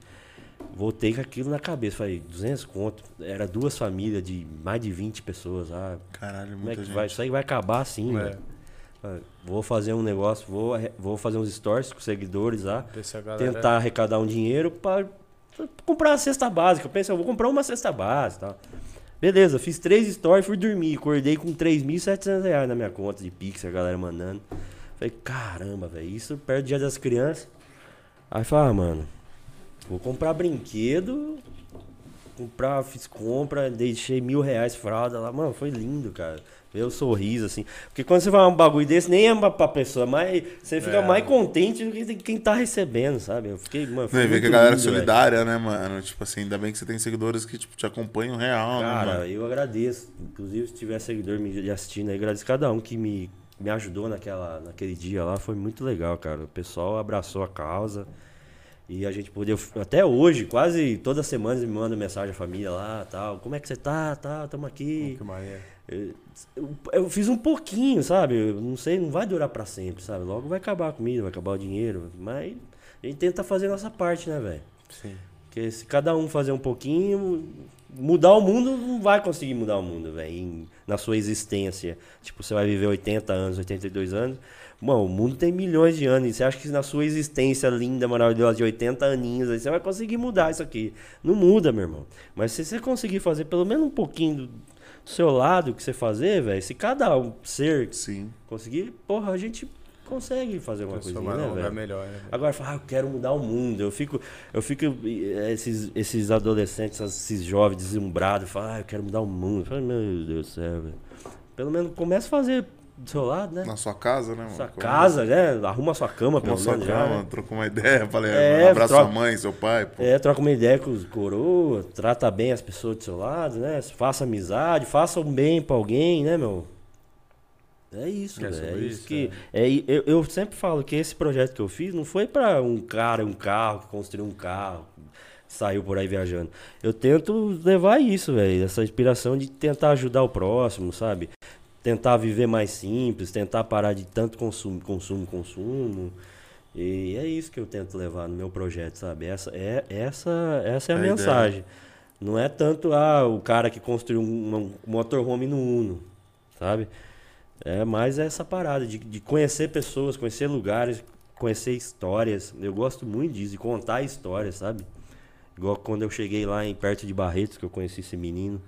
Speaker 3: Voltei com aquilo na cabeça, falei, 200 conto. Era duas famílias de mais de 20 pessoas lá.
Speaker 1: Caralho,
Speaker 3: Como é
Speaker 1: muita
Speaker 3: que
Speaker 1: gente.
Speaker 3: vai? Isso aí vai acabar assim,
Speaker 2: É.
Speaker 3: velho. Falei, Vou fazer um negócio, vou, arre- vou fazer uns stories com seguidores lá
Speaker 2: Ver se a galera-
Speaker 3: tentar arrecadar um dinheiro para comprar uma cesta básica. Eu pensei, eu vou comprar uma cesta básica. e Tal. Beleza, fiz três stories, fui dormir. Acordei com 3.700 reais na minha conta de Pix, a galera mandando. Falei, caramba, velho, isso perto do dia das crianças. Aí falei, ah, mano, vou comprar brinquedo. Comprar, fiz compra, deixei mil reais fralda lá. Mano, foi lindo, cara. Ver o sorriso, assim. Porque quando você fala um bagulho desse, nem é pra- pra pessoa, mas você fica
Speaker 2: É.
Speaker 3: mais contente do que de quem tá recebendo, sabe? Eu fiquei, mano.
Speaker 1: Não,
Speaker 3: foi
Speaker 1: e ver
Speaker 3: muito
Speaker 1: que a galera é
Speaker 3: lindo, velho.
Speaker 1: solidária, né, mano? Tipo assim, ainda bem que você tem seguidores que tipo, te acompanham real, né,
Speaker 3: Cara,
Speaker 1: mano?
Speaker 3: eu agradeço. Inclusive, se tiver seguidor me assistindo aí, agradeço cada um que me, me ajudou naquela, naquele dia lá. Foi muito legal, cara. O pessoal abraçou a causa. E a gente poder. Até hoje, quase toda semana eles me mandam mensagem à família lá tal. Como é que você tá? Tá, tamo aqui.
Speaker 2: Que maneiro.
Speaker 3: Eu, eu fiz um pouquinho, sabe? Eu não sei, não vai durar pra sempre, sabe? Logo vai acabar a comida, vai acabar o dinheiro. Mas a gente tenta fazer a nossa parte, né, velho?
Speaker 2: Sim.
Speaker 3: Porque se cada um fazer um pouquinho, mudar o mundo não vai conseguir mudar o mundo, velho, em- na sua existência. Tipo, você vai viver 80 anos, 82 anos. Mano, o mundo tem milhões de anos. E você acha que na sua existência linda, maravilhosa, de 80 aninhos, aí você vai conseguir mudar isso aqui. Não muda, meu irmão. Mas se você conseguir fazer pelo menos um pouquinho do seu lado que você fazer, velho, se cada um ser
Speaker 1: Sim.
Speaker 3: conseguir, porra, a gente consegue fazer uma coisinha,
Speaker 2: Transformar
Speaker 3: né,
Speaker 2: num lugar
Speaker 3: velho?
Speaker 2: melhor, né? velho?
Speaker 3: Agora fala, ah, eu quero mudar o mundo. Eu fico, eu fico eh, esses, esses adolescentes, esses jovens deslumbrados, falam, ah, eu quero mudar o mundo. Eu falo, meu Deus do céu, velho. Pelo menos começa a fazer do seu lado, né?
Speaker 1: Na sua casa, né, mano?
Speaker 3: Sua
Speaker 1: Como-
Speaker 3: casa, né? Arruma sua cama,
Speaker 1: Arruma
Speaker 3: pelo
Speaker 1: sua
Speaker 3: menos. já,
Speaker 1: cama,
Speaker 3: né?
Speaker 1: troca uma ideia, falei,
Speaker 3: É,
Speaker 1: mano, abraça
Speaker 3: troca-
Speaker 1: sua mãe, seu pai, pô.
Speaker 3: É, troca uma ideia com os coroa, trata bem as pessoas do seu lado, né? Faça amizade, faça um bem pra alguém, né, meu? É isso,
Speaker 2: É
Speaker 3: velho. É
Speaker 2: sobre
Speaker 3: isso
Speaker 2: isso,
Speaker 3: que. É, e eu, eu sempre falo que esse projeto que eu fiz não foi pra um cara, um carro, que construiu um carro, saiu por aí viajando. Eu tento levar isso, velho. Essa inspiração de tentar ajudar o próximo, sabe? Tentar viver mais simples, tentar parar de tanto consumo, consumo, consumo. E é isso que eu tento levar no meu projeto, sabe? Essa é, essa, essa é
Speaker 1: É a
Speaker 3: a
Speaker 1: ideia.
Speaker 3: mensagem. Não é tanto ah, o cara que construiu um, um motorhome no Uno, sabe? É mais essa parada de, de conhecer pessoas, conhecer lugares, conhecer histórias. Eu gosto muito disso, de contar histórias, sabe? Igual quando eu cheguei lá em perto de Barretos, que eu conheci esse menino.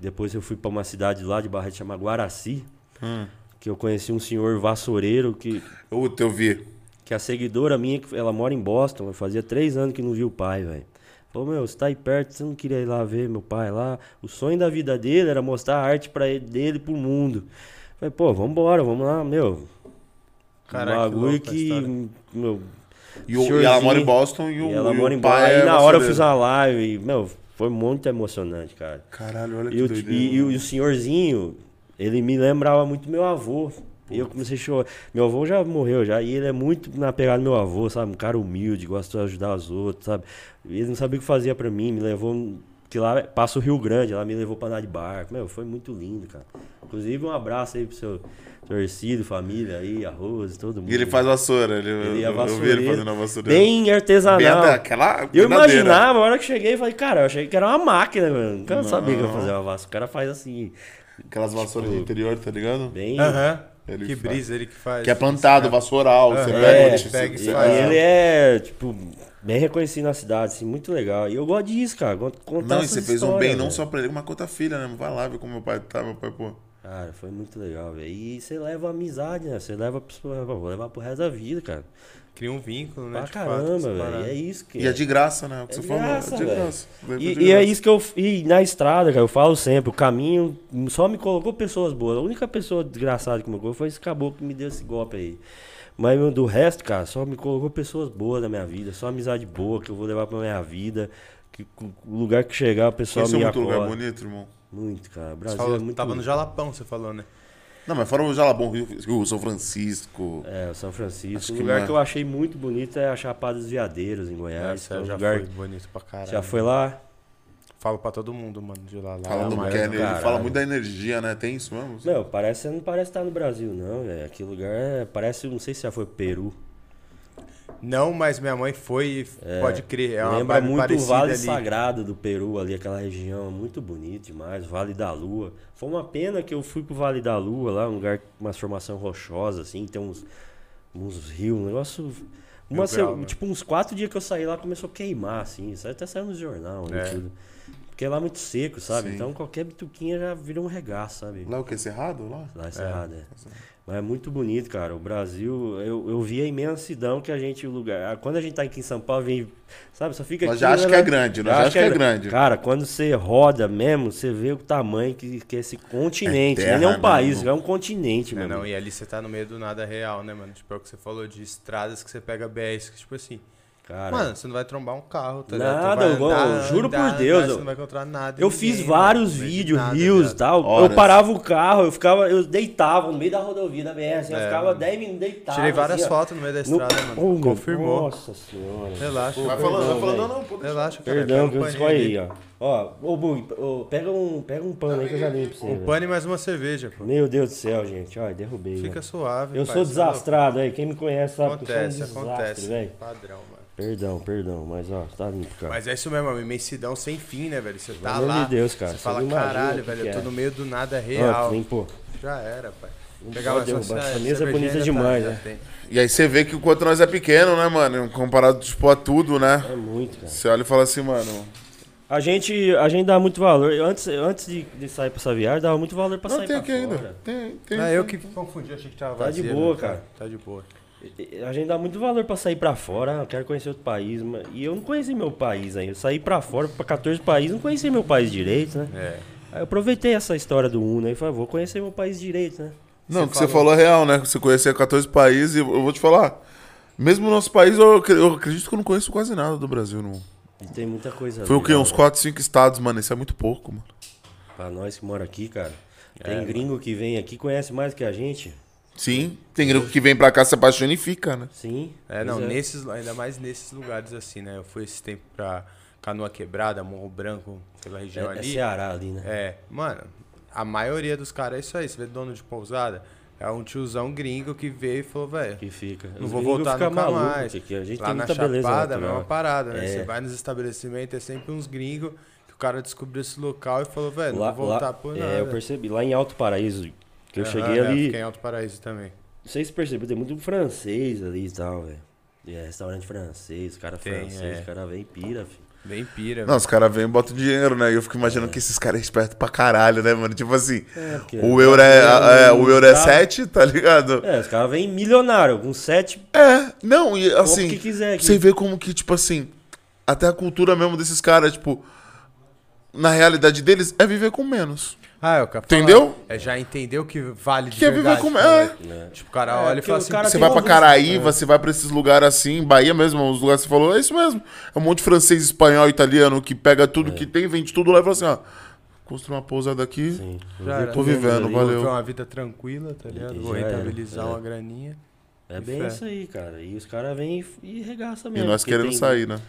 Speaker 3: Depois eu fui pra uma cidade lá de Barretos chamada Guaraci,
Speaker 1: Hum.
Speaker 3: que eu conheci um senhor vassoureiro que
Speaker 1: Ô, teu vi.
Speaker 3: que a seguidora minha, que ela mora em Boston, ela fazia três anos que não viu o pai, velho. Falou, meu, você tá aí perto, você não queria ir lá ver meu pai lá? O sonho da vida dele era mostrar a arte pra ele, dele pro mundo. Falei, pô, vambora, vamos lá, meu.
Speaker 2: Caraca, que
Speaker 3: Um bagulho
Speaker 2: louco a
Speaker 3: que,
Speaker 2: história.
Speaker 3: meu,
Speaker 1: E, o- e ela
Speaker 3: Senhorzinho.
Speaker 1: mora em Boston e o,
Speaker 3: e ela
Speaker 1: e o
Speaker 3: mora em Boston.
Speaker 1: pai
Speaker 3: Aí
Speaker 1: é
Speaker 3: na hora eu
Speaker 1: brasileiro.
Speaker 3: fiz uma live, e, meu, foi muito emocionante, cara.
Speaker 1: Caralho, olha
Speaker 3: E
Speaker 1: que
Speaker 3: o,
Speaker 1: doideira. né?
Speaker 3: e- e o- e o senhorzinho, ele me lembrava muito meu avô. E eu comecei a chorar. Meu avô já morreu, já. E ele é muito na pegada do meu avô, sabe? Um cara humilde, gosta de ajudar os outros, sabe? E Ele não sabia o que fazia pra mim, me levou. Que lá passa o Rio Grande, lá me levou pra andar de barco. Meu, foi muito lindo, cara. Inclusive, um abraço aí pro seu torcido, família aí, arroz, todo mundo.
Speaker 1: E ele faz vassoura. Ele,
Speaker 3: Ele é
Speaker 1: eu, eu vi ele
Speaker 3: vassoureiro,
Speaker 1: fazendo a vassoura.
Speaker 3: Bem artesanal.
Speaker 1: Bem até aquela
Speaker 3: Ah, Eu
Speaker 1: verdadeira.
Speaker 3: imaginava, a hora que cheguei, eu falei, cara, eu achei que era uma máquina, mano. O cara não sabia que eu
Speaker 1: Não.
Speaker 3: fazia uma vassoura. O cara faz assim,
Speaker 1: Aquelas vassouras de interior, tá ligado?
Speaker 3: bem.
Speaker 2: Aham.
Speaker 1: Ele
Speaker 2: Que
Speaker 1: faz.
Speaker 2: brisa ele que faz.
Speaker 1: Que é plantado, vassoural. Você
Speaker 2: Aham.
Speaker 1: pega
Speaker 3: É,
Speaker 1: o tecido
Speaker 2: pega
Speaker 1: que
Speaker 2: e
Speaker 1: você
Speaker 2: faz.
Speaker 1: faz.
Speaker 3: E ele é, tipo, bem reconhecido na cidade, assim, muito legal. E eu gosto disso, cara. Gosto de Contar
Speaker 1: Não, e
Speaker 3: essas
Speaker 1: você fez um
Speaker 3: histórias,
Speaker 1: bem não
Speaker 3: velho.
Speaker 1: só pra ele, mas com a tua filha, né? Vai lá ver como meu pai tá, meu pai, pô.
Speaker 3: Cara, foi muito legal, velho. E você leva amizade, né? Você leva a pessoa. Vou levar pro resto da vida, cara.
Speaker 2: Cria um vínculo,
Speaker 1: é
Speaker 2: né?
Speaker 3: Pra
Speaker 2: de fato,
Speaker 3: caramba,
Speaker 2: essa
Speaker 3: velho.
Speaker 2: parada.
Speaker 3: E é isso que.
Speaker 1: E é de graça, né? O que
Speaker 3: É
Speaker 1: você
Speaker 3: de
Speaker 1: falou.
Speaker 3: graça,
Speaker 1: é de
Speaker 3: velho.
Speaker 1: graça. Lembra de
Speaker 3: E, e é
Speaker 1: graça.
Speaker 3: isso que eu. E na estrada, cara, eu falo sempre, o caminho só me colocou pessoas boas. A única pessoa desgraçada que me colocou foi esse caboclo que me deu esse golpe aí. Mas meu, do resto, cara, só me colocou pessoas boas na minha vida, só amizade boa que eu vou levar pra minha vida. Que, cu- o lugar que chegar, o pessoal
Speaker 1: Conheceu
Speaker 3: me
Speaker 1: muito um lugar
Speaker 3: acorda.
Speaker 1: bonito, irmão.
Speaker 3: Muito, cara.
Speaker 2: Você
Speaker 3: Brasil é
Speaker 2: falou,
Speaker 3: muito...
Speaker 2: tava no Jalapão, você falou, né?
Speaker 1: Não, mas fora o Jalabão, Rio, Rio São Francisco.
Speaker 3: É, o São Francisco.
Speaker 1: Acho
Speaker 3: um
Speaker 1: que
Speaker 3: lugar
Speaker 1: não é.
Speaker 3: que eu achei muito bonito é a Chapada dos Veadeiros, em Goiás.
Speaker 2: Essa
Speaker 3: que é um
Speaker 2: já
Speaker 3: lugar...
Speaker 2: foi bonito pra caralho.
Speaker 3: Já foi lá?
Speaker 2: Falo pra todo mundo, mano, de lá. lá é
Speaker 1: Fala
Speaker 2: a
Speaker 1: do
Speaker 2: maior-
Speaker 1: Kenner, ele
Speaker 3: caralho.
Speaker 1: fala muito da energia, né? Tem isso mesmo?
Speaker 3: Não, parece, não parece estar no Brasil, não, velho. Aquele lugar é, parece, não sei se já foi Peru.
Speaker 2: Não, mas minha mãe foi e pode crer. É uma
Speaker 3: Lembra
Speaker 2: vibe
Speaker 3: muito o
Speaker 2: parecida
Speaker 3: Vale
Speaker 2: ali.
Speaker 3: Sagrado do Peru, ali, aquela região. Muito bonito demais. Vale da Lua. Foi uma pena que eu fui pro Vale da Lua, lá, um lugar, uma formação rochosa, assim, tem uns, uns rios, um negócio. Uma,
Speaker 2: Mil
Speaker 3: se-
Speaker 2: grau, né?
Speaker 3: tipo, uns quatro dias que eu saí lá começou a queimar, assim. Isso até saiu no jornal né,
Speaker 2: É.
Speaker 3: tudo. Porque lá é muito seco, sabe?
Speaker 1: Sim.
Speaker 3: Então qualquer bituquinha já vira um regaço, sabe?
Speaker 1: Lá é o que? Cerrado? Lá?
Speaker 3: Lá é Cerrado, é. Mas é muito bonito, cara. O Brasil, eu, eu vi a imensidão que a gente, o lugar. Quando a gente tá aqui em São Paulo, vem, sabe, só fica
Speaker 1: Nós
Speaker 3: aqui,
Speaker 1: já acha
Speaker 3: né,
Speaker 1: que é
Speaker 3: né?
Speaker 1: grande, nós
Speaker 3: Eu
Speaker 1: já
Speaker 3: acho
Speaker 1: acha que é grande.
Speaker 3: Cara, quando você roda mesmo, você vê o tamanho que, que é esse continente.
Speaker 1: É terra
Speaker 3: Não é um país,
Speaker 1: mesmo.
Speaker 3: é um continente,
Speaker 2: É,
Speaker 3: meu.
Speaker 2: não,
Speaker 3: Não,
Speaker 2: e ali você tá no meio do nada real, né, mano? Tipo, é o que você falou de estradas que você pega BS, que tipo assim.
Speaker 3: cara,
Speaker 2: Mano, você não vai trombar um carro, tá
Speaker 3: Nada,
Speaker 2: ligado? Tu vai
Speaker 3: eu- eu juro por Deus,
Speaker 2: você
Speaker 3: eu-
Speaker 2: não vai encontrar nada.
Speaker 3: eu fiz
Speaker 2: ninguém,
Speaker 3: vários
Speaker 2: mano, não vejo
Speaker 3: vídeos,
Speaker 2: nada, tá
Speaker 3: rios e
Speaker 2: viado.
Speaker 3: tal.
Speaker 1: Horas.
Speaker 3: Eu parava o carro, eu ficava, eu deitava no meio da rodovia da BR, assim, eu
Speaker 2: É,
Speaker 3: ficava
Speaker 2: mano.
Speaker 3: 10 minutos deitado.
Speaker 2: Tirei várias
Speaker 3: assim, ó,
Speaker 2: fotos no meio da
Speaker 3: no-
Speaker 2: estrada, mano.
Speaker 3: Pô,
Speaker 2: Confirmou.
Speaker 3: Nossa senhora.
Speaker 2: Relaxa.
Speaker 1: Vai
Speaker 2: velho.
Speaker 1: falando, vai
Speaker 3: Não,
Speaker 1: falando, não,
Speaker 3: velho.
Speaker 1: não, pô. deixa-
Speaker 2: Relaxa, cara.
Speaker 3: Perdão, que
Speaker 2: pega
Speaker 3: eu
Speaker 2: um paninho ali.
Speaker 3: escolhi aí, ó. Ó, ô Bug, ô, pega, um, pega um pano aí que eu já limpo pra você.
Speaker 2: Um
Speaker 3: velho.
Speaker 2: pano e mais uma cerveja, pô.
Speaker 3: Meu Deus do céu, gente. Ó, derrubei.
Speaker 2: Fica
Speaker 3: velho.
Speaker 2: suave.
Speaker 3: eu
Speaker 2: pai,
Speaker 3: sou
Speaker 2: você é louco.
Speaker 3: desastrado aí. Quem me conhece sabe
Speaker 2: Acontece,
Speaker 3: que eu sou um desastre,
Speaker 2: acontece.
Speaker 3: velho.
Speaker 2: Padrão, mano.
Speaker 3: Perdão, perdão, mas ó, tá limpo, cara.
Speaker 2: Mas é isso mesmo, é uma imensidão sem fim, né, velho? Você tá
Speaker 3: amor
Speaker 2: lá.
Speaker 3: de Deus, cara,
Speaker 2: Você
Speaker 3: você
Speaker 2: fala,
Speaker 3: não imagina
Speaker 2: caralho,
Speaker 3: o que
Speaker 2: velho,
Speaker 3: que
Speaker 2: eu tô
Speaker 3: é."
Speaker 2: no meio do nada
Speaker 3: ó,
Speaker 2: real.
Speaker 3: limpou.
Speaker 2: Já era, pai.
Speaker 3: só
Speaker 2: essa-
Speaker 3: derrubar.
Speaker 2: essa
Speaker 3: Essa mesa é
Speaker 2: cervejinha tá,
Speaker 3: bonita
Speaker 2: já
Speaker 3: demais,
Speaker 2: já
Speaker 3: né?
Speaker 2: tem.
Speaker 1: E aí você vê que o quanto nós é pequeno, né, mano? Comparado, tipo, a tudo, né?
Speaker 3: É muito, cara.
Speaker 1: Você olha e fala assim, mano.
Speaker 3: A gente, a gente dá muito valor. Eu Antes, antes de, de sair pra essa viagem, dava muito valor pra
Speaker 1: Não,
Speaker 3: sair
Speaker 1: tem
Speaker 3: pra
Speaker 1: aqui
Speaker 2: né?
Speaker 3: fora.
Speaker 1: ainda. Tem, tem.
Speaker 2: Ah, eu que confundi, achei que tava
Speaker 3: Tá de
Speaker 2: vazio,
Speaker 3: boa,
Speaker 2: né,
Speaker 3: cara.
Speaker 2: Tá de boa.
Speaker 3: A gente dá muito valor pra sair pra fora, ah, eu quero conhecer outro país, mas- e eu não conheci meu país ainda. Eu saí pra fora, pra 14 países, não conheci meu país direito, né?
Speaker 2: É.
Speaker 3: Aí eu aproveitei essa história do Uno aí e falei, "Ah, vou conhecer meu país direito, né?
Speaker 1: Não, o que você falou é real, né? Você conhecia 14 países e eu vou te falar. Mesmo no nosso país, eu, acre- eu acredito que eu não conheço quase nada do Brasil, não.
Speaker 3: E tem muita coisa
Speaker 1: Foi o quê?
Speaker 3: legal,
Speaker 1: Uns 4, 5 estados, mano. Isso é muito pouco, mano.
Speaker 3: né? Pra nós que mora aqui, cara.
Speaker 2: É,
Speaker 3: Tem gringo que vem aqui, conhece mais que a gente.
Speaker 1: Sim, tem gringo que vem pra cá, se apaixona e fica, né?
Speaker 3: Sim.
Speaker 2: É, não,
Speaker 3: Pois
Speaker 2: nesses, ainda mais nesses lugares assim, né? Eu fui esse tempo pra Canoa Quebrada, Morro Branco, pela
Speaker 3: É,
Speaker 2: região
Speaker 3: é
Speaker 2: ali.
Speaker 3: Ceará ali, né?
Speaker 2: É, mano, a maioria dos caras é isso aí. Você vê dono de pousada, é um tiozão gringo que veio e falou, velho,
Speaker 3: Que fica.
Speaker 2: não
Speaker 3: Os
Speaker 2: vou
Speaker 3: gringos
Speaker 2: voltar
Speaker 3: ficam
Speaker 2: nunca
Speaker 3: malucos
Speaker 2: mais.
Speaker 3: aqui, A gente
Speaker 2: Lá
Speaker 3: tem
Speaker 2: na
Speaker 3: muita beleza
Speaker 2: Chapada, é a
Speaker 3: natural.
Speaker 2: mesma parada, né?
Speaker 3: É.
Speaker 2: Você vai nos estabelecimentos, é sempre uns gringos que o cara descobriu esse local e falou, velho, não
Speaker 3: Lá,
Speaker 2: vou voltar
Speaker 3: lá,
Speaker 2: por nada.
Speaker 3: é, eu percebi. Lá em Alto Paraíso, que eu
Speaker 2: Aham,
Speaker 3: cheguei
Speaker 2: é,
Speaker 3: ali...
Speaker 2: Fiquei em Alto Paraíso também.
Speaker 3: Não sei se percebeu, tem muito francês ali e tal, velho. E É, restaurante francês, cara
Speaker 2: Tem,
Speaker 3: francês,
Speaker 2: é.
Speaker 3: cara vem e pira, filho.
Speaker 2: Bem pira,
Speaker 1: Não, os caras vêm e botam dinheiro, né? E eu fico imaginando que esses caras é esperto pra caralho, né, mano? Tipo assim,
Speaker 3: porque-
Speaker 1: o euro é, é, é, o euro é
Speaker 3: Tá.
Speaker 1: 7, tá ligado?
Speaker 3: É, os caras vêm milionário, com sete.
Speaker 1: É, não, e assim.
Speaker 3: que quiser aqui.
Speaker 1: Você vê como que, tipo assim, até a cultura mesmo desses caras, tipo, na realidade deles é viver com menos.
Speaker 2: Ah, é o que eu ia
Speaker 1: Entendeu?
Speaker 2: falar. É, já entendeu que vale de
Speaker 1: Que é viver
Speaker 2: verdade,
Speaker 1: com-
Speaker 2: tá
Speaker 1: é.
Speaker 2: ligado? Tipo, o cara
Speaker 3: É,
Speaker 2: olha e
Speaker 3: porque
Speaker 2: fala
Speaker 3: o
Speaker 2: assim...
Speaker 3: cara
Speaker 2: "Pô,
Speaker 1: Você
Speaker 3: tem
Speaker 1: vai pra
Speaker 3: uma É. vez-
Speaker 1: Caraíva, você vai pra esses lugares assim, Bahia mesmo, os lugares que você falou, é isso mesmo. É um monte de francês, espanhol, italiano que pega
Speaker 3: É.
Speaker 1: tudo que tem, vende tudo lá e fala assim, ó, construa uma pousada aqui.
Speaker 2: Já era.
Speaker 1: Tô vivendo,
Speaker 2: Vou
Speaker 1: valeu.
Speaker 2: viver uma vida tranquila, tá ligado? Vou
Speaker 3: Já era,
Speaker 2: rentabilizar
Speaker 3: é.
Speaker 2: uma graninha.
Speaker 3: É
Speaker 2: Que
Speaker 3: bem
Speaker 2: fé.
Speaker 3: isso aí, cara. E os caras vêm e- e regaça
Speaker 1: E
Speaker 3: mesmo.
Speaker 1: nós
Speaker 3: porque
Speaker 1: querendo
Speaker 3: tem-
Speaker 1: sair, né?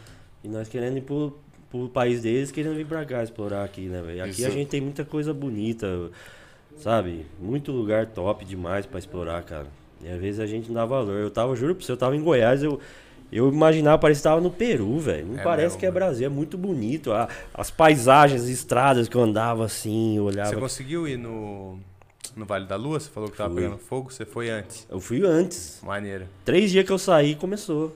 Speaker 3: E nós querendo ir pro, pro país deles, querendo vir pra cá explorar aqui, né, velho? Aqui a
Speaker 1: Isso.
Speaker 3: gente tem muita coisa bonita, sabe? Muito lugar top demais pra explorar, cara. E às vezes a gente não dá valor. Eu tava, juro pra você, eu tava em Goiás, eu. Eu imaginava, parece que tava no Peru, velho. Não
Speaker 2: É
Speaker 3: parece
Speaker 2: mesmo,
Speaker 3: que é
Speaker 2: mano.
Speaker 3: Brasil, é muito bonito. A- as paisagens, as estradas que eu andava assim, eu
Speaker 2: Você
Speaker 3: olhava.
Speaker 2: conseguiu ir no, no Vale da Lua? Você falou que tava
Speaker 3: Fui.
Speaker 2: pegando fogo? Você foi antes.
Speaker 3: Eu fui antes.
Speaker 2: Maneiro.
Speaker 3: Três dias que eu saí, começou.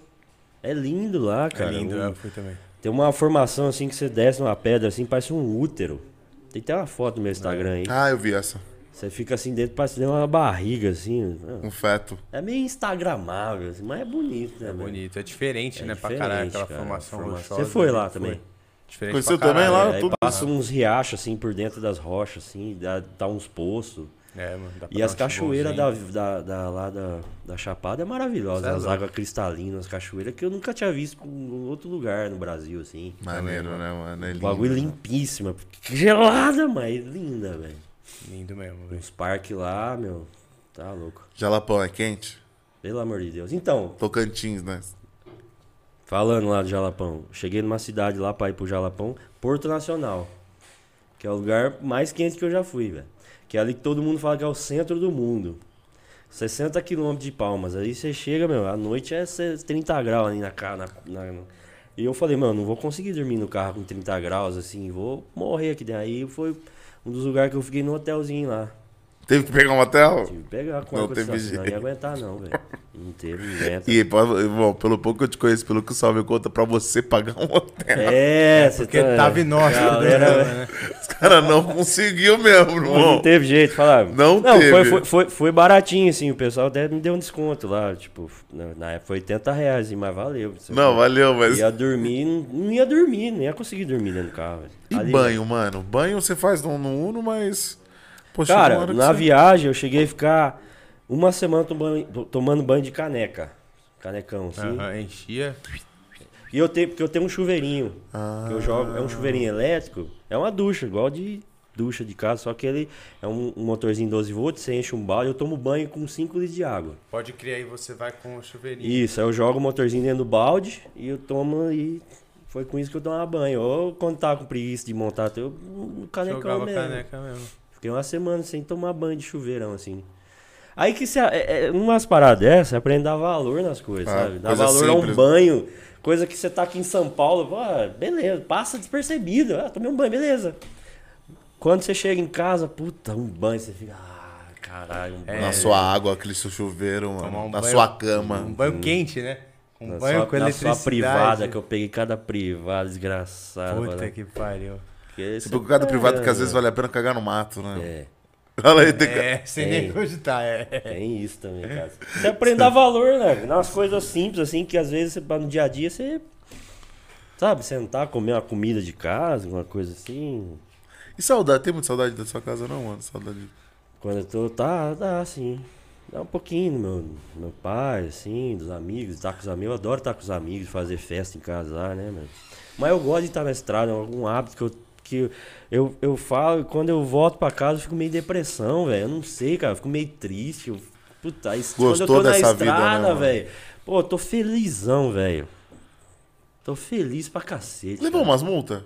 Speaker 3: É lindo lá,
Speaker 2: É
Speaker 3: cara.
Speaker 2: lindo,
Speaker 3: O-
Speaker 1: né?
Speaker 2: eu fui também.
Speaker 3: Tem uma formação assim que você desce numa pedra assim, parece um útero. Tem até uma foto no meu
Speaker 2: É.
Speaker 3: Instagram aí.
Speaker 1: Ah, eu vi essa.
Speaker 3: Você fica assim dentro, parece dentro de uma barriga assim.
Speaker 1: Um feto.
Speaker 3: É meio instagramável, assim, mas é bonito, né?
Speaker 2: É
Speaker 3: velho?
Speaker 2: bonito. É diferente,
Speaker 3: É
Speaker 2: né? Pra
Speaker 3: diferente,
Speaker 2: caralho, aquela
Speaker 3: cara,
Speaker 2: formação
Speaker 3: formação.
Speaker 2: rochosa.
Speaker 3: Você foi lá
Speaker 2: né?
Speaker 3: também?
Speaker 2: Diferente
Speaker 1: Conheceu
Speaker 2: pra
Speaker 1: também
Speaker 2: caralho,
Speaker 1: lá?
Speaker 2: né?
Speaker 3: Aí
Speaker 1: tudo-
Speaker 3: passa uns riachos assim por dentro das rochas, assim, dá, dá uns poços.
Speaker 2: É, mano. dá pra
Speaker 3: E
Speaker 2: dar
Speaker 3: as
Speaker 2: um
Speaker 3: cachoeiras da,
Speaker 2: chimbomzinho.
Speaker 3: da, da- lá da, da Chapada é maravilhosa.
Speaker 2: Cê é
Speaker 3: as
Speaker 2: louco.
Speaker 3: águas cristalinas, as cachoeiras, que eu nunca tinha visto em um outro lugar no Brasil, assim.
Speaker 1: Maneiro, né, mano? É
Speaker 3: O
Speaker 1: lindo.
Speaker 3: Um bagulho limpíssima. Gelada, mas linda, velho.
Speaker 2: Lindo mesmo, velho.
Speaker 3: Uns parques lá, meu. Tá louco.
Speaker 1: Jalapão é quente?
Speaker 3: Pelo amor de Deus. Então,
Speaker 1: Tocantins, né?
Speaker 3: falando lá do Jalapão. Cheguei numa cidade lá pra ir pro Jalapão, Porto Nacional. Que é o lugar mais quente que eu já fui, velho. Que é ali que todo mundo fala que é o centro do mundo. 60 quilômetros de Palmas. Aí você chega, meu, à noite é 30 graus ali na cara. Na, na- E eu falei, mano, não vou conseguir dormir no carro com 30 graus, assim, vou morrer aqui dentro. Aí foi um dos lugares que eu fiquei no hotelzinho lá.
Speaker 1: Teve que pegar um hotel?
Speaker 3: Tive que pegar com
Speaker 1: Não
Speaker 3: ar condicionado,
Speaker 1: teve
Speaker 3: senão não ia aguentar não, velho. Não teve, não aguenta.
Speaker 1: E, pô, bom, pelo pouco que eu te conheço, pelo que o Salve conta, pra você pagar um hotel.
Speaker 3: É, você
Speaker 2: Porque tava inóspito,
Speaker 3: Galera,
Speaker 2: né?
Speaker 1: Os caras não conseguiu mesmo,
Speaker 3: Não, não
Speaker 1: irmão.
Speaker 3: teve jeito, falar.
Speaker 1: Não teve.
Speaker 3: Foi, foi, foi, foi baratinho, assim. O pessoal até me deu um desconto lá. Tipo, na, na época foi 80 reais, assim, mas valeu.
Speaker 1: Não, valeu, mas.
Speaker 3: Ia dormir, não, não ia dormir, não ia conseguir dormir dentro do carro. velho.
Speaker 1: E
Speaker 3: Ali- né?
Speaker 1: banho, mano? Banho você faz no, no Uno, mas. Poxa, uma
Speaker 3: Cara,
Speaker 1: hora que
Speaker 3: na
Speaker 1: você-
Speaker 3: viagem eu cheguei a ficar uma semana tomando, tomando banho de caneca. Canecão, assim.
Speaker 2: Aham, enchia.
Speaker 3: E eu tenho, porque eu tenho um chuveirinho. Que eu jogo, é um chuveirinho
Speaker 1: Ah.
Speaker 3: elétrico, é uma ducha, igual de ducha de casa, só que ele é um, um motorzinho 12 volts, você enche um balde, eu tomo banho com 5 litros de água.
Speaker 2: Pode criar aí, você vai com o chuveirinho.
Speaker 3: Isso, aí eu jogo o motorzinho dentro do balde e eu tomo e foi com isso que eu tomava banho. Ou quando tava com preguiça de montar, eu um canecão
Speaker 2: Jogava
Speaker 3: mesmo.
Speaker 2: caneca mesmo.
Speaker 3: Fiquei uma semana sem tomar banho de chuveirão, assim. Aí que se, é, é, umas paradas dessas, você aprende a dar valor nas coisas,
Speaker 1: Ah,
Speaker 3: sabe? Dar
Speaker 1: coisa
Speaker 3: valor a um
Speaker 1: simples.
Speaker 3: banho, coisa que você tá aqui em São Paulo, pô, ah, beleza, passa despercebido, ah, tomei um banho, beleza. Quando você chega em casa, puta, um banho, você fica, ah, caralho,
Speaker 2: É,
Speaker 3: um banho.
Speaker 1: Na sua água, aquele seu chuveiro,
Speaker 2: Tomar
Speaker 1: mano.
Speaker 2: um
Speaker 1: na
Speaker 2: banho-
Speaker 1: sua cama. Tipo,
Speaker 2: Um banho quente, né? Um
Speaker 3: Na
Speaker 2: banho
Speaker 3: sua,
Speaker 2: com
Speaker 3: na
Speaker 2: eletricidade.
Speaker 3: sua privada, que eu peguei cada privada, desgraçado.
Speaker 2: Puta que pariu.
Speaker 1: Você pegou cada privado
Speaker 3: É.
Speaker 1: que às vezes vale a pena cagar no mato, né? Olha aí, tem...
Speaker 2: É, sem nem
Speaker 3: Ei.
Speaker 2: cogitar, é.
Speaker 3: Tem isso também, cara. Você aprende a dar valor, né? Nas coisas simples, assim, que às vezes você- no dia a dia você. Sabe, sentar, comer uma comida de casa, alguma coisa assim.
Speaker 1: E saudade? Tem muita saudade da sua casa, não, mano? Saudade.
Speaker 3: Quando eu tô. Tá, dá, assim. Dá um pouquinho do meu, do meu pai, assim, dos amigos, estar com os amigos. Eu adoro estar com os amigos, fazer festa em casa, lá, né, mano? Mas eu gosto de estar na estrada, é algum hábito que eu. Que eu, eu falo, e quando eu volto pra casa, eu fico meio depressão, velho. Eu não sei, cara, eu fico meio triste. Eu, puta, aí, quando eu
Speaker 1: Gostou
Speaker 3: tô na
Speaker 1: dessa vida, né,
Speaker 3: estrada,
Speaker 1: mano?
Speaker 3: velho. Pô, eu tô felizão, velho. Tô feliz pra cacete.
Speaker 1: Levou
Speaker 3: cara.
Speaker 1: umas multas?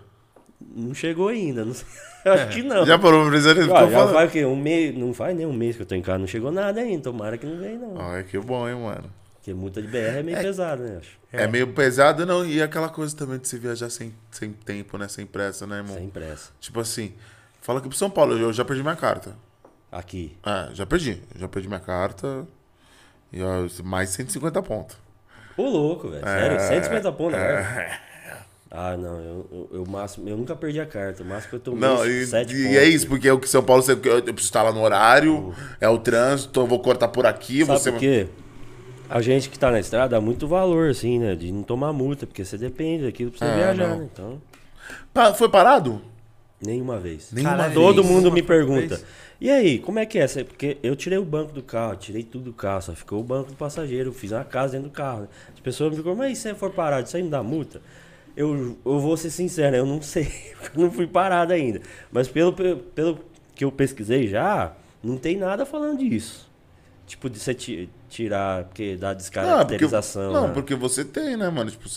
Speaker 3: Não chegou ainda, não sei. Eu acho que não.
Speaker 1: Já parou pra precisar ele
Speaker 3: Ah,
Speaker 1: ficou
Speaker 3: já vai
Speaker 1: falando.
Speaker 3: o quê? Um mês, não faz nem um mês que eu tô em casa, não chegou nada ainda, tomara que não venha não.
Speaker 1: Ai, que bom, hein, mano.
Speaker 3: Porque multa de BR é meio pesada, né, acho.
Speaker 1: É. meio pesado, não. E aquela coisa também de se viajar sem, sem tempo, né? Sem pressa, né, irmão?
Speaker 3: Sem pressa.
Speaker 1: Tipo assim, fala aqui pro São Paulo, eu já perdi minha carta.
Speaker 3: Aqui.
Speaker 1: É, já perdi. Já perdi minha carta. E ó, mais 150 pontos.
Speaker 3: Ô louco, velho,
Speaker 1: É.
Speaker 3: sério, 150 pontos, né? Ah, não, eu, eu, eu máximo, eu nunca perdi a carta, o máximo que eu tomei
Speaker 1: Não,
Speaker 3: uns
Speaker 1: e,
Speaker 3: sete
Speaker 1: e
Speaker 3: pontos. Uhum.
Speaker 1: é isso, porque o que São Paulo, você- eu preciso estar lá no horário, é o trânsito, eu vou cortar por aqui,
Speaker 3: Sabe
Speaker 1: você.
Speaker 3: por quê? A gente que tá na estrada dá muito valor, assim, né, de não tomar multa, porque você depende daquilo pra você
Speaker 1: Ah,
Speaker 3: viajar,
Speaker 1: não.
Speaker 3: né? então...
Speaker 1: Pa- Ah, foi parado?
Speaker 3: Nenhuma vez.
Speaker 1: Nenhuma
Speaker 3: Caralho,
Speaker 1: vez.
Speaker 3: Todo mundo me
Speaker 2: Nenhuma
Speaker 3: pergunta.
Speaker 2: vez.
Speaker 3: E aí, como é que é? Você- Porque eu tirei o banco do carro, tirei tudo do carro, só ficou o banco do passageiro, fiz uma casa dentro do carro. né? As pessoas me perguntam, mas e se você for parado, isso aí não dá multa? Eu, eu vou ser sincero, eu não sei, porque eu não fui parado ainda. Mas pelo, pelo, pelo que eu pesquisei já, não tem nada falando disso. Tipo, de você ti- tirar, porque
Speaker 1: Não,
Speaker 3: dá
Speaker 1: Ah, porque,
Speaker 3: descaracterização.
Speaker 1: não,
Speaker 3: né?
Speaker 1: porque você tem, né, mano? Tipo,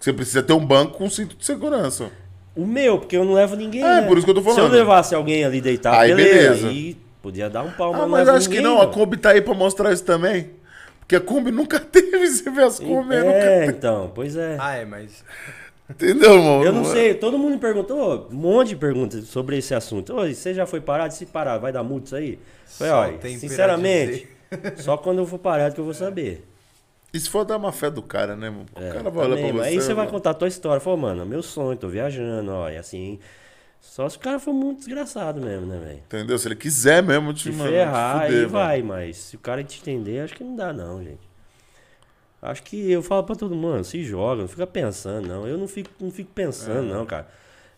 Speaker 1: você precisa ter um banco com cinto de segurança.
Speaker 3: O meu, porque eu não levo ninguém. né?
Speaker 1: É, por isso que eu tô
Speaker 3: Se eu
Speaker 1: falando.
Speaker 3: levasse alguém ali deitado,
Speaker 1: Aí,
Speaker 3: beleza.
Speaker 1: beleza.
Speaker 3: Aí podia dar um pau,
Speaker 1: Ah,
Speaker 3: não
Speaker 1: mas
Speaker 3: levo
Speaker 1: acho que
Speaker 3: ninguém,
Speaker 1: não, a
Speaker 3: mano.
Speaker 1: Kombi tá aí pra mostrar isso também. Porque a Kombi nunca teve, você vê as Kombi, aí nunca
Speaker 3: É, então, pois é.
Speaker 2: Ah, é, mas.
Speaker 1: Entendeu, mano?
Speaker 3: Eu não sei, todo mundo me perguntou, um monte de perguntas sobre esse assunto. Ô, e você já foi parado? Se parar, vai dar multa isso aí? Foi,
Speaker 2: Só
Speaker 3: ó,
Speaker 2: tem pra
Speaker 3: sinceramente, só quando eu for parado que eu vou saber.
Speaker 1: E se for dar uma fé do cara, né, mano? O cara vai olhar
Speaker 3: É, Também,
Speaker 1: pra você.
Speaker 3: mas aí você vai
Speaker 1: mano.
Speaker 3: contar a tua história. Falou, mano, é meu sonho, tô viajando, ó, e assim. Só se o cara for muito desgraçado mesmo, né, velho?
Speaker 1: Entendeu? Se ele quiser mesmo te,
Speaker 3: Se
Speaker 1: mano, te
Speaker 3: ferrar, aí
Speaker 1: fuder, mano.
Speaker 3: vai, mas se o cara te entender, acho que não dá, não, gente. Acho que eu falo pra todo mundo, mano, se joga, não fica pensando, não. Eu não fico, não fico pensando, não, cara.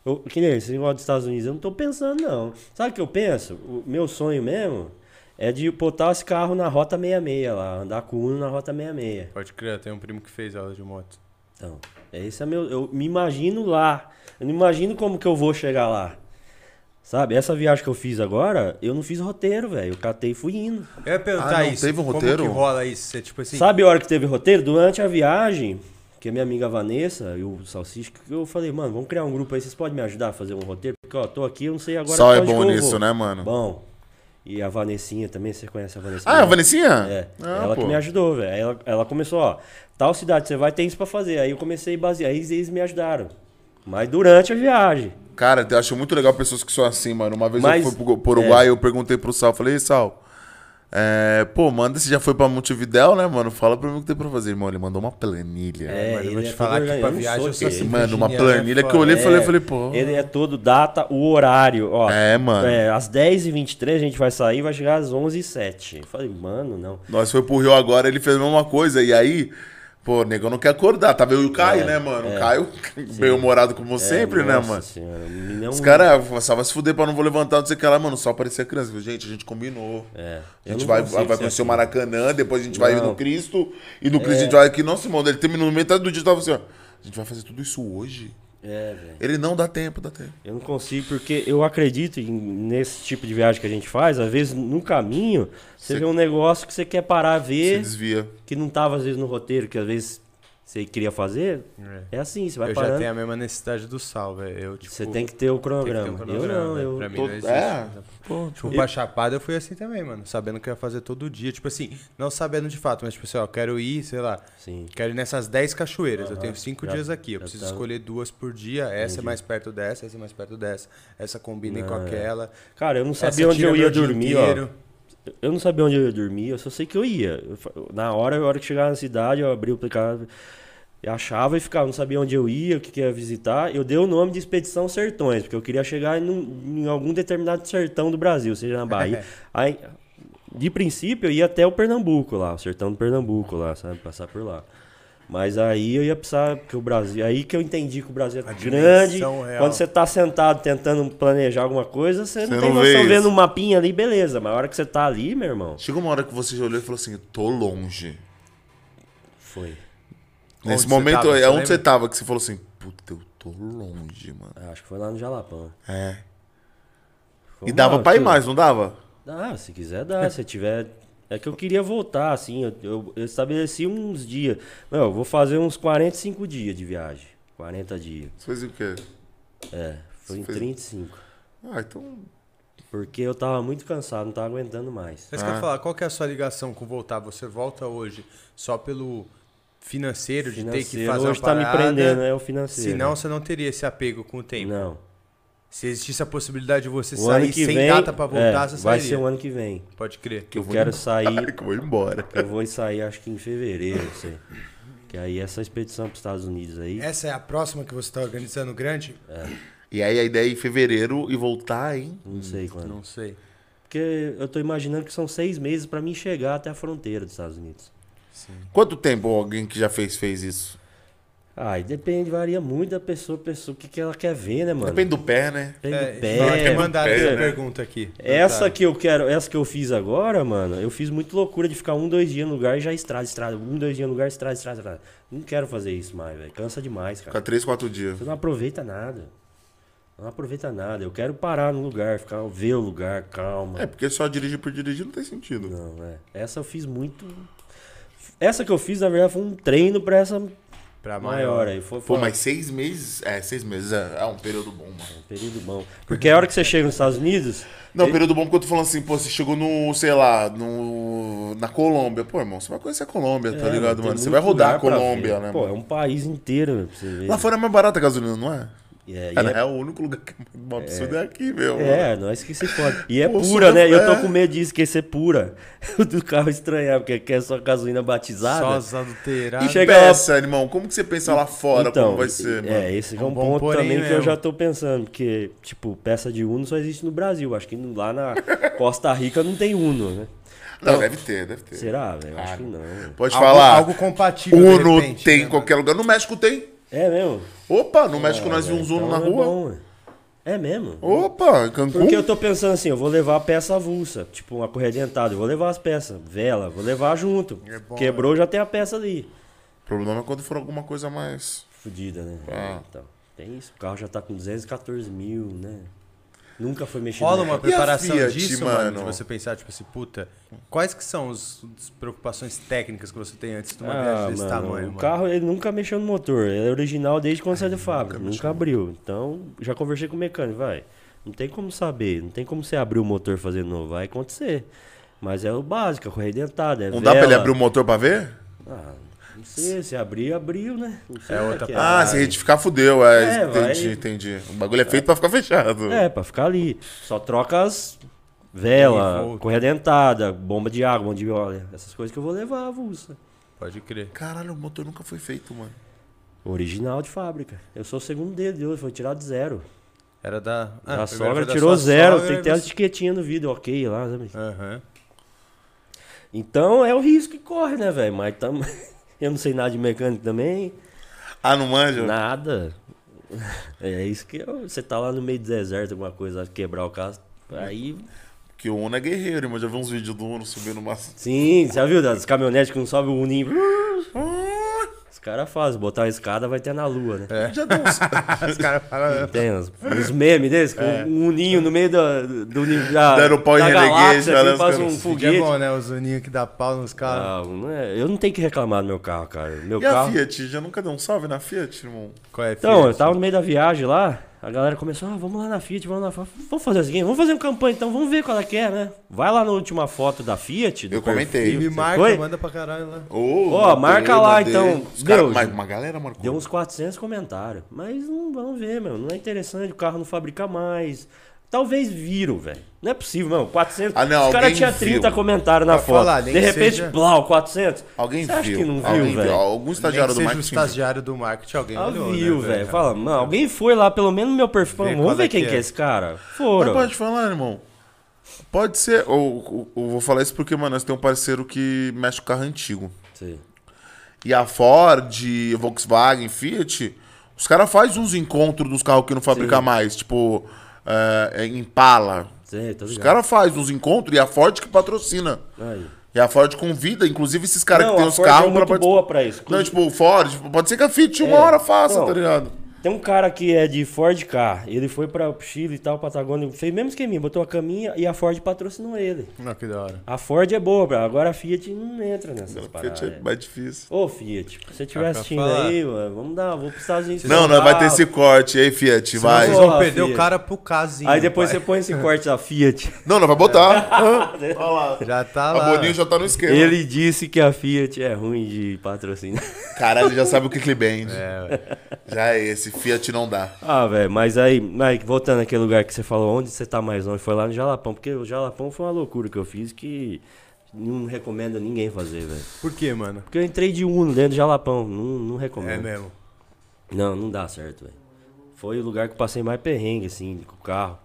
Speaker 3: Eu, que nem esse negócio dos Estados Unidos, eu não tô pensando, não. Sabe o que eu penso? O meu sonho mesmo é de botar esse carro na rota 66 lá, andar com o Uno na rota 66.
Speaker 2: Pode crer, tem um primo que fez aula de moto.
Speaker 3: Então, esse é meu. Eu me imagino lá. Eu não imagino como que eu vou chegar lá. Sabe, essa viagem que eu fiz agora, eu não fiz roteiro, velho. Eu catei e fui indo.
Speaker 2: Eu ia perguntar
Speaker 1: Ah, não,
Speaker 2: isso.
Speaker 1: teve um
Speaker 2: como
Speaker 1: roteiro?
Speaker 2: que rola isso? Você, tipo assim,
Speaker 3: Sabe a hora que teve roteiro? Durante a viagem, que a minha amiga Vanessa e o Salsicha, que eu falei, mano, vamos criar um grupo aí, vocês podem me ajudar a fazer um roteiro? Porque, ó, tô aqui, eu não sei agora
Speaker 1: Sal é
Speaker 3: pra onde
Speaker 1: bom
Speaker 3: que eu
Speaker 1: nisso,
Speaker 3: vou.
Speaker 1: né, mano?
Speaker 3: Bom. E a Vanessinha também, você conhece a Vanessa?
Speaker 1: Ah, a
Speaker 3: Melo?
Speaker 1: Vanessinha?
Speaker 3: É,
Speaker 1: Ah,
Speaker 3: ela
Speaker 1: pô.
Speaker 3: que me ajudou, velho. Ela, ela começou, ó, tal cidade você vai, tem isso pra fazer. Aí eu comecei a basear, aí eles me ajudaram. Mas durante a viagem.
Speaker 1: Cara, eu acho muito legal pessoas que são assim, mano. Uma vez
Speaker 3: Mas- é.
Speaker 1: eu fui pro, pro Uruguai e eu perguntei pro Sal, falei, "Ei, Sal, é, pô, manda, você já foi pra Montevidéu, né, mano? Fala pra mim o que tem pra fazer, irmão. Ele mandou uma planilha.
Speaker 3: É,
Speaker 2: mas eu
Speaker 3: ele
Speaker 2: vou te
Speaker 3: é
Speaker 2: falar
Speaker 3: todo
Speaker 2: que pra
Speaker 3: organi- eu não
Speaker 2: viagem
Speaker 3: sou
Speaker 2: eu só
Speaker 3: desse.
Speaker 2: sei
Speaker 1: Mano, uma
Speaker 2: Virgínia, né?
Speaker 1: planilha que eu olhei e falei, eu falei, pô.
Speaker 3: Ele é todo data, o horário, ó.
Speaker 1: É, mano.
Speaker 3: É, às 10h23 a gente vai sair, vai chegar às 11h07. Eu Falei, mano, não.
Speaker 1: Nós foi pro Rio agora, ele fez a mesma coisa. E aí, pô, o negão não quer acordar. Tá eu e o
Speaker 3: É,
Speaker 1: Caio, né, mano? O Caio, bem humorado como sempre, né,
Speaker 3: Nossa
Speaker 1: mano?
Speaker 3: Senhora, um o menino-
Speaker 1: Os caras só "Ah, vai se fuder pra não vou levantar, não sei o que lá, mano. Só parecia criança. Eu, Gente, a gente combinou. A
Speaker 3: É. Eu
Speaker 1: gente
Speaker 3: não
Speaker 1: vai,
Speaker 3: consigo
Speaker 1: vai
Speaker 3: ser
Speaker 1: conhecer o
Speaker 3: assim.
Speaker 1: Maracanã, depois a gente vai
Speaker 3: Não. É.
Speaker 1: no Cristo. E no Cristo a gente vai aqui. Nossa, irmão, ele terminou no metade do dia e tava assim, ó. A gente vai fazer tudo isso hoje?
Speaker 3: É, velho.
Speaker 1: Ele não dá tempo, dá tempo.
Speaker 3: Eu não consigo, porque eu acredito em- nesse tipo de viagem que a gente faz, às vezes no caminho, você
Speaker 1: Cê-
Speaker 3: vê um negócio que você quer parar a
Speaker 1: Se
Speaker 3: ver,
Speaker 1: desvia.
Speaker 3: que não tava às vezes no roteiro, que às vezes você queria fazer. É, assim, você vai
Speaker 2: Eu já
Speaker 3: parando.
Speaker 2: tenho a mesma necessidade do sal, velho. Eu, tipo,
Speaker 3: Você tem que ter o cronograma.
Speaker 2: tem que ter um
Speaker 3: eu
Speaker 2: cronograma,
Speaker 3: não,
Speaker 2: né?
Speaker 3: eu.
Speaker 2: Pra mim
Speaker 1: Todo-
Speaker 2: não existe.
Speaker 1: é.
Speaker 2: Tipo, pra Chapada eu fui assim também, mano. Sabendo que eu ia fazer todo dia. Tipo assim, não sabendo de fato, mas tipo assim, ó, quero ir, sei lá.
Speaker 3: Sim.
Speaker 2: Quero ir nessas 10 cachoeiras. eu tenho 5
Speaker 3: Já-
Speaker 2: dias aqui. Eu
Speaker 3: já
Speaker 2: preciso
Speaker 3: tá-
Speaker 2: escolher duas por dia. Essa é mais perto dessa, essa é mais perto dessa. Essa combina com aquela.
Speaker 3: Cara, eu Ah, é. não sabia
Speaker 2: essa
Speaker 3: onde
Speaker 2: tira
Speaker 3: eu
Speaker 2: meu
Speaker 3: ia
Speaker 2: dia
Speaker 3: dormir,
Speaker 2: inteiro.
Speaker 3: ó. Eu não sabia onde eu ia dormir, eu só sei que eu ia. Eu fa- na hora, a hora que chegava na cidade, eu abri o aplicativo, eu achava e ficava, não sabia onde eu ia, o que, que ia visitar. Eu dei o nome de Expedição Sertões, porque eu queria chegar em, um- em algum determinado sertão do Brasil, seja na Bahia. Aí, de princípio, eu ia até o Pernambuco lá, o sertão do Pernambuco lá, sabe? Passar por lá. Mas aí eu ia precisar que o Brasil. Aí que eu entendi que o Brasil é grande.
Speaker 2: dimensão real.
Speaker 3: Quando você tá sentado tentando planejar alguma coisa, você não
Speaker 1: Você
Speaker 3: tem
Speaker 1: não vê
Speaker 3: noção
Speaker 1: isso.
Speaker 3: vendo um mapinha ali, beleza. Mas a hora que você tá ali, meu irmão,
Speaker 1: Chegou uma hora que você olhou e falou assim, tô longe.
Speaker 3: foi.
Speaker 1: Nesse
Speaker 2: você
Speaker 1: momento,
Speaker 2: tava, você
Speaker 1: é onde
Speaker 2: lembra?
Speaker 1: você tava que você falou assim, puta, eu tô longe, mano.
Speaker 3: Ah, Acho que foi lá no Jalapão.
Speaker 1: É.
Speaker 3: Foi
Speaker 1: E
Speaker 3: um
Speaker 1: dava
Speaker 3: ano,
Speaker 1: pra ir
Speaker 3: tudo.
Speaker 1: mais, não dava?
Speaker 3: Ah, se quiser dá, se tiver. É que eu queria voltar, assim. Eu, eu- eu estabeleci uns dias. Não, eu vou fazer uns 45 dias de viagem. 40 dias.
Speaker 1: Você fez o quê?
Speaker 3: É, foi em
Speaker 1: Fez-
Speaker 3: 35.
Speaker 1: Ah, então.
Speaker 3: Porque eu tava muito cansado, não tava aguentando mais.
Speaker 2: Mas quer falar, qual que é a sua ligação com voltar? Você volta hoje só pelo financeiro, de ter que
Speaker 3: Financeiro,
Speaker 2: fazer
Speaker 3: hoje
Speaker 2: uma
Speaker 3: tá me
Speaker 2: parada?
Speaker 3: prendendo, é o financeiro.
Speaker 2: Senão você não teria esse apego com o tempo.
Speaker 3: Não.
Speaker 2: Se existisse a possibilidade de você
Speaker 3: O
Speaker 2: sair
Speaker 3: ano que
Speaker 2: sem
Speaker 3: vem.
Speaker 2: data pra voltar,
Speaker 3: é,
Speaker 2: você
Speaker 3: vai
Speaker 2: sairia.
Speaker 3: ser o ano que vem.
Speaker 2: Pode crer.
Speaker 3: Que eu, quero sair.
Speaker 1: que eu vou embora.
Speaker 3: Eu vou sair acho que em fevereiro, não sei. Que aí essa expedição para os Estados Unidos aí.
Speaker 2: Essa é a próxima que você tá organizando grande?
Speaker 1: E aí a ideia é ir em fevereiro e voltar, hein?
Speaker 3: Não sei quando.
Speaker 2: Não sei.
Speaker 3: Porque eu tô imaginando que são seis meses para mim chegar até a fronteira dos Estados Unidos.
Speaker 1: Quanto tempo alguém que já fez fez isso?
Speaker 3: Ai, depende, varia muito da pessoa, pessoa, o que, que ela quer ver, né, mano?
Speaker 1: Depende do pé, né?
Speaker 2: é,
Speaker 3: Depende do pé.
Speaker 2: não, até mandaram
Speaker 1: pé,
Speaker 2: essa
Speaker 1: né?
Speaker 2: pergunta aqui.
Speaker 3: Essa que eu quero, essa que eu fiz agora, mano, eu fiz muito loucura de ficar um, dois dias no lugar e já estrada, estrada. Um, dois dias no lugar, estrada, estrada, estrada. Não quero fazer isso mais, velho. Cansa demais, cara.
Speaker 1: Fica três, quatro dias.
Speaker 3: Você não aproveita nada. Não aproveita nada. Eu quero parar no lugar, ficar, ver o lugar, calma.
Speaker 1: É, porque só dirigir por dirigir não tem sentido.
Speaker 3: Não, é. Essa eu fiz muito. Essa que eu fiz, na verdade, foi um treino pra essa
Speaker 2: Pra
Speaker 3: é maior aí. Foi,
Speaker 1: Pô,
Speaker 3: foi
Speaker 1: mas seis meses. É, seis meses é, é um período bom, mano.
Speaker 3: um período bom. Porque a hora que você chega nos Estados Unidos.
Speaker 1: Não, período bom porque eu tô falando assim, pô, você chegou no, sei lá, no. na Colômbia. Pô, irmão, você vai conhecer a Colômbia, tá
Speaker 3: é,
Speaker 1: ligado,
Speaker 3: tem
Speaker 1: mano? Você
Speaker 3: muito
Speaker 1: vai rodar a
Speaker 3: lugar pra
Speaker 1: Colômbia,
Speaker 3: ver.
Speaker 1: né?
Speaker 3: Pô, é
Speaker 1: mano?
Speaker 3: um país inteiro né, pra você ver.
Speaker 1: Lá fora é mais barata a gasolina, não é?
Speaker 3: E é, e
Speaker 1: Cara,
Speaker 3: é-
Speaker 1: é o único lugar que é um absurdo é aqui, meu.
Speaker 3: é, nós que se fode. E é
Speaker 1: Pô,
Speaker 3: pura,
Speaker 1: só-
Speaker 3: né? Eu
Speaker 1: é.
Speaker 3: tô com medo de esquecer pura. Do carro estranhar, porque aqui é só gasolina batizada.
Speaker 2: Só as adulteradas.
Speaker 3: E chega-
Speaker 1: Pensa, irmão, como que você pensa lá fora como vai ser,
Speaker 3: é,
Speaker 1: mano?
Speaker 3: esse que é
Speaker 2: Um
Speaker 3: um
Speaker 2: bom
Speaker 3: ponto
Speaker 2: porém
Speaker 3: também que eu
Speaker 2: mesmo.
Speaker 3: já tô pensando, porque, tipo, peça de Uno só existe no Brasil. Acho que lá na Costa Rica não tem Uno, né?
Speaker 1: Não, deve ter, deve ter.
Speaker 3: Será, velho? Acho que não.
Speaker 1: Pode
Speaker 2: Algo-
Speaker 1: falar.
Speaker 2: algo compatível, de
Speaker 1: Uno
Speaker 2: repente,
Speaker 1: tem
Speaker 2: né,
Speaker 1: em
Speaker 2: mano?
Speaker 1: qualquer lugar. No México tem.
Speaker 3: É mesmo?
Speaker 1: Opa, no México nós vimos
Speaker 3: Então
Speaker 1: Uno na
Speaker 3: é
Speaker 1: rua.
Speaker 3: bom, ué. É mesmo?
Speaker 1: Opa, em Cancún.
Speaker 3: Porque eu tô pensando assim, eu vou levar a peça avulsa, tipo uma corredentada, eu vou levar as peças, vela, vou levar junto.
Speaker 1: É bom,
Speaker 3: Quebrou, já tem a peça ali.
Speaker 1: O problema é quando for alguma coisa mais.
Speaker 3: Fudida, né?
Speaker 1: É.
Speaker 3: Então, tem isso. O carro já tá com 214 mil, né? Nunca foi mexido.
Speaker 2: Rola uma
Speaker 3: né?
Speaker 2: preparação
Speaker 1: Fiat,
Speaker 2: disso, mano,
Speaker 1: mano?
Speaker 2: De você pensar, tipo assim, puta, quais que são os- as preocupações técnicas que você tem antes de uma viagem
Speaker 3: Ah,
Speaker 2: desse
Speaker 3: mano,
Speaker 2: tamanho,
Speaker 3: o
Speaker 2: mano?
Speaker 3: carro ele nunca mexeu no motor, ele é original desde quando saiu da fábrica, nunca, abriu. Então, já conversei com o mecânico, vai. Não tem como saber, não tem como você abrir o motor fazendo novo, vai acontecer. Mas é o básico, é corredentada, é
Speaker 1: Não dá pra ele
Speaker 3: vela.
Speaker 1: abrir o motor pra ver?
Speaker 3: Ah, não sei, se abrir, abriu, né? Não sei
Speaker 2: É
Speaker 3: o que
Speaker 2: outra
Speaker 3: que
Speaker 1: Ah,
Speaker 2: parada.
Speaker 1: se retificar, fudeu. É,
Speaker 3: É,
Speaker 1: entendi,
Speaker 3: vai.
Speaker 1: entendi. O bagulho é feito pra ficar fechado.
Speaker 3: É, pra ficar ali. Só troca as vela,
Speaker 2: Revolta.
Speaker 3: correia dentada, bomba de água, bomba de óleo. Essas coisas que eu vou levar, avulsa.
Speaker 2: Pode crer.
Speaker 1: Caralho, o motor nunca foi feito, mano.
Speaker 3: Original de fábrica. Eu sou o segundo dedo, eu foi tirado de zero.
Speaker 2: Era da.
Speaker 3: a
Speaker 2: primeiro
Speaker 3: sogra
Speaker 2: foi da
Speaker 3: tirou
Speaker 2: sua
Speaker 3: zero,
Speaker 2: sogra,
Speaker 3: tem que ter
Speaker 2: aí
Speaker 3: as etiquetinhas no vidro, ok lá, sabe?
Speaker 2: você- Aham.
Speaker 3: Então é o risco que corre, né, velho? Mas tam... eu não sei nada de mecânico também.
Speaker 1: Ah, não manja?
Speaker 3: Nada. É isso que eu- você tá lá no meio do deserto, alguma coisa, quebrar o carro. Aí.
Speaker 1: Porque o Uno é guerreiro, irmão. Já vi uns vídeos do Uno subindo uma.
Speaker 3: Sim, você já viu das caminhonetes que não sobe o uninho. Os caras fazem, botar uma escada vai ter na lua, né?
Speaker 2: É.
Speaker 1: Já deu uns.
Speaker 2: Os caras falam.
Speaker 3: Tem uns, uns memes desses, com um uninho no meio da, do uninho da,
Speaker 1: Dando pau em
Speaker 3: da
Speaker 1: Renegade,
Speaker 3: galáxia,
Speaker 1: falando
Speaker 3: assim,
Speaker 1: os
Speaker 3: faz
Speaker 1: caras,
Speaker 3: um
Speaker 1: "Esse
Speaker 2: Que é
Speaker 3: foguete.
Speaker 2: bom, né? Os uninhos que dá pau nos caras.
Speaker 3: Ah, não é- eu não tenho que reclamar do meu carro, cara. Meu
Speaker 1: E a
Speaker 3: carro.
Speaker 1: Fiat? Já nunca deu um salve na Fiat, irmão?
Speaker 2: Qual é,
Speaker 3: Então,
Speaker 2: filho?
Speaker 3: eu tava no meio da viagem lá, a galera começou, ah, vamos lá na Fiat, vamos lá. na Fiat." Vamos fazer o seguinte, vamos fazer uma campanha então, vamos ver qual é que é, né? Vai lá na última foto da Fiat. do
Speaker 1: Eu comentei.
Speaker 2: Me
Speaker 3: perfil,
Speaker 2: marca,
Speaker 3: foi?
Speaker 2: manda pra caralho lá.
Speaker 1: Ô,
Speaker 3: Ó,
Speaker 1: mandei,
Speaker 3: marca lá,
Speaker 1: mandei.
Speaker 3: então.
Speaker 1: Os cara-
Speaker 3: Meu,
Speaker 1: mas uma galera marcou.
Speaker 3: Deu um uns 400 comentários. Mas não vamos ver, meu. Não é interessante, o carro não fabrica mais. Talvez viram, velho. Não é possível, meu. 400.
Speaker 1: Ah, não,
Speaker 3: Os
Speaker 1: alguém
Speaker 3: caras tinham 30
Speaker 1: viu.
Speaker 3: comentários na
Speaker 2: Pra
Speaker 3: foto.
Speaker 2: falar, nem
Speaker 3: De
Speaker 2: que
Speaker 3: repente,
Speaker 2: seja-
Speaker 3: blau, 400.
Speaker 1: Alguém
Speaker 3: Você
Speaker 1: viu.
Speaker 3: acha que não
Speaker 1: alguém
Speaker 3: viu, velho?
Speaker 1: Algum estagiário do
Speaker 2: Nem que seja o
Speaker 1: marketing. viu.
Speaker 2: estagiário do marketing, alguém
Speaker 3: né? Ah,
Speaker 2: olhou, né,
Speaker 3: viu, velho. Fala, mano, alguém foi lá pelo menos no meu perfil.
Speaker 2: Vê
Speaker 3: Vamos
Speaker 2: qual
Speaker 3: ver
Speaker 2: é
Speaker 3: quem
Speaker 2: que
Speaker 3: que é
Speaker 2: é.
Speaker 3: esse cara.
Speaker 1: Mas
Speaker 3: Foram.
Speaker 1: pode falar, irmão. Pode ser. Ou, ou- eu vou falar isso porque, mano, nós temos um parceiro que mexe com carro antigo.
Speaker 3: Sim.
Speaker 1: E a Ford, Volkswagen, Fiat, os caras fazem uns encontros dos carros que não fabrica
Speaker 3: Sim.
Speaker 1: mais, tipo é, é, Impala.
Speaker 3: Sim,
Speaker 2: tá
Speaker 3: tô
Speaker 1: Os
Speaker 3: ligado.
Speaker 1: caras fazem uns encontros e a Ford que patrocina.
Speaker 3: Aí.
Speaker 1: E a Ford convida, inclusive, esses caras
Speaker 3: Não,
Speaker 1: que tem
Speaker 3: a
Speaker 1: os
Speaker 3: Ford
Speaker 1: carros
Speaker 3: é
Speaker 1: pra
Speaker 3: muito
Speaker 1: participar.
Speaker 3: boa pra isso.
Speaker 1: Não, tipo, o Ford, tipo, pode ser que a Fiat uma
Speaker 3: É.
Speaker 1: hora faça,
Speaker 3: Não.
Speaker 1: tá ligado?
Speaker 3: Tem um cara que é de Ford Car, ele foi pra Chile e tal, Patagônia, fez o mesmo esqueminha, botou a caminha e a Ford patrocinou ele.
Speaker 2: Não, que da hora.
Speaker 3: A Ford é boa, bra, agora a Fiat não entra nessas paradas.
Speaker 1: Fiat é mais difícil.
Speaker 3: Ô Fiat, se você estiver
Speaker 2: pra
Speaker 3: assistindo
Speaker 2: falar.
Speaker 3: aí, mano, vamos dar, vou pros Estados Unidos.
Speaker 1: Não,
Speaker 3: comprar.
Speaker 1: não, vai ter esse corte aí, Fiat, vai.
Speaker 2: Vocês
Speaker 3: Porra,
Speaker 2: vão perder o
Speaker 3: filho.
Speaker 2: cara pro casinho.
Speaker 3: Ah, Aí depois
Speaker 2: pai.
Speaker 3: você põe esse corte da Fiat.
Speaker 1: Não, não vai
Speaker 3: É.
Speaker 1: botar. Olha lá.
Speaker 2: Já tá
Speaker 1: A
Speaker 2: lá.
Speaker 1: Boninho já tá no esquema.
Speaker 3: Ele disse que a Fiat é ruim de patrocínio.
Speaker 1: Caralho, já sabe o que que ele vende.
Speaker 2: É, ué.
Speaker 1: Já é esse, Fiat não dá.
Speaker 3: Ah, velho, mas aí, Mike, voltando àquele lugar que você falou, onde você tá mais longe? Foi lá no Jalapão, porque o Jalapão foi uma loucura que eu fiz que não recomendo a ninguém fazer, velho.
Speaker 2: Por quê, mano?
Speaker 3: Porque eu entrei de Uno dentro do Jalapão. Não, não
Speaker 2: É
Speaker 3: recomendo.
Speaker 2: mesmo.
Speaker 3: Não, não dá certo, velho. Foi o lugar que eu passei mais perrengue, assim, com o carro.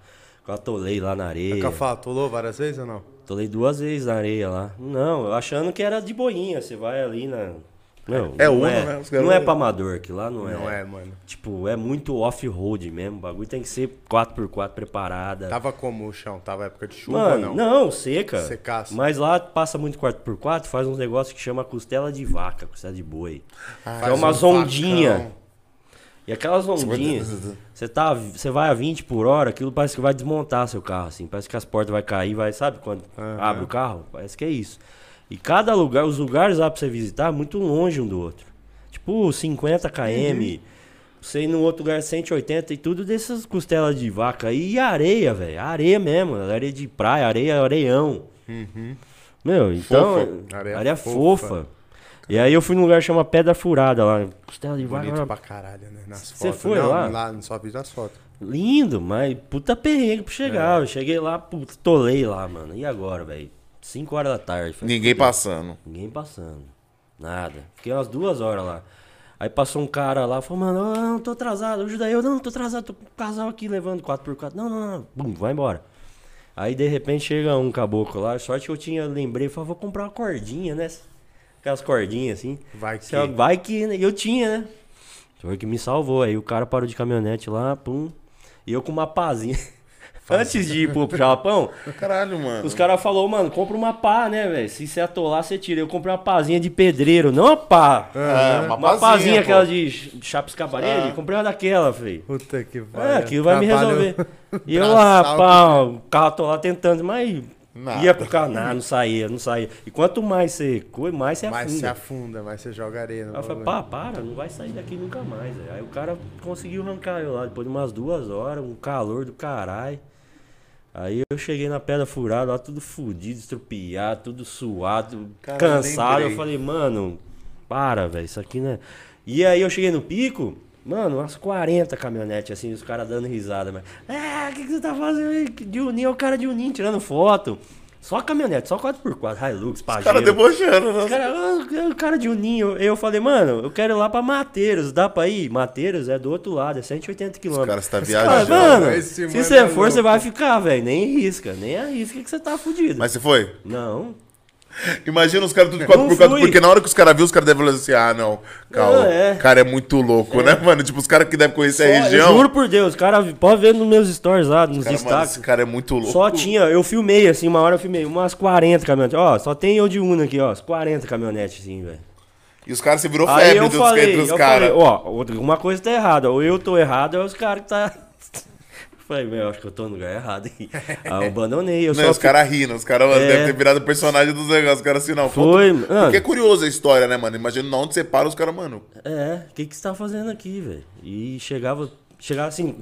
Speaker 3: Que eu atolei lá na areia.
Speaker 2: Cafatolou várias vezes ou não?
Speaker 3: Atolei duas vezes na areia lá. Não, eu achando que era de boinha. Você vai ali na. Não,
Speaker 1: É
Speaker 3: não
Speaker 1: Uno,
Speaker 3: é,
Speaker 1: né? Os caras-
Speaker 3: Não é pra amador, que lá não é.
Speaker 2: Não é, mano.
Speaker 3: Tipo, é muito off-road mesmo. O bagulho tem que ser 4x4 preparada.
Speaker 2: Tava como o chão? Tava época de chuva Tá ou
Speaker 3: Mano,
Speaker 2: não?
Speaker 3: não? seca.
Speaker 2: Secaço.
Speaker 3: Mas lá passa muito 4x4, faz uns negócios que chama costela de vaca, costela de boi.
Speaker 2: Faz
Speaker 3: é uma
Speaker 2: um
Speaker 3: zondinha.
Speaker 2: facão.
Speaker 3: E aquelas ondinhas, você tá, você vai a 20 por hora, aquilo parece que vai desmontar seu carro, assim, parece que as portas vai cair, vai, sabe quando abre o carro? Parece que é isso. E cada lugar, os lugares lá pra você visitar, muito longe um do outro. Tipo 50 km, você ir num outro lugar 180 e tudo dessas costelas de vaca aí, e areia, velho, areia mesmo, areia de praia, areia, areião. Meu, então,
Speaker 2: Uhum. Fofa.
Speaker 3: areia,
Speaker 2: Areia
Speaker 3: fofa.
Speaker 2: fofa.
Speaker 3: E aí eu fui num lugar que chama Pedra Furada lá, costela de vaca,
Speaker 2: Bonito pra caralho, né? Nas
Speaker 3: Cê
Speaker 2: fotos.
Speaker 3: foi
Speaker 2: não,
Speaker 3: lá?
Speaker 2: Lá, só vi nas fotos.
Speaker 3: Lindo, mas puta perrengue pra
Speaker 2: É.
Speaker 3: chegar. Eu cheguei lá, puta, tolei lá, mano. E agora, velho? 5 horas da tarde. Falei,
Speaker 1: Ninguém passando.
Speaker 3: Ninguém passando. Nada. Fiquei umas duas horas lá. Aí passou um cara lá, falou, mano, eu não tô atrasado, ajuda eu, não, tô atrasado, tô com um casal aqui levando 4x4. Não, não, não, bum, vai embora. Aí de repente chega um caboclo lá, sorte que eu tinha, lembrei, falei, "Ah, vou comprar uma cordinha, né? Aquelas cordinhas assim.
Speaker 2: Vai que-
Speaker 3: Sei lá, Vai que, né? Eu tinha, né? Foi o que me salvou. Aí o cara parou de caminhonete lá, pum. E eu com uma pazinha. Antes de ir pro Japão,
Speaker 1: Caralho, mano.
Speaker 3: os caras falaram, mano, compra uma pá, né, velho? Se você atolar, você tira. Eu comprei uma pazinha de pedreiro, não uma pá.
Speaker 1: É, uma
Speaker 3: uma,
Speaker 1: pazinha,
Speaker 3: pazinha,
Speaker 1: pô.
Speaker 3: aquela de ch- chapa escaparelho.
Speaker 1: Ah.
Speaker 3: Comprei uma daquela, filho.
Speaker 2: Puta que
Speaker 3: É,
Speaker 2: pariu.
Speaker 3: aquilo vai me
Speaker 2: Trabalho-
Speaker 3: resolver. E eu
Speaker 2: pra
Speaker 3: lá,
Speaker 2: assalto,
Speaker 3: pá, o carro tô lá tentando, mas
Speaker 1: Nada.
Speaker 3: ia pro carro, não, não saía, não saía. E quanto mais você coi, mais você
Speaker 2: Mas se
Speaker 3: afunda.
Speaker 2: afunda, mas você joga areia. no
Speaker 3: Aí eu falei,
Speaker 2: bagulho.
Speaker 3: pá, para, não vai sair daqui nunca mais. velho. Aí o cara conseguiu arrancar eu lá, depois de umas duas horas, um calor do caralho. Aí eu cheguei na pedra furada, lá tudo fudido, estrupiado, tudo suado,
Speaker 1: Cara,
Speaker 3: cansado.
Speaker 1: lembrei.
Speaker 3: Eu falei, mano, para, velho, isso aqui né. E aí eu cheguei no pico, mano, umas 40 caminhonetes, assim, os caras dando risada. Mas, é, o que, que você tá fazendo aí? De unir, o cara de unir, tirando foto. Só caminhonete, só 4x4, Hilux, Pajero.
Speaker 1: Os caras debochando, né?
Speaker 3: Os cara, ah, o cara de Uninho, eu falei, mano, eu quero ir lá pra Mateiros, dá pra ir? Mateiros é do outro lado, é 180
Speaker 1: Os caras
Speaker 3: quilômetros.
Speaker 1: tá
Speaker 3: Cara,
Speaker 1: viajando.
Speaker 3: mano,
Speaker 2: Esse
Speaker 3: se
Speaker 2: mano
Speaker 3: você
Speaker 2: é
Speaker 3: for,
Speaker 2: louco.
Speaker 3: você vai ficar, velho. Nem arrisca, nem arrisca que você tá fudido.
Speaker 1: Mas você foi?
Speaker 3: Não.
Speaker 1: Imagina os caras tudo
Speaker 3: Não
Speaker 1: 4x4,
Speaker 3: fui.
Speaker 1: porque na hora que os caras viram, os caras devem falar assim, ah, não, calma,
Speaker 3: Não, é.
Speaker 1: o cara é muito louco, né, mano? Tipo, os caras que devem conhecer a
Speaker 3: Só- eu
Speaker 1: região,
Speaker 3: juro por Deus, cara, pode ver nos meus stories lá, nos
Speaker 1: cara, mano,
Speaker 3: destaques.
Speaker 1: esse cara é muito louco.
Speaker 3: Só tinha, eu filmei assim, uma hora eu filmei umas 40 caminhonetes. Ó, só tem eu de Uno aqui, ó, as 40 caminhonetes assim, velho.
Speaker 1: E os caras se virou
Speaker 3: Aí
Speaker 1: febre
Speaker 3: eu
Speaker 1: dos,
Speaker 3: falei,
Speaker 1: entre os
Speaker 3: eu
Speaker 1: caras.
Speaker 3: falei, ó, alguma coisa tá errada. Ou eu tô errado, ou os caras que tá. Falei, meu, acho que eu tô no lugar errado aqui. Aí eu abandonei. Eu
Speaker 1: Não,
Speaker 3: só
Speaker 1: os caras rindo, os caras mano,
Speaker 3: É.
Speaker 1: devem ter virado personagem dos negócios, os caras assim, não.
Speaker 3: Foi,
Speaker 1: conta-
Speaker 3: mano.
Speaker 1: Porque é curioso a história, né, mano? Imagina na onde você para, os caras, mano,
Speaker 3: É, o que que você tá fazendo aqui, velho? E chegava, chegava assim...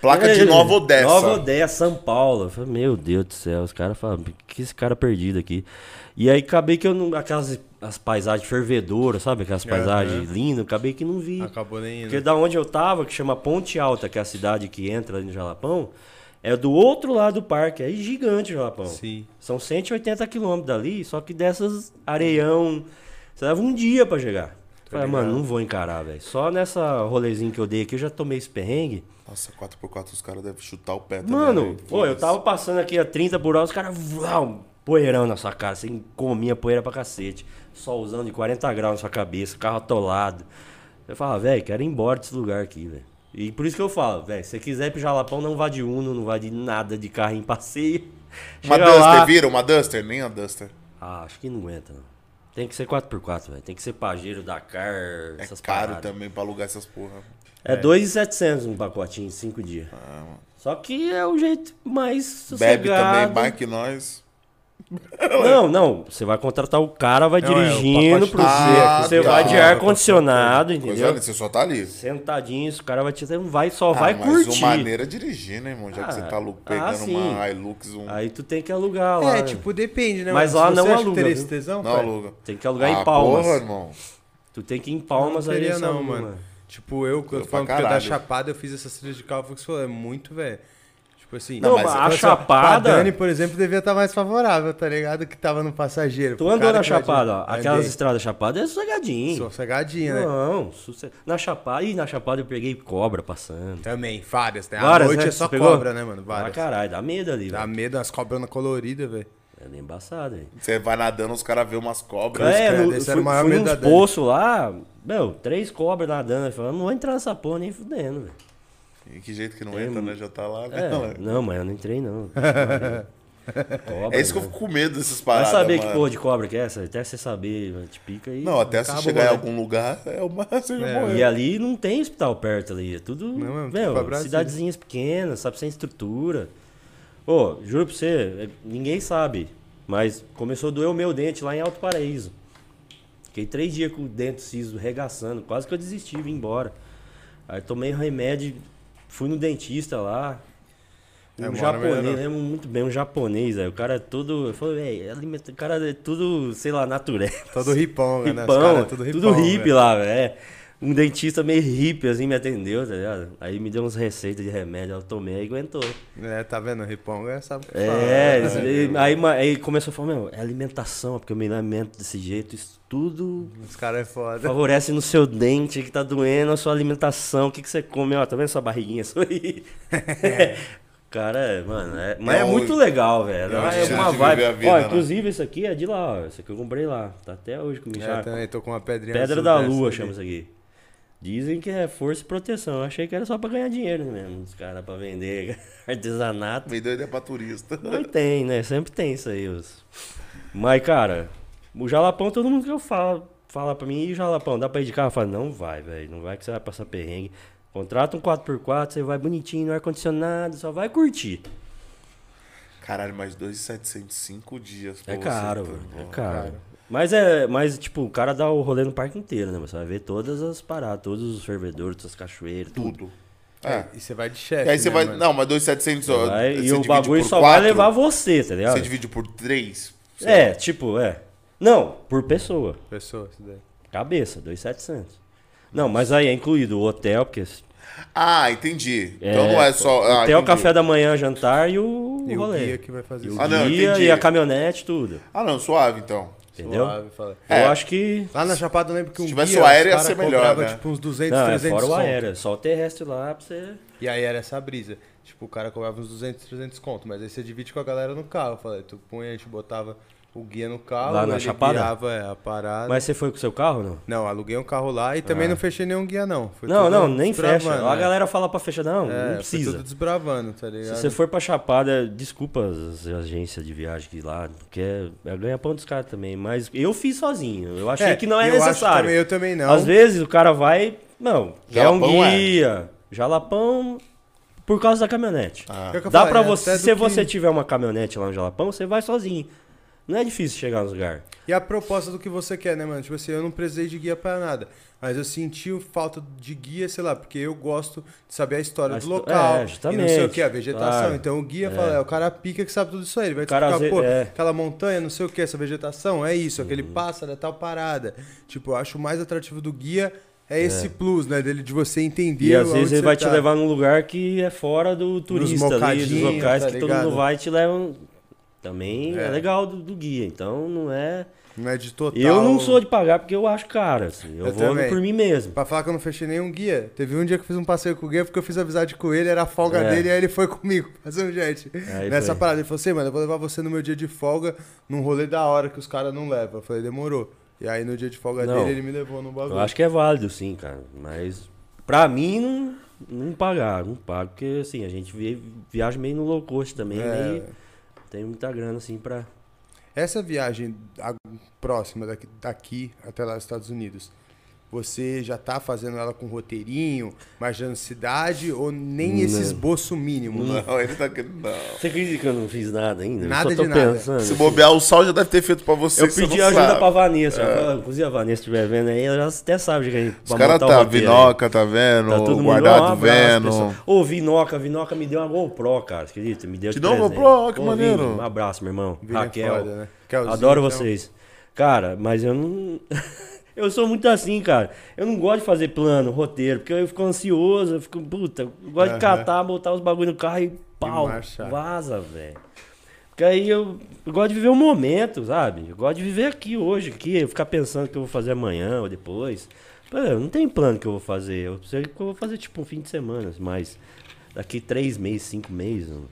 Speaker 1: Placa de
Speaker 3: é,
Speaker 1: Nova Odessa.
Speaker 3: Nova Odessa, São Paulo. Eu falei, meu Deus do céu, os caras falam, que esse cara perdido aqui? E aí acabei que eu não... Aquelas as paisagens fervedoras, sabe? Aquelas paisagens lindas, acabei que não vi.
Speaker 2: Acabou nem indo.
Speaker 3: Porque da onde eu tava, que chama Ponte Alta, que é a cidade que entra ali no Jalapão, é do outro lado do parque, é gigante o Jalapão.
Speaker 2: Sim.
Speaker 3: São 180 quilômetros dali, só que dessas areião, você leva um dia pra chegar. Falei, "Ah, mano, não vou encarar, velho. Só nessa rolezinha que eu dei aqui, eu já tomei esse perrengue.
Speaker 1: Nossa, 4x4 os caras devem chutar o pé também.
Speaker 3: Mano,
Speaker 1: né?
Speaker 3: pô, eu tava passando aqui a 30 por hora, os caras, vlau, poeirão na sua cara, assim, comia poeira pra cacete. Solzão de 40 graus na sua cabeça, carro atolado. Eu falava, velho, quero ir embora desse lugar aqui, velho. E por isso que eu falo, velho, se você quiser ir pro Jalapão, não vá de Uno, não vá de nada de carro em passeio.
Speaker 1: Uma
Speaker 3: Chega
Speaker 1: Duster,
Speaker 3: lá...
Speaker 1: viram? Uma Duster? Nem a Duster.
Speaker 3: Ah, acho que não aguenta, não. Tem que ser 4x4, velho. Tem que ser Pajero, Dakar,
Speaker 1: É
Speaker 3: essas
Speaker 1: caro
Speaker 3: paradas.
Speaker 1: também pra alugar essas porra.
Speaker 3: É 2,700 um pacotinho em 5 dias. Só que é o jeito mais sossegado.
Speaker 1: Ah, Bebe também, mais que nós.
Speaker 3: Não, não. Você vai contratar o cara, vai
Speaker 2: é. Não, é, o
Speaker 3: dirigindo
Speaker 2: pacote
Speaker 3: pro você.
Speaker 1: tá-
Speaker 3: você
Speaker 1: Ah, tá.
Speaker 3: vai de ar-condicionado,
Speaker 1: Coisa
Speaker 3: entendeu?
Speaker 1: linda, você só tá ali.
Speaker 3: Sentadinho, esse cara vai te. Você não vai, só
Speaker 1: Ah,
Speaker 3: vai
Speaker 1: mas
Speaker 3: curtir.
Speaker 1: uma maneira é dirigir, né, irmão? Já que
Speaker 3: Ah,
Speaker 1: você tá alu-
Speaker 3: ah,
Speaker 1: pegando
Speaker 3: sim.
Speaker 1: uma Hilux, um.
Speaker 3: Aí tu tem que alugar lá.
Speaker 2: É,
Speaker 3: né?
Speaker 2: tipo, depende, né?
Speaker 3: Mas
Speaker 2: Se
Speaker 3: lá
Speaker 2: você
Speaker 3: não
Speaker 2: acha que
Speaker 3: aluga,
Speaker 2: teria
Speaker 3: viu?
Speaker 2: esse tesão,
Speaker 1: não
Speaker 2: pai?
Speaker 1: aluga.
Speaker 3: Tem que alugar
Speaker 1: Ah,
Speaker 3: em palmas.
Speaker 1: Porra, irmão.
Speaker 3: Tu tem que ir em palmas
Speaker 2: não
Speaker 3: aí.
Speaker 2: teria
Speaker 3: essa
Speaker 2: não,
Speaker 3: aluga,
Speaker 2: mano. Tipo, eu, quando
Speaker 1: pra
Speaker 2: falando que eu da
Speaker 1: caralho.
Speaker 2: Chapada, eu fiz essas trilhas de carro, foi o que você falou, é muito, velho. Tipo assim...
Speaker 3: Não,
Speaker 1: Não, mas-
Speaker 3: mas a
Speaker 2: Pra-
Speaker 3: chapada.
Speaker 2: Pra Dani, por exemplo, devia estar mais favorável, tá ligado? Que tava no passageiro.
Speaker 3: Tu
Speaker 2: Pro
Speaker 3: andou
Speaker 2: cara
Speaker 3: na
Speaker 2: que vai de-
Speaker 3: Chapada, ó. Aquelas
Speaker 2: Andei.
Speaker 3: estradas chapadas é sossegadinho.
Speaker 2: Sossegadinha, né?
Speaker 3: Não, sosse- na Chapada. Ih, na Chapada eu peguei cobra passando.
Speaker 2: Também, várias, né? A
Speaker 3: Várias,
Speaker 2: noite
Speaker 3: né?
Speaker 2: é só
Speaker 3: Você pegou?
Speaker 2: cobra, né, mano?
Speaker 3: Ah,
Speaker 2: Várias.
Speaker 3: caralho, dá medo ali,
Speaker 2: Dá
Speaker 3: velho.
Speaker 2: medo, umas cobranas coloridas, velho.
Speaker 3: É bem embaçado, hein?
Speaker 1: Você vai nadando, os caras vê umas cobras.
Speaker 3: É,
Speaker 2: caras,
Speaker 3: no,
Speaker 2: esse
Speaker 3: fui,
Speaker 2: era o maior
Speaker 3: fui
Speaker 2: medo
Speaker 3: nos
Speaker 2: da Dani.
Speaker 3: poços lá, meu, três cobras nadando. Eu falei, não vou entrar nessa porra nem fudendo, velho.
Speaker 1: E que jeito que não entra, né? Já tá lá. né?
Speaker 3: É, não, mas eu não entrei, não. cobra,
Speaker 1: É isso que eu
Speaker 3: né?
Speaker 1: fico com medo dessas
Speaker 3: Vai
Speaker 1: paradas.
Speaker 3: saber que
Speaker 1: mano.
Speaker 3: porra de cobra que é essa? Até você saber, mano, te pica aí.
Speaker 1: Não, até se
Speaker 2: Acaba o
Speaker 1: chegar em
Speaker 2: rolê.
Speaker 1: algum lugar, é uma. Você já
Speaker 2: É.
Speaker 1: morreu.
Speaker 3: E ali não tem hospital perto ali, é tudo,
Speaker 2: Não, é tudo pra
Speaker 3: meu,
Speaker 2: Brasília.
Speaker 3: cidadezinhas pequenas, sabe, sem estrutura. Ô, juro pra você, é- ninguém sabe, mas começou a doer o meu dente lá em Alto Paraíso. Fiquei três dias com o dente siso regaçando, quase que eu desisti, vim embora. Aí tomei remédio, fui no dentista lá, um
Speaker 2: É, uma hora
Speaker 3: japonês,
Speaker 2: melhorou.
Speaker 3: lembro muito bem, um japonês, aí o cara é todo, eu falei, "Véi, alimenta- o cara é tudo, sei lá, natureza.
Speaker 2: Todo ripão, velho. né? Os
Speaker 3: Ripão,
Speaker 2: cara
Speaker 3: tudo,
Speaker 2: velho.
Speaker 3: hippie lá, velho. é. Um dentista meio hippie, assim, me atendeu, tá ligado? Aí me deu uns receitas de remédio, eu tomei e aguentou.
Speaker 2: É, tá vendo? Ripão é, sabe o que fala,
Speaker 3: É,
Speaker 2: né?
Speaker 3: isso- e- aí, ma- aí começou a falar, meu, é alimentação, porque eu me alimento desse jeito, isso tudo
Speaker 2: Os caras é foda.
Speaker 3: favorece no seu dente que tá doendo, a sua alimentação, o que, que você come, ó, tá vendo sua barriguinha sorri? Cara, mano, é, mas é
Speaker 1: Não,
Speaker 3: muito legal, velho.
Speaker 1: não,
Speaker 3: É
Speaker 1: você
Speaker 3: uma
Speaker 1: vive
Speaker 3: vibe.
Speaker 1: a vida,
Speaker 3: ó,
Speaker 1: né?
Speaker 3: inclusive, isso aqui é de lá, ó. Isso aqui eu comprei lá. Tá até hoje comigo.
Speaker 2: É,
Speaker 3: já.
Speaker 2: também tô com uma pedrinha
Speaker 3: Pedra
Speaker 2: azul
Speaker 3: da
Speaker 2: dessa
Speaker 3: Lua
Speaker 2: ali.
Speaker 3: chama isso aqui. Dizem que é força e proteção. Eu achei que era só pra ganhar dinheiro mesmo. Os caras pra vender artesanato.
Speaker 1: Vendeu ideia é pra turista.
Speaker 3: Mas tem, né? Sempre tem isso aí. Os... Mas, cara, o jalapão, todo mundo que eu falo, fala pra mim, e jalapão, dá pra ir de carro? Eu falo, não vai, velho. Não vai que você vai passar perrengue. Contrata um 4x4, você vai bonitinho, no ar-condicionado, só vai curtir.
Speaker 1: Caralho, mais 2,705 cinco dias.
Speaker 3: É
Speaker 1: pô,
Speaker 3: caro,
Speaker 1: você tá
Speaker 3: velho. É
Speaker 1: bom.
Speaker 3: caro. Mas é. Mas, tipo, o cara dá o rolê no parque inteiro, né? Mas Você vai ver todas as paradas, todos os fervedores, todas as cachoeiras, tudo.
Speaker 1: Tudo. É.
Speaker 2: E você vai de chefe.
Speaker 1: E aí você
Speaker 2: né,
Speaker 1: vai.
Speaker 2: mano?
Speaker 1: Não, mas 2,700. ó, você
Speaker 3: Vai- e o
Speaker 1: divide
Speaker 3: bagulho
Speaker 1: por
Speaker 3: só vai
Speaker 1: quatro,
Speaker 3: levar você, tá ligado?
Speaker 1: Você divide por 3.
Speaker 3: É, tipo, é. Não, por pessoa.
Speaker 2: Pessoa, isso daí.
Speaker 3: Cabeça, 2,700. Não, mas aí é incluído o hotel, porque.
Speaker 1: Ah, entendi. então não é só. Ah,
Speaker 3: Hotel,
Speaker 1: entendi.
Speaker 3: café da manhã, jantar e o
Speaker 2: E o
Speaker 3: rolê.
Speaker 2: guia que vai fazer
Speaker 3: E
Speaker 2: isso.
Speaker 3: o
Speaker 1: Ah, não,
Speaker 3: guia
Speaker 1: entendi.
Speaker 3: e a caminhonete, tudo.
Speaker 1: Ah, não, suave então.
Speaker 3: Entendeu?
Speaker 2: Suave, fala.
Speaker 1: É.
Speaker 3: Eu acho que.
Speaker 2: Lá na Chapada eu lembro que um
Speaker 1: Se tivesse
Speaker 2: guia,
Speaker 1: o aéreo, ia
Speaker 2: os cara
Speaker 1: ser melhor,
Speaker 2: cobrava,
Speaker 1: né?
Speaker 2: tipo uns 200,
Speaker 3: Não, é
Speaker 2: 300
Speaker 3: fora o
Speaker 2: conto.
Speaker 3: aéreo, só o terrestre lá pra você.
Speaker 2: E aí era essa brisa. Tipo, o cara cobrava uns 200, 300 conto, mas aí você divide com a galera no carro. Eu Falei, tu põe, a gente botava o guia no carro,
Speaker 3: Lá na
Speaker 2: ele
Speaker 3: Chapada?
Speaker 2: guiava é, a parada.
Speaker 3: Mas você foi com o seu carro não?
Speaker 2: Não, aluguei um carro lá e também não fechei nenhum guia, não. Foi
Speaker 3: Não,
Speaker 2: tudo
Speaker 3: não, nem
Speaker 2: desbravando,
Speaker 3: fecha. Lá A
Speaker 2: né?
Speaker 3: galera fala pra fechar, não,
Speaker 2: É,
Speaker 3: não
Speaker 2: foi
Speaker 3: precisa.
Speaker 2: tudo desbravando, tá ligado?
Speaker 3: Se você for pra Chapada, desculpa as as agências de viagem que lá, porque é, é ganha-pão dos caras também. Mas eu fiz sozinho. Eu achei
Speaker 2: É,
Speaker 3: que não é
Speaker 2: eu acho
Speaker 3: necessário.
Speaker 2: também- eu também não.
Speaker 3: Às vezes o cara vai. Não, quer um
Speaker 1: Jalapão é.
Speaker 3: guia. Jalapão por causa da caminhonete.
Speaker 1: Ah.
Speaker 2: É o que eu
Speaker 3: Dá
Speaker 2: falei,
Speaker 3: pra
Speaker 2: é
Speaker 3: você.
Speaker 2: até
Speaker 3: Se
Speaker 2: do que-
Speaker 3: você tiver uma caminhonete lá no Jalapão, você vai sozinho. Não é difícil chegar nos lugares.
Speaker 2: E a proposta do que você quer, né, mano? Tipo assim, eu não precisei de guia pra nada. Mas eu senti falta de guia, sei lá, porque eu gosto de saber a história
Speaker 3: A
Speaker 2: do
Speaker 3: histo-
Speaker 2: local.
Speaker 3: é,
Speaker 2: E não sei o
Speaker 3: justamente,
Speaker 2: que, a vegetação.
Speaker 3: claro.
Speaker 2: Então o guia fala, é o cara pica que sabe tudo isso aí. Ele vai
Speaker 3: O cara
Speaker 2: explicar,
Speaker 3: às
Speaker 2: pô,
Speaker 3: vezes- é. Uhum.
Speaker 2: aquela montanha, não sei o que, essa vegetação, é isso, aquele pássaro, é tal parada. Tipo, eu acho o mais atrativo do guia é esse plus, né? Dele de você entender.
Speaker 3: E às
Speaker 2: aonde
Speaker 3: vezes ele
Speaker 2: você
Speaker 3: vai
Speaker 2: tá.
Speaker 3: te levar num lugar que é fora do turista ali, dos
Speaker 2: mocadinhos,
Speaker 3: locais
Speaker 2: tá
Speaker 3: que todo
Speaker 2: ligado?
Speaker 3: mundo vai e te levam. Também é,
Speaker 2: É.
Speaker 3: legal do, do guia, então não é.
Speaker 2: Não é de total.
Speaker 3: Eu não sou de pagar porque eu acho caro, assim. Eu,
Speaker 2: Eu
Speaker 3: vou
Speaker 2: também.
Speaker 3: por mim mesmo.
Speaker 2: Pra falar que eu não fechei nenhum guia. Teve um dia que eu fiz um passeio com o guia porque eu fiz amizade com ele, era a folga
Speaker 3: É.
Speaker 2: dele, aí ele foi comigo. Fazer um jet.
Speaker 3: Aí
Speaker 2: Nessa
Speaker 3: foi.
Speaker 2: parada, ele falou assim, mano, eu vou levar você no meu dia de folga num rolê da hora que os caras não levam. Eu falei, demorou. E aí no dia de folga
Speaker 3: Não.
Speaker 2: dele ele me levou no bagulho.
Speaker 3: Eu acho que é válido, sim, cara. Mas pra mim, não, não pagar, não pago, porque assim, a gente vi- viaja meio no low cost também,
Speaker 2: É.
Speaker 3: meio- tem muita grana, assim, pra.
Speaker 2: Essa viagem a- próxima daqui, daqui até lá nos Estados Unidos, você já tá fazendo ela com roteirinho, marcando cidade ou nem esse
Speaker 3: Não.
Speaker 2: esboço mínimo?
Speaker 1: Não, ele tá querendo. Não.
Speaker 3: Você acredita que eu não fiz nada ainda? Eu
Speaker 2: Nada
Speaker 3: só tô
Speaker 2: de nada.
Speaker 3: pensando.
Speaker 1: Se bobear, o sal já deve ter feito pra você.
Speaker 3: Eu
Speaker 1: você não
Speaker 3: pedi ajuda
Speaker 1: sabe.
Speaker 3: pra Vanessa.
Speaker 2: É.
Speaker 3: Ela- Inclusive a Vanessa estiver vendo aí, ela já até sabe que a gente
Speaker 1: Os caras tá,
Speaker 3: Vinoca,
Speaker 1: Vinoca tá vendo,
Speaker 3: tá todo mundo
Speaker 1: Guardado
Speaker 3: ó, um abraço, pessoal.
Speaker 1: vendo.
Speaker 3: Ô, Vinoca, Vinoca me deu uma GoPro, cara. você Acredita? Me deu
Speaker 1: Te
Speaker 3: de
Speaker 1: deu uma
Speaker 3: presente.
Speaker 1: GoPro? Ó, que
Speaker 3: Ô,
Speaker 1: maneiro.
Speaker 3: Vini, um abraço, meu irmão.
Speaker 2: Vini é
Speaker 3: Raquel.
Speaker 2: foda, né? Kelzinho,
Speaker 3: Adoro
Speaker 2: então.
Speaker 3: vocês. Cara, mas eu não. Eu sou muito assim, cara. Eu não gosto de fazer plano, roteiro, porque eu fico ansioso, eu fico, puta, eu gosto de catar, botar os bagulho no carro e pau,
Speaker 2: marchar.
Speaker 3: vaza, velho. Porque aí eu, eu gosto de viver o momento, sabe? Eu gosto de viver aqui hoje, aqui, eu ficar pensando o que eu vou fazer amanhã ou depois. Pô, eu não tem plano que eu vou fazer. Eu sei que eu vou fazer tipo um fim de semana, mas daqui três meses, cinco meses. eu-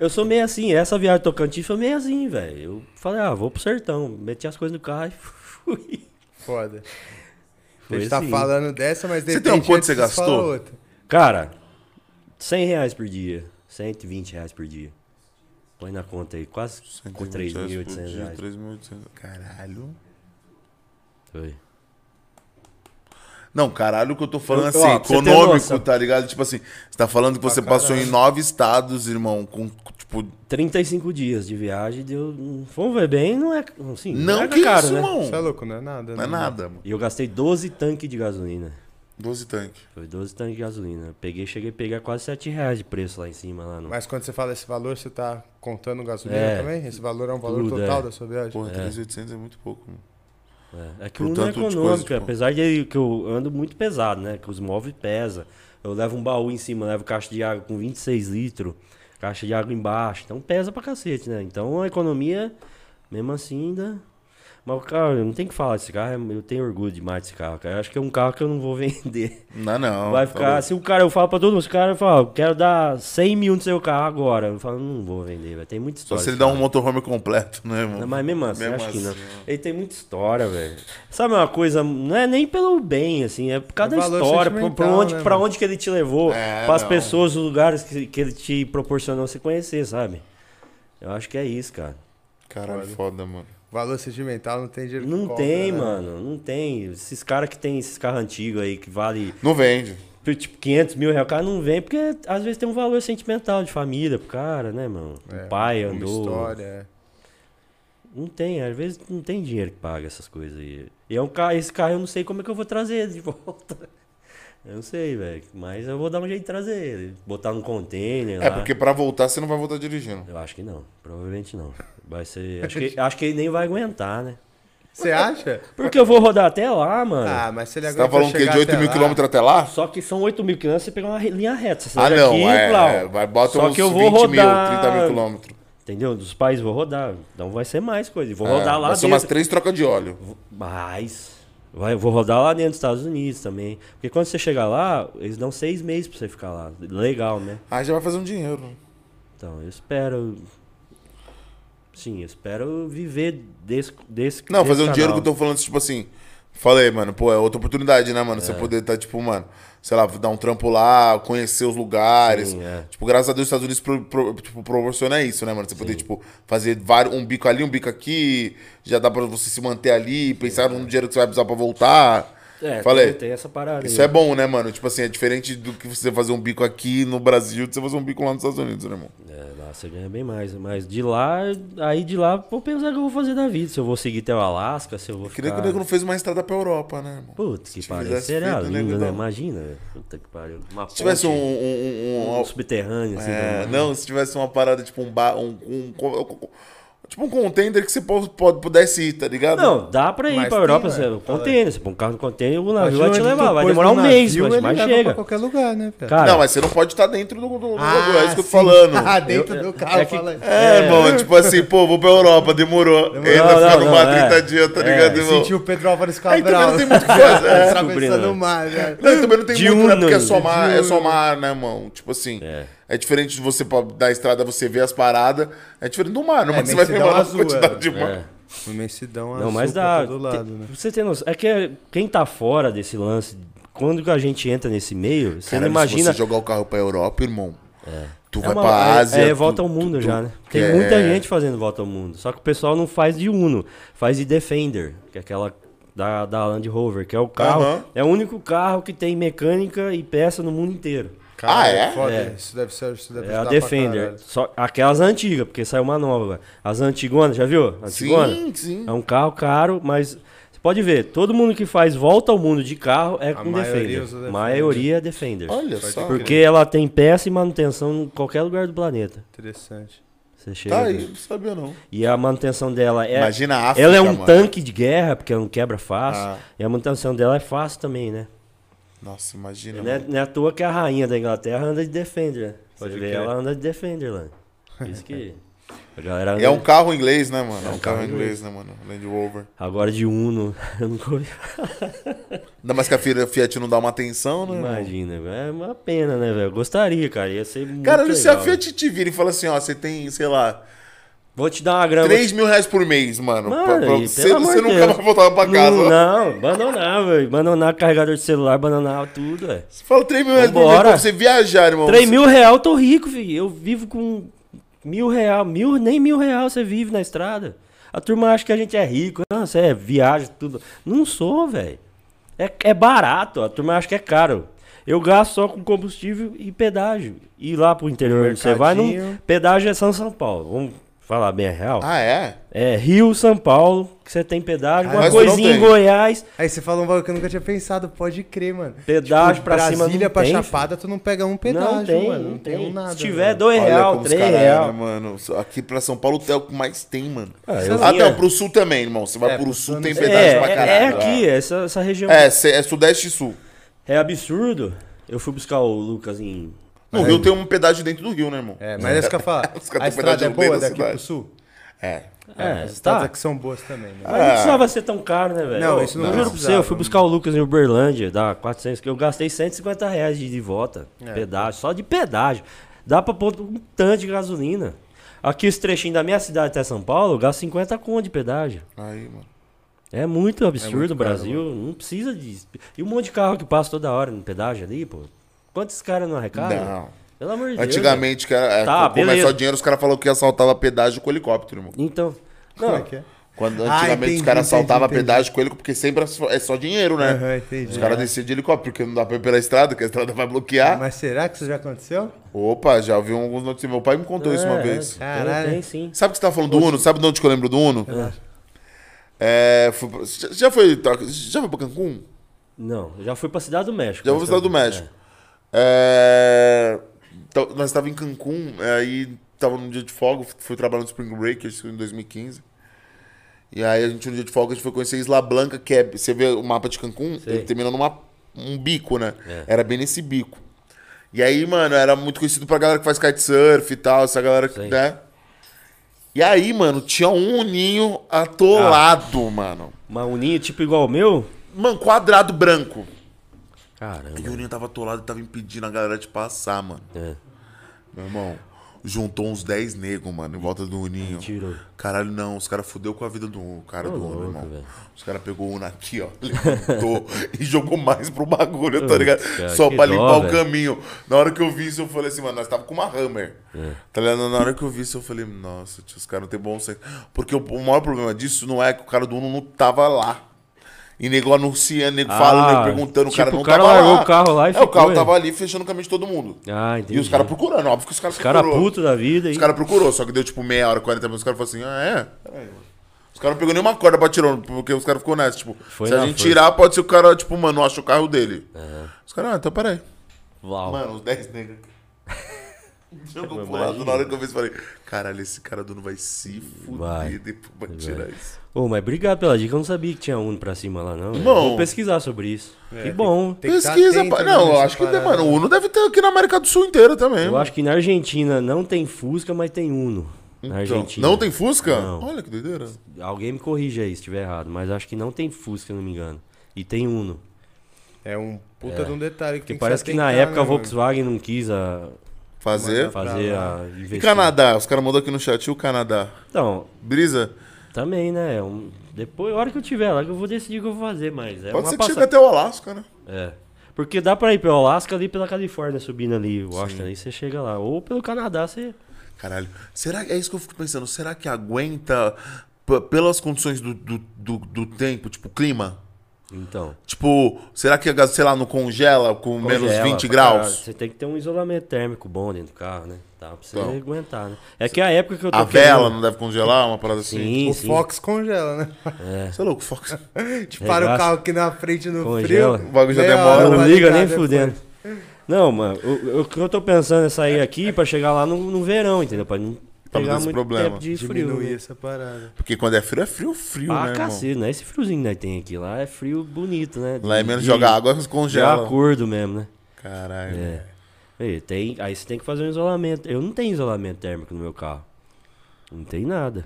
Speaker 3: Eu sou meio assim, essa viagem do Tocantins foi meio assim, velho. Eu falei, ah, vou pro sertão, meti as coisas no carro e fui.
Speaker 2: Foda. A
Speaker 3: Foi
Speaker 2: gente tá
Speaker 3: assim.
Speaker 2: falando dessa, mas de
Speaker 1: Você tem um
Speaker 2: repente
Speaker 1: quanto você
Speaker 2: antes fala
Speaker 1: gastou?
Speaker 2: outra.
Speaker 3: Cara, 100 reais por dia, 120 reais por dia. Põe na conta aí, quase com 3.800 reais.
Speaker 1: 3.800. Caralho.
Speaker 3: Foi.
Speaker 1: Não, caralho, o que eu tô falando
Speaker 3: Eu-
Speaker 1: assim,
Speaker 3: ó, pra você ter
Speaker 1: econômico,
Speaker 3: noção.
Speaker 1: tá ligado? Tipo assim, você tá falando que você passou em nove estados, irmão, com, tipo.
Speaker 3: 35 dias de viagem, deu. Vamos ver bem, não é. Assim,
Speaker 1: Não,
Speaker 3: é
Speaker 1: que
Speaker 3: caro,
Speaker 1: isso,
Speaker 3: né?
Speaker 1: irmão?
Speaker 2: Você é louco, não é nada.
Speaker 1: Não é nada, mano.
Speaker 3: E eu gastei 12 tanques de gasolina.
Speaker 1: 12 tanques.
Speaker 3: Foi 12 tanques de gasolina. Peguei, cheguei a pegar quase 7 reais de preço lá em cima, lá no.
Speaker 2: Mas quando você fala esse valor, você tá contando gasolina
Speaker 3: É.
Speaker 2: também? Esse valor é um valor
Speaker 3: Tudo,
Speaker 2: total
Speaker 3: é.
Speaker 2: da sua viagem?
Speaker 1: Porra, 3.800 é muito pouco, mano.
Speaker 3: É, é que
Speaker 1: Por
Speaker 3: o mundo é
Speaker 1: tanto de coisa,
Speaker 3: econômico,
Speaker 1: tipo-
Speaker 3: apesar de que eu ando muito pesado, né? Que os móveis pesam. Eu levo um baú em cima, levo caixa de água com 26 litros, caixa de água embaixo. Então pesa pra cacete, né? Então a economia, mesmo assim, ainda. Mas, cara, eu não tem que falar desse carro, é, eu tenho orgulho demais desse carro, cara. Eu acho que é um carro que eu não vou vender.
Speaker 1: Não, não.
Speaker 3: Vai
Speaker 1: tá
Speaker 3: ficar, assim.
Speaker 1: louco.
Speaker 3: se o cara, eu falo pra todo mundo, se o cara fala, "Eu quero dar 100 mil no seu carro agora, eu falo, não vou vender, velho. Tem muita
Speaker 1: Só
Speaker 3: história.
Speaker 1: se ele dá
Speaker 3: desse carro.
Speaker 1: um motorhome completo, né, irmão?
Speaker 3: Não, mas mesmo assim,
Speaker 1: Mesmo
Speaker 3: acho que não.
Speaker 1: assim, ó.
Speaker 3: Ele tem muita história, velho. Sabe uma coisa, não é nem pelo bem, assim, é por
Speaker 2: É
Speaker 3: causa da
Speaker 2: valor
Speaker 3: história, pra, pra
Speaker 2: sentimental,
Speaker 3: onde,
Speaker 2: né,
Speaker 3: pra
Speaker 2: mano?
Speaker 3: onde que ele te levou,
Speaker 1: É,
Speaker 3: pras
Speaker 1: não.
Speaker 3: pessoas, os lugares que, que ele te proporcionou você conhecer, sabe? Eu acho que é isso, cara.
Speaker 1: Caralho,
Speaker 2: Foda.
Speaker 1: foda, mano.
Speaker 2: Valor sentimental não tem dinheiro que
Speaker 3: Não
Speaker 2: compra,
Speaker 3: tem,
Speaker 2: né?
Speaker 3: mano, não tem. Esses caras que tem esses carros antigos aí, que vale
Speaker 1: Não vende.
Speaker 3: tipo 500 mil reais, o cara não vem, porque às vezes tem um valor sentimental de família pro cara, né, mano?
Speaker 2: É,
Speaker 3: o pai
Speaker 2: Uma
Speaker 3: andou.
Speaker 2: história, é.
Speaker 3: Não tem, às vezes não tem dinheiro que paga essas coisas aí. E é um carro, esse carro eu não sei como é que eu vou trazer ele de volta. Eu não sei, velho. Mas eu vou dar um jeito de trazer ele. Botar num container lá.
Speaker 1: É, porque pra voltar você não vai voltar dirigindo.
Speaker 3: Eu acho que não. Provavelmente não. Vai ser. Acho que, acho que ele nem vai aguentar, né?
Speaker 2: Você acha?
Speaker 3: Porque eu vou rodar até lá, mano.
Speaker 2: Ah, mas se ele
Speaker 1: Você tá
Speaker 2: aguenta
Speaker 1: falando que
Speaker 2: chegar
Speaker 1: de 8
Speaker 2: até
Speaker 1: mil
Speaker 2: lá-
Speaker 1: quilômetros até lá?
Speaker 3: Só que são 8 mil quilômetros, você pega uma re- linha reta. Você
Speaker 1: Ah,
Speaker 3: sai
Speaker 1: não.
Speaker 3: daqui,
Speaker 1: é,
Speaker 3: plau.
Speaker 1: é, vai, bota
Speaker 3: Só
Speaker 1: uns
Speaker 3: que eu
Speaker 1: 20 mil,
Speaker 3: vou
Speaker 1: 30 mil
Speaker 3: rodar.
Speaker 1: quilômetros.
Speaker 3: Entendeu? Dos pais vou rodar. Então vai ser mais coisa. E Vou
Speaker 1: É,
Speaker 3: rodar lá
Speaker 1: Vai ser
Speaker 3: dentro.
Speaker 1: umas três trocas de óleo.
Speaker 3: Mas. Vai, eu vou rodar lá dentro dos Estados Unidos também. Porque quando você chegar lá, eles dão seis meses pra você ficar lá. Legal, né?
Speaker 1: Aí já vai fazer um dinheiro.
Speaker 3: Então, eu espero. Sim, eu espero viver desse. desse
Speaker 1: Não,
Speaker 3: desse
Speaker 1: fazer um dinheiro que eu tô
Speaker 3: canal.
Speaker 1: falando, tipo assim. Falei, mano, pô, é outra oportunidade, né, mano?
Speaker 3: É.
Speaker 1: Você poder tá, tipo, mano, sei lá, dar um trampo lá, conhecer os lugares.
Speaker 3: Sim, é.
Speaker 1: Tipo, graças a Deus, os Estados Unidos pro- pro- tipo, proporciona isso, né, mano? Você poder, tipo, fazer vários, um bico ali, um bico aqui, já dá pra você se manter ali, pensar no dinheiro que você vai precisar pra voltar.
Speaker 3: É,
Speaker 1: Falei.
Speaker 3: Tem, tem essa parada.
Speaker 1: Isso
Speaker 3: aí.
Speaker 1: é bom, né, mano? Tipo assim, é diferente do que você fazer um bico aqui no Brasil, de você fazer um bico lá nos Estados Unidos, né, irmão?
Speaker 3: É, lá você ganha bem mais. Mas de lá, aí de lá, vou pensar o que eu vou fazer da vida. Se eu vou seguir até o Alasca, se eu vou
Speaker 1: Queria
Speaker 3: ficar.
Speaker 1: que o nego não fez uma estrada pra Europa, né, irmão?
Speaker 3: Puta que
Speaker 1: Se
Speaker 3: pariu.
Speaker 1: tivesse
Speaker 3: Seria
Speaker 1: feito, o nego
Speaker 3: lindo, né?
Speaker 1: dava.
Speaker 3: Imagina, velho. Puta que pariu. Uma
Speaker 1: Se tivesse um.
Speaker 3: ponte,
Speaker 1: um- um- um-
Speaker 3: um subterrâneo, assim.
Speaker 1: É,
Speaker 3: né?
Speaker 1: não, se tivesse uma parada, tipo um bar, um, um- um- tipo um contender que você pode, pode- pudesse ir, tá ligado?
Speaker 3: Não, dá pra ir
Speaker 2: Mas
Speaker 3: pra
Speaker 2: tem,
Speaker 3: Europa,
Speaker 2: velho.
Speaker 3: você, container, você põe um carro no container, o navio vai
Speaker 2: Imagina
Speaker 3: te
Speaker 2: onde
Speaker 3: levar,
Speaker 2: tu
Speaker 3: vai
Speaker 2: pôs
Speaker 3: demorar
Speaker 2: no
Speaker 3: um mês,
Speaker 2: navio,
Speaker 3: mas,
Speaker 2: ele
Speaker 3: mas
Speaker 2: leva Pra
Speaker 3: chega.
Speaker 2: qualquer lugar, né, velho? Ah,
Speaker 3: Cara, Ah,
Speaker 1: Não, mas você não pode estar dentro do, do, do bagulho, é isso que eu tô
Speaker 2: sim.
Speaker 1: falando.
Speaker 2: Ah, dentro
Speaker 3: Eu-
Speaker 2: do carro,
Speaker 3: é que-
Speaker 2: fala aí.
Speaker 1: É, irmão, é tipo assim, pô, vou pra Europa, demorou.
Speaker 2: Demorou.
Speaker 1: Ele vai
Speaker 3: Não,
Speaker 1: ficar
Speaker 3: não,
Speaker 1: numa
Speaker 3: não,
Speaker 1: 30
Speaker 3: é.
Speaker 1: dias, tá
Speaker 3: É,
Speaker 1: ligado, irmão?
Speaker 2: Sentiu o Pedro Álvares
Speaker 1: Aí também
Speaker 2: Cabral.
Speaker 1: não tem muito o que fazer. é.
Speaker 2: Atravessando
Speaker 3: né? Descobrindo,
Speaker 2: o mar, velho.
Speaker 1: Não, também não tem
Speaker 3: De
Speaker 1: muito, né? Porque é
Speaker 3: Uno,
Speaker 1: somar,
Speaker 2: de
Speaker 1: é
Speaker 2: Uno.
Speaker 1: somar, né, irmão? Tipo assim, é,
Speaker 3: É.
Speaker 1: diferente de você pra- da estrada você ver as paradas, é diferente do mar, não,
Speaker 2: É,
Speaker 1: mas você
Speaker 2: imensidão
Speaker 1: vai ver uma
Speaker 2: azul,
Speaker 1: quantidade
Speaker 2: é.
Speaker 1: de mar.
Speaker 3: É.
Speaker 2: Uma imensidão
Speaker 3: Não, mas
Speaker 2: azul
Speaker 3: dá.
Speaker 2: pra todo lado,
Speaker 3: tem-
Speaker 2: né?
Speaker 3: Você tem noção. É que é- quem tá fora desse lance, quando que a gente entra nesse meio, você
Speaker 1: Caralho,
Speaker 3: não imagina.
Speaker 1: se você jogar o carro pra Europa, irmão, tu
Speaker 3: É
Speaker 1: vai
Speaker 3: uma-
Speaker 1: pra
Speaker 3: é-
Speaker 1: Ásia...
Speaker 3: É,
Speaker 1: tu-
Speaker 3: volta ao
Speaker 1: tu-
Speaker 3: mundo
Speaker 1: tu-
Speaker 3: já, né? Tem
Speaker 1: é.
Speaker 3: muita gente fazendo volta ao mundo. Só que o pessoal não faz de Uno, faz de Defender, que é aquela da, da Land Rover, que é o carro.
Speaker 1: Aham.
Speaker 3: É o único carro que tem mecânica e peça no mundo inteiro.
Speaker 1: Ah, é?
Speaker 2: Foda,
Speaker 3: É.
Speaker 2: Isso deve ser. Isso deve
Speaker 3: É a
Speaker 2: ajudar pra
Speaker 3: Defender.
Speaker 2: caralho.
Speaker 3: Só aquelas antigas, porque saiu uma nova agora. As antigonas, já viu? Antigona?
Speaker 1: Sim, sim.
Speaker 3: É um carro caro, mas você pode ver, todo mundo que faz volta ao mundo de carro é com
Speaker 2: maioria
Speaker 3: Defender.
Speaker 2: usa Defender.
Speaker 3: maioria é Defender.
Speaker 1: Olha só.
Speaker 3: Porque ela tem peça e manutenção em qualquer lugar do planeta.
Speaker 2: Interessante.
Speaker 3: Você chega.
Speaker 1: Tá aí, não sabia não.
Speaker 3: E a manutenção dela é.
Speaker 1: Imagina a África,
Speaker 3: ela é um
Speaker 1: mano.
Speaker 3: tanque de guerra, porque ela não quebra fácil.
Speaker 1: Ah.
Speaker 3: E a manutenção dela é fácil também, né?
Speaker 1: Nossa, imagina.
Speaker 3: Não é,
Speaker 1: mano.
Speaker 3: não é à toa que a rainha da Inglaterra anda de Defender. Pode
Speaker 2: Pode
Speaker 3: ver,
Speaker 2: crer.
Speaker 3: ela anda de Defender lá. Por Isso que. A galera anda
Speaker 1: É um carro inglês, né, mano? É um
Speaker 3: um
Speaker 1: carro
Speaker 3: carro
Speaker 1: inglês, né, mano? Land Rover.
Speaker 3: Agora de Uno, eu nunca ouvi.
Speaker 1: Ainda mais que a Fiat Fiat não dá uma atenção, né? irmão?
Speaker 3: Imagina, é uma pena, né, velho? Eu Gostaria, cara. Ia ser muito.
Speaker 1: Caralho, se a
Speaker 3: legal.
Speaker 1: Fiat te vira e fala assim, ó, você tem, sei lá,
Speaker 3: Vou te dar uma grana. vou te-
Speaker 1: 3 mil reais por mês, mano.
Speaker 3: É, Mano,
Speaker 1: pra- pra-
Speaker 3: e
Speaker 1: você
Speaker 3: pelo amor
Speaker 1: você
Speaker 3: de
Speaker 1: nunca
Speaker 3: Deus.
Speaker 1: vai voltar pra casa.
Speaker 3: Não, não, abandonar, velho. Abandonar carregador de celular, abandonar tudo, é. velho.
Speaker 1: Você fala 3 mil reais por mês
Speaker 3: Vambora.
Speaker 1: pra você viajar, irmão.
Speaker 3: 3
Speaker 1: Você-
Speaker 3: mil real, eu tô rico, filho. Eu vivo com mil real. Mil, nem mil real você vive na estrada. A turma acha que a gente é rico. Não, você é, viaja, tudo. Não sou, velho. É, é barato. A turma acha que é caro. Eu gasto só com combustível e pedágio. E lá pro interior onde você vai, não,
Speaker 2: Mercadinho.
Speaker 3: pedágio é São São Paulo. Vamos falar bem a real.
Speaker 1: Ah, é?
Speaker 3: É Rio, São Paulo, que você tem pedágio.
Speaker 2: Ah,
Speaker 3: uma
Speaker 1: mas eu não
Speaker 3: coisinha em
Speaker 1: tenho.
Speaker 3: Goiás.
Speaker 2: Aí você falou um bagulho que eu nunca tinha pensado, pode crer, mano. Tipo,
Speaker 3: Pedágio pra cima
Speaker 2: Brasília
Speaker 3: não
Speaker 2: pra
Speaker 3: tem,
Speaker 2: Chapada, tu não pega um pedágio,
Speaker 3: não tem,
Speaker 2: mano.
Speaker 3: não tem.
Speaker 2: um nada.
Speaker 3: Se tiver
Speaker 2: mano.
Speaker 3: 2
Speaker 1: Olha
Speaker 3: real,
Speaker 1: como os
Speaker 3: 3
Speaker 1: caras
Speaker 3: real.
Speaker 1: eram, mano. Aqui pra São Paulo é o que mais tem, mano.
Speaker 3: Ah, eu
Speaker 1: ah,
Speaker 3: vinha-
Speaker 1: não, pro sul também, irmão. Você vai
Speaker 2: É,
Speaker 1: pro
Speaker 2: pro
Speaker 1: sul,
Speaker 2: sul
Speaker 1: tem
Speaker 2: não sei.
Speaker 1: pedaço
Speaker 3: é,
Speaker 1: pra
Speaker 3: é-
Speaker 1: caralho.
Speaker 3: é aqui, essa, essa região.
Speaker 1: É,
Speaker 3: É.
Speaker 1: cê- é sudeste e sul.
Speaker 3: absurdo. Eu fui buscar o Lucas em.
Speaker 1: No Rio tem um pedágio dentro do Rio, né, irmão?
Speaker 2: É, mas é isso que eu ia falar.
Speaker 1: Os caras têm
Speaker 2: A
Speaker 1: pedágio
Speaker 2: estrada é
Speaker 1: no meio
Speaker 2: boa
Speaker 1: da
Speaker 2: daqui
Speaker 1: cidade.
Speaker 2: pro sul?
Speaker 1: É.
Speaker 3: É, É,
Speaker 2: As
Speaker 3: tá. Ah,
Speaker 2: estradas aqui são boas também, né?
Speaker 3: Mas não precisava ser tão caro, né, velho?
Speaker 2: Não,
Speaker 3: Eu-
Speaker 2: isso não
Speaker 3: Eu juro pra
Speaker 2: precisava,
Speaker 3: você, eu fui
Speaker 2: não.
Speaker 3: buscar o Lucas em Uberlândia, dá 400, que eu gastei 150 reais de, de volta,
Speaker 2: É.
Speaker 3: pedágio, só de pedágio. Dá pra pôr um tanto de gasolina. Aqui, esse trechinho da minha cidade até São Paulo, eu gasto 50 conto de pedágio.
Speaker 1: Aí, mano.
Speaker 3: É muito absurdo
Speaker 2: muito
Speaker 3: o
Speaker 2: caro,
Speaker 3: Brasil, não precisa disso. E um monte de carro que passa toda hora no pedágio ali, pô. Quantos caras não arrecadam?
Speaker 1: Não.
Speaker 3: Pelo amor de Deus.
Speaker 1: Antigamente, que era,
Speaker 3: Tá,
Speaker 1: começou
Speaker 3: beleza.
Speaker 1: o dinheiro, os caras falaram que assaltava pedágio com helicóptero, irmão.
Speaker 3: velho. Então,
Speaker 2: Como
Speaker 3: não,
Speaker 2: é que é?
Speaker 1: Quando
Speaker 2: Ah,
Speaker 1: antigamente
Speaker 2: entendi,
Speaker 1: os caras
Speaker 2: entendi,
Speaker 1: assaltavam
Speaker 2: entendi.
Speaker 1: pedágio com ele, porque sempre é só- é só dinheiro, né?
Speaker 2: Aham, entendi. É.
Speaker 1: Os caras desciam de helicóptero, porque não dá pra ir pela estrada, porque a estrada vai
Speaker 3: Ah.
Speaker 1: bloquear.
Speaker 2: Mas será que isso já aconteceu?
Speaker 1: Opa, já ouvi alguns notícias. Meu pai me contou isso uma
Speaker 3: é,
Speaker 1: vez.
Speaker 3: tem-
Speaker 2: Caralho.
Speaker 3: Tem sim.
Speaker 1: Sabe o que você tava falando do Uno? Sabe de onde que eu lembro do Uno? É, fui pra- já já foi, já foi pra Cancún?
Speaker 3: Não, eu já fui pra Cidade do México. né?
Speaker 1: Já vou visitar do México. É, então, nós estávamos em Cancún, é, aí tava num dia de folga, fui- fui trabalhar no Spring Break, isso em 2015. E aí a gente, num dia de folga, a gente foi conhecer Isla Blanca, que é. Você vê o mapa de Cancún,
Speaker 3: Sei.
Speaker 1: ele termina num um bico, né? Era bem nesse bico. E aí, mano, era muito conhecido pra galera que faz kitesurf e tal, essa galera que.
Speaker 3: Sei.
Speaker 1: Né? E aí, mano, tinha um uninho atolado, mano.
Speaker 3: Uma uninha tipo igual o meu?
Speaker 1: Mano, quadrado branco. E
Speaker 3: Caramba.
Speaker 1: o uninho tava atolado e tava impedindo a galera de passar, mano.
Speaker 3: É.
Speaker 1: Meu irmão, juntou uns 10 negros, mano, em volta do Uninho.
Speaker 3: Mentira.
Speaker 1: Caralho, não, os caras fudeu com a vida do um, cara do Uno,
Speaker 3: louco,
Speaker 1: irmão.
Speaker 3: velho.
Speaker 1: Os caras pegou o Uno aqui, ó, levantou e jogou mais pro bagulho, tá
Speaker 3: Putz,
Speaker 1: ligado?
Speaker 3: cara,
Speaker 1: Só
Speaker 3: que
Speaker 1: pra
Speaker 3: dó,
Speaker 1: limpar o
Speaker 3: velho.
Speaker 1: caminho. Na hora que eu vi isso, eu falei assim, mano, nós tava com uma Hammer.
Speaker 3: É.
Speaker 1: Tá ligado? Na hora que eu vi isso, eu falei, nossa, tio, os caras não tem bom senso. Porque o, o maior problema disso não é que o cara do Uno não tava lá. E nego anunciando, nego
Speaker 3: Ah,
Speaker 1: falando, nego perguntando, o
Speaker 3: tipo,
Speaker 1: cara não
Speaker 3: o cara
Speaker 1: tava
Speaker 3: largou
Speaker 1: lá.
Speaker 3: o carro lá e
Speaker 1: é, o
Speaker 3: ficou,
Speaker 1: carro
Speaker 3: é.
Speaker 1: tava ali fechando o caminho de todo mundo.
Speaker 3: Ah, entendi.
Speaker 1: E os caras procurando, óbvio que os caras
Speaker 3: Os caras
Speaker 1: procurou.
Speaker 3: putos da vida aí.
Speaker 1: Os caras procurou, só que deu tipo meia hora, 40 minutos, os caras falaram assim, ah, é? Peraí, mano. Os caras não pegou nenhuma corda pra tirar, porque os caras ficou nessa, tipo,
Speaker 3: Foi
Speaker 1: se a
Speaker 3: na
Speaker 1: gente
Speaker 3: força.
Speaker 1: tirar, pode ser o cara, tipo, mano, não acha o carro dele. Os caras, ah, então peraí.
Speaker 3: Uau.
Speaker 1: Mano, os 10 negros. Jogou pro
Speaker 3: Imagina.
Speaker 1: lado, na hora que eu vi isso, falei, caralho, esse cara dono vai se fuder
Speaker 3: Vai.
Speaker 1: depois pra tirar isso.
Speaker 3: Ô, mas obrigado pela dica. Eu não sabia que tinha Uno pra cima lá, não. velho.
Speaker 1: Bom.
Speaker 3: Vou pesquisar sobre isso.
Speaker 2: É,
Speaker 3: que
Speaker 2: tem-
Speaker 3: bom.
Speaker 2: tem que tá
Speaker 1: Pesquisa,
Speaker 2: atento,
Speaker 1: pá.
Speaker 2: né,
Speaker 1: não, eu
Speaker 2: nessa
Speaker 1: acho que,
Speaker 2: parada.
Speaker 1: mano, o Uno deve ter aqui na América do Sul inteira também.
Speaker 3: Eu
Speaker 1: mano.
Speaker 3: acho que na Argentina não tem Fusca, mas tem Uno. Na
Speaker 1: Então,
Speaker 3: Argentina.
Speaker 1: não tem Fusca?
Speaker 3: Não.
Speaker 1: Olha que doideira.
Speaker 3: Alguém me corrija aí se estiver errado, mas acho que não tem Fusca, não me engano. E tem Uno.
Speaker 2: É um puta de um detalhe que
Speaker 3: Porque
Speaker 2: tem
Speaker 3: parece
Speaker 2: se
Speaker 3: que na
Speaker 2: atentar,
Speaker 3: época
Speaker 2: né,
Speaker 3: a
Speaker 2: mano?
Speaker 3: Volkswagen não quis a-
Speaker 1: Fazer.
Speaker 3: fazer
Speaker 2: lá.
Speaker 3: a
Speaker 1: E
Speaker 3: investir.
Speaker 1: Canadá? Os caras mandou aqui no chat, e o Canadá?
Speaker 3: Então,
Speaker 1: Brisa?
Speaker 3: também, né? é um- Depois, a hora que eu tiver lá, que eu vou decidir o que eu vou fazer, mas é
Speaker 1: Pode ser
Speaker 3: uma
Speaker 1: que
Speaker 3: passa-
Speaker 1: chegue até o Alasca, né?
Speaker 3: É. Porque dá pra ir pelo Alasca ali pela Califórnia, subindo ali, Washington, aí você chega lá. Ou pelo Canadá, você.
Speaker 1: Caralho. Será é isso que eu fico pensando? Será que aguenta p- pelas condições do, do, do, do tempo, tipo clima?
Speaker 3: Então.
Speaker 1: Tipo, será que, a gas- sei lá, não congela com menos
Speaker 3: congela
Speaker 1: 20
Speaker 3: pra caralho.
Speaker 1: graus?
Speaker 3: Você tem que ter um isolamento térmico bom dentro do carro, né? Tá, pra você
Speaker 1: Então.
Speaker 3: aguentar, né? É que a época que eu tô.
Speaker 1: A vela né?
Speaker 3: querendo-
Speaker 1: não deve congelar, uma parada assim.
Speaker 3: Sim,
Speaker 2: O
Speaker 3: sim.
Speaker 2: Fox congela, né?
Speaker 1: Você é louco, Fox.
Speaker 2: Te para o
Speaker 3: Regaça.
Speaker 2: carro aqui na frente no
Speaker 3: Congela.
Speaker 2: frio.
Speaker 1: O bagulho já
Speaker 2: meia
Speaker 1: demora.
Speaker 2: hora é
Speaker 3: Não
Speaker 2: pra
Speaker 3: liga
Speaker 2: ligar
Speaker 3: nem
Speaker 2: depois.
Speaker 3: fudendo. Não, mano, o, o que eu tô pensando é sair aqui pra chegar lá no, no verão, entendeu? Pra não
Speaker 1: Pra não ter
Speaker 3: pegar
Speaker 1: esse
Speaker 3: muito
Speaker 1: problema.
Speaker 3: tempo de frio.
Speaker 2: Diminuir
Speaker 3: né?
Speaker 2: essa parada.
Speaker 1: Porque quando é frio, é frio, frio,
Speaker 3: Ah,
Speaker 1: né, irmão?
Speaker 3: cacete, né? Esse friozinho que nós tem aqui lá é frio bonito, né?
Speaker 1: Lá é
Speaker 3: De-
Speaker 1: menos
Speaker 3: de-
Speaker 1: jogar água,
Speaker 3: De
Speaker 1: congela.
Speaker 3: acordo mesmo, né?
Speaker 1: Caralho.
Speaker 3: É. Aí, tem, aí você tem que fazer um isolamento. Eu não tenho isolamento térmico no meu carro. Não tem nada.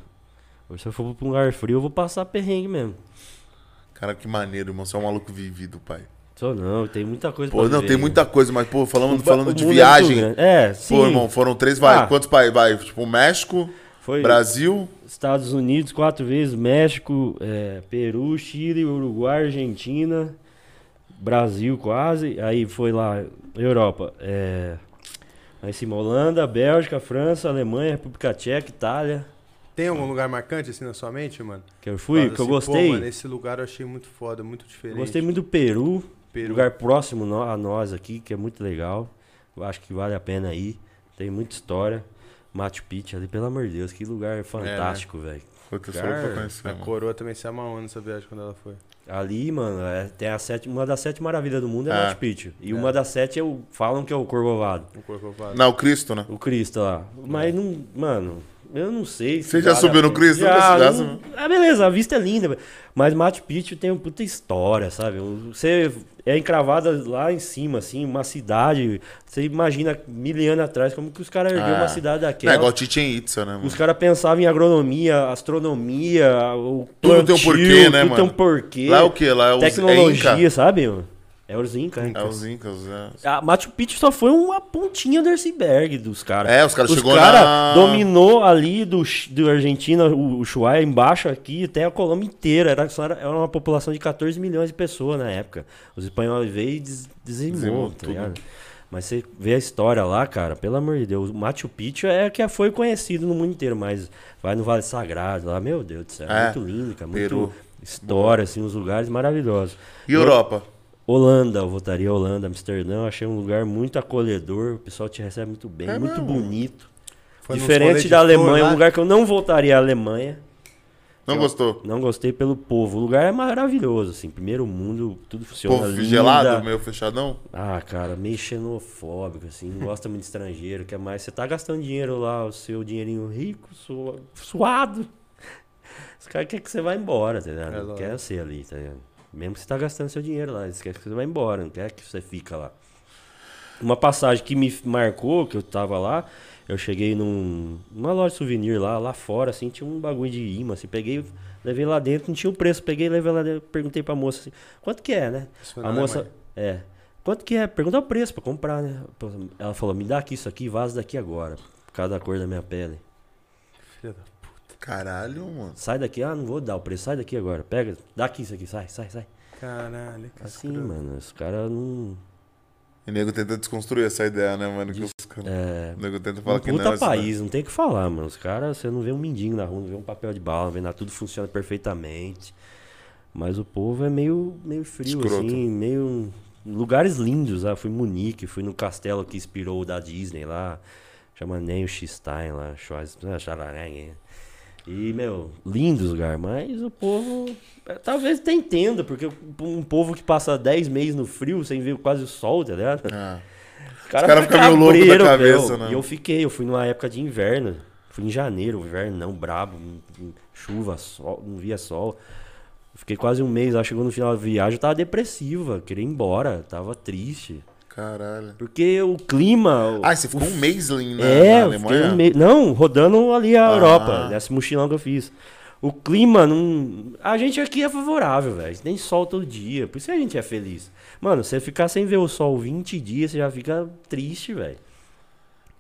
Speaker 3: Ou se eu for pra um lugar frio, eu vou passar perrengue mesmo.
Speaker 1: Cara, que maneiro, irmão. Você é um maluco vivido, pai.
Speaker 3: Só não, tem muita coisa
Speaker 1: Pô,
Speaker 3: pra
Speaker 1: não,
Speaker 3: viver,
Speaker 1: tem
Speaker 3: né?
Speaker 1: muita coisa, mas, pô, falando,
Speaker 3: O ba-
Speaker 1: falando
Speaker 3: o
Speaker 1: de
Speaker 3: mundo é muito
Speaker 1: viagem.
Speaker 3: grande. É, sim.
Speaker 1: Pô, irmão, foram três, vai.
Speaker 3: Ah.
Speaker 1: Quantos países? Vai, tipo, México,
Speaker 3: Foi
Speaker 1: Brasil.
Speaker 3: Estados Unidos quatro vezes, México, é, Peru, Chile, Uruguai, Argentina, Brasil quase. Aí foi lá, Europa. É, aí sim, Holanda, Bélgica, França, Alemanha, República Tcheca, Itália.
Speaker 2: Tem algum lugar marcante assim na sua mente, mano?
Speaker 3: Que eu fui,
Speaker 2: Fala
Speaker 3: que eu
Speaker 2: assim,
Speaker 3: gostei.
Speaker 2: Pô, mano, esse lugar eu achei muito foda, muito
Speaker 3: Eu
Speaker 2: diferente.
Speaker 3: Gostei muito do Peru,
Speaker 2: Peru.
Speaker 3: lugar próximo no- a nós aqui, que é muito legal. Eu acho que vale a pena ir. Tem muita história. Machu Picchu ali, pelo amor de Deus, que
Speaker 2: É, né?
Speaker 3: lugar fantástico, velho.
Speaker 1: Puta,
Speaker 3: sou louco pra
Speaker 2: A coroa também se amarrou nessa viagem quando ela foi.
Speaker 3: Ali, mano, é- tem a sete, uma das sete maravilhas do mundo é
Speaker 1: Ah.
Speaker 3: Machu Picchu. E uma das sete é o, falam que é o Corcovado,
Speaker 2: Um corcovado.
Speaker 1: Não, o Cristo, né?
Speaker 3: o Cristo lá. Mas não, mano, Eu não sei. se
Speaker 1: Você já
Speaker 3: vale
Speaker 1: subiu
Speaker 3: a
Speaker 1: no
Speaker 3: pena.
Speaker 1: Cristo?
Speaker 3: Já,
Speaker 1: Já
Speaker 3: não-
Speaker 1: subiu.
Speaker 3: Ah, beleza, a vista é linda. velho. Mas Machu Picchu tem uma puta história, sabe? Um- Você é encravada lá em cima, assim, uma cidade. Você imagina mil um anos atrás como que os caras ergueu
Speaker 1: Ah.
Speaker 3: uma cidade
Speaker 1: Não,
Speaker 3: daquela.
Speaker 1: é igual Chichen Itza, né, mano?
Speaker 3: Os caras pensavam em agronomia, astronomia, o plantio,
Speaker 1: Tudo tem um porquê, né,
Speaker 3: tudo tem um
Speaker 1: mano?
Speaker 3: porquê.
Speaker 1: Lá é o quê? Lá é os- é
Speaker 3: Tecnologia,
Speaker 1: Inca?
Speaker 3: sabe? mano? É os Inca. né?
Speaker 1: É os Incas, né?
Speaker 3: A Machu Picchu só foi uma pontinha do iceberg dos caras.
Speaker 1: É, os caras chegou
Speaker 3: cara
Speaker 1: na-
Speaker 3: dominou ali do, Ch- do Argentina, o, o Ushuaia, embaixo aqui, até a Colômbia inteira. Era, só era, era uma população de 14 milhões de pessoas na época. Os espanhóis veio e des, dizimou,
Speaker 1: Dizimou
Speaker 3: tá
Speaker 1: tudo.
Speaker 3: ligado? Mas você vê a história lá, cara, pelo amor de Deus. O Machu Picchu é que foi conhecido no mundo inteiro, mas vai no Vale Sagrado lá, meu Deus do céu.
Speaker 1: É.
Speaker 3: Muito lindo, cara. Muito
Speaker 1: Peru.
Speaker 3: história, assim, uns lugares maravilhosos.
Speaker 1: E Europa?
Speaker 3: Holanda, eu votaria Holanda, Amsterdã, eu achei um lugar muito acolhedor, o pessoal te recebe muito bem,
Speaker 1: É
Speaker 3: muito
Speaker 1: mesmo?
Speaker 3: bonito.
Speaker 2: Foi nos rolê
Speaker 3: Diferente
Speaker 2: de
Speaker 3: da
Speaker 2: flor
Speaker 3: Alemanha,
Speaker 2: lá.
Speaker 3: um lugar que eu não voltaria à Alemanha.
Speaker 1: Não
Speaker 3: Eu-
Speaker 1: gostou?
Speaker 3: Não gostei pelo povo. O lugar é maravilhoso, assim, primeiro mundo, tudo funciona
Speaker 1: Povo
Speaker 3: linda.
Speaker 1: gelado, meio fechadão?
Speaker 3: Ah, cara, meio xenofóbico, assim, não gosta muito de estrangeiro, quer mais. Você tá gastando dinheiro lá, o seu dinheirinho rico, sua- suado. Os caras querem que você vá embora, tá ligado?
Speaker 2: É
Speaker 3: não
Speaker 2: lógico.
Speaker 3: quer você ali, tá ligado? Mesmo que você tá gastando seu dinheiro lá, eles querem que você vá embora, não quer que você fica lá. Uma passagem que me marcou, que eu tava lá, eu cheguei num, numa loja de souvenir lá, lá fora, assim, tinha um bagulho de imã, assim, peguei, levei lá dentro, não tinha o preço, peguei, levei lá dentro, perguntei pra moça, assim, quanto que é, né?
Speaker 2: Isso foi na
Speaker 3: a moça,
Speaker 2: Alemanha.
Speaker 3: é, quanto que é? Pergunta o preço pra comprar, né? Pô, Ela falou, me dá aqui isso aqui, vaza daqui agora, por causa da cor da minha pele.
Speaker 1: Caralho, mano.
Speaker 3: Sai daqui, ah, não vou dar o preço, sai daqui agora, pega, dá aqui isso aqui, sai, sai, sai.
Speaker 2: Caralho, que
Speaker 3: Assim,
Speaker 2: escroto.
Speaker 3: mano, os caras não...
Speaker 1: E nego tenta desconstruir essa ideia, né, mano? Que os caras.
Speaker 3: É,
Speaker 1: O nego tenta
Speaker 3: Um
Speaker 1: falar que não.
Speaker 3: puta
Speaker 1: isso é
Speaker 3: país, não tem o que falar, mano. Os caras, você não vê um mindinho na rua, não vê um papel de bala, não vê nada, tudo funciona perfeitamente. Mas o povo é meio, meio frio,
Speaker 1: Escroto.
Speaker 3: assim, meio. Lugares lindos, ah, fui em Munique, fui no castelo que inspirou o da Disney lá, chama Neil Stein lá, Schwarz, ah, Schwarzenegger. E, meu, lindos lugar, mas o povo. é, Talvez até entenda, porque um povo que passa 10 meses no frio sem ver quase o sol, tá ligado?
Speaker 1: Ah.
Speaker 3: O cara,
Speaker 1: Os cara fica meio louco da
Speaker 3: cabreiro,
Speaker 1: cabeça,
Speaker 3: meu.
Speaker 1: né?
Speaker 3: E eu fiquei, eu fui numa época de inverno. Fui em janeiro, inverno não, brabo, hum, hum, chuva, sol, não via sol. Fiquei quase um mês, lá chegou no final da viagem, eu tava depressiva, queria ir embora, tava triste.
Speaker 1: Caralho.
Speaker 3: Porque o clima. o-
Speaker 1: Ah, você ficou um mês ali na,
Speaker 3: é,
Speaker 1: na
Speaker 3: eu fiquei
Speaker 1: Alemanha?
Speaker 3: um mês. Não, rodando ali a
Speaker 1: Ah.
Speaker 3: Europa, nesse mochilão que eu fiz. O clima não. A gente aqui é favorável, velho. Tem sol todo dia. Por isso que a gente é feliz. Mano, você ficar sem ver o sol 20 dias, você já fica triste, velho.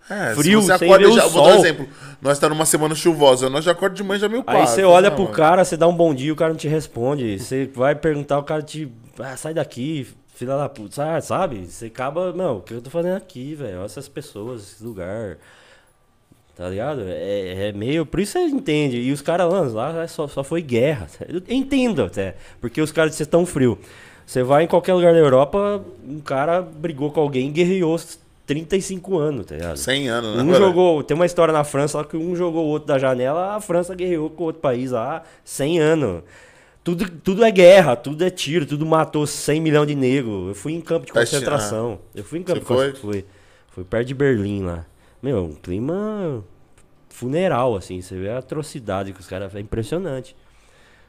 Speaker 1: É,
Speaker 3: Frio,
Speaker 1: se você
Speaker 3: sem
Speaker 1: acorda
Speaker 3: ver o
Speaker 1: já. Vou dar um
Speaker 3: sol.
Speaker 1: exemplo. Nós tá numa semana chuvosa, nós já acorda de manhã já meio
Speaker 3: Aí
Speaker 1: quase,
Speaker 3: você olha
Speaker 1: né,
Speaker 3: pro
Speaker 1: mano?
Speaker 3: cara, você dá um bom dia, o cara não te responde. Você vai perguntar, o cara te. Ah, sai daqui, filha da puta. sa- Sabe? Você acaba. Não, o que eu tô fazendo aqui, velho? Olha essas pessoas, esse lugar. Tá ligado? É, é meio. Por isso você entende. E os caras lá, lá é só, só foi guerra. Eu entendo até. Porque os caras de ser tão frio. Você vai em qualquer lugar da Europa, um cara brigou com alguém e guerreou 35 anos, tá ligado?
Speaker 1: 100 anos, né?
Speaker 3: Um
Speaker 1: cara?
Speaker 3: jogou, tem uma história na França lá que um jogou o outro da janela, a França guerreou com outro país lá 100 anos. Tudo, tudo é guerra, tudo é tiro, tudo matou 100 milhões de negros. Eu fui em campo de
Speaker 1: Tá esti-
Speaker 3: concentração.
Speaker 2: ah.
Speaker 3: Eu fui em campo de
Speaker 1: Você foi?
Speaker 3: concentração. Fui. Fui perto de Berlim lá. Meu, um clima funeral, assim. Você vê a atrocidade que os caras. É impressionante.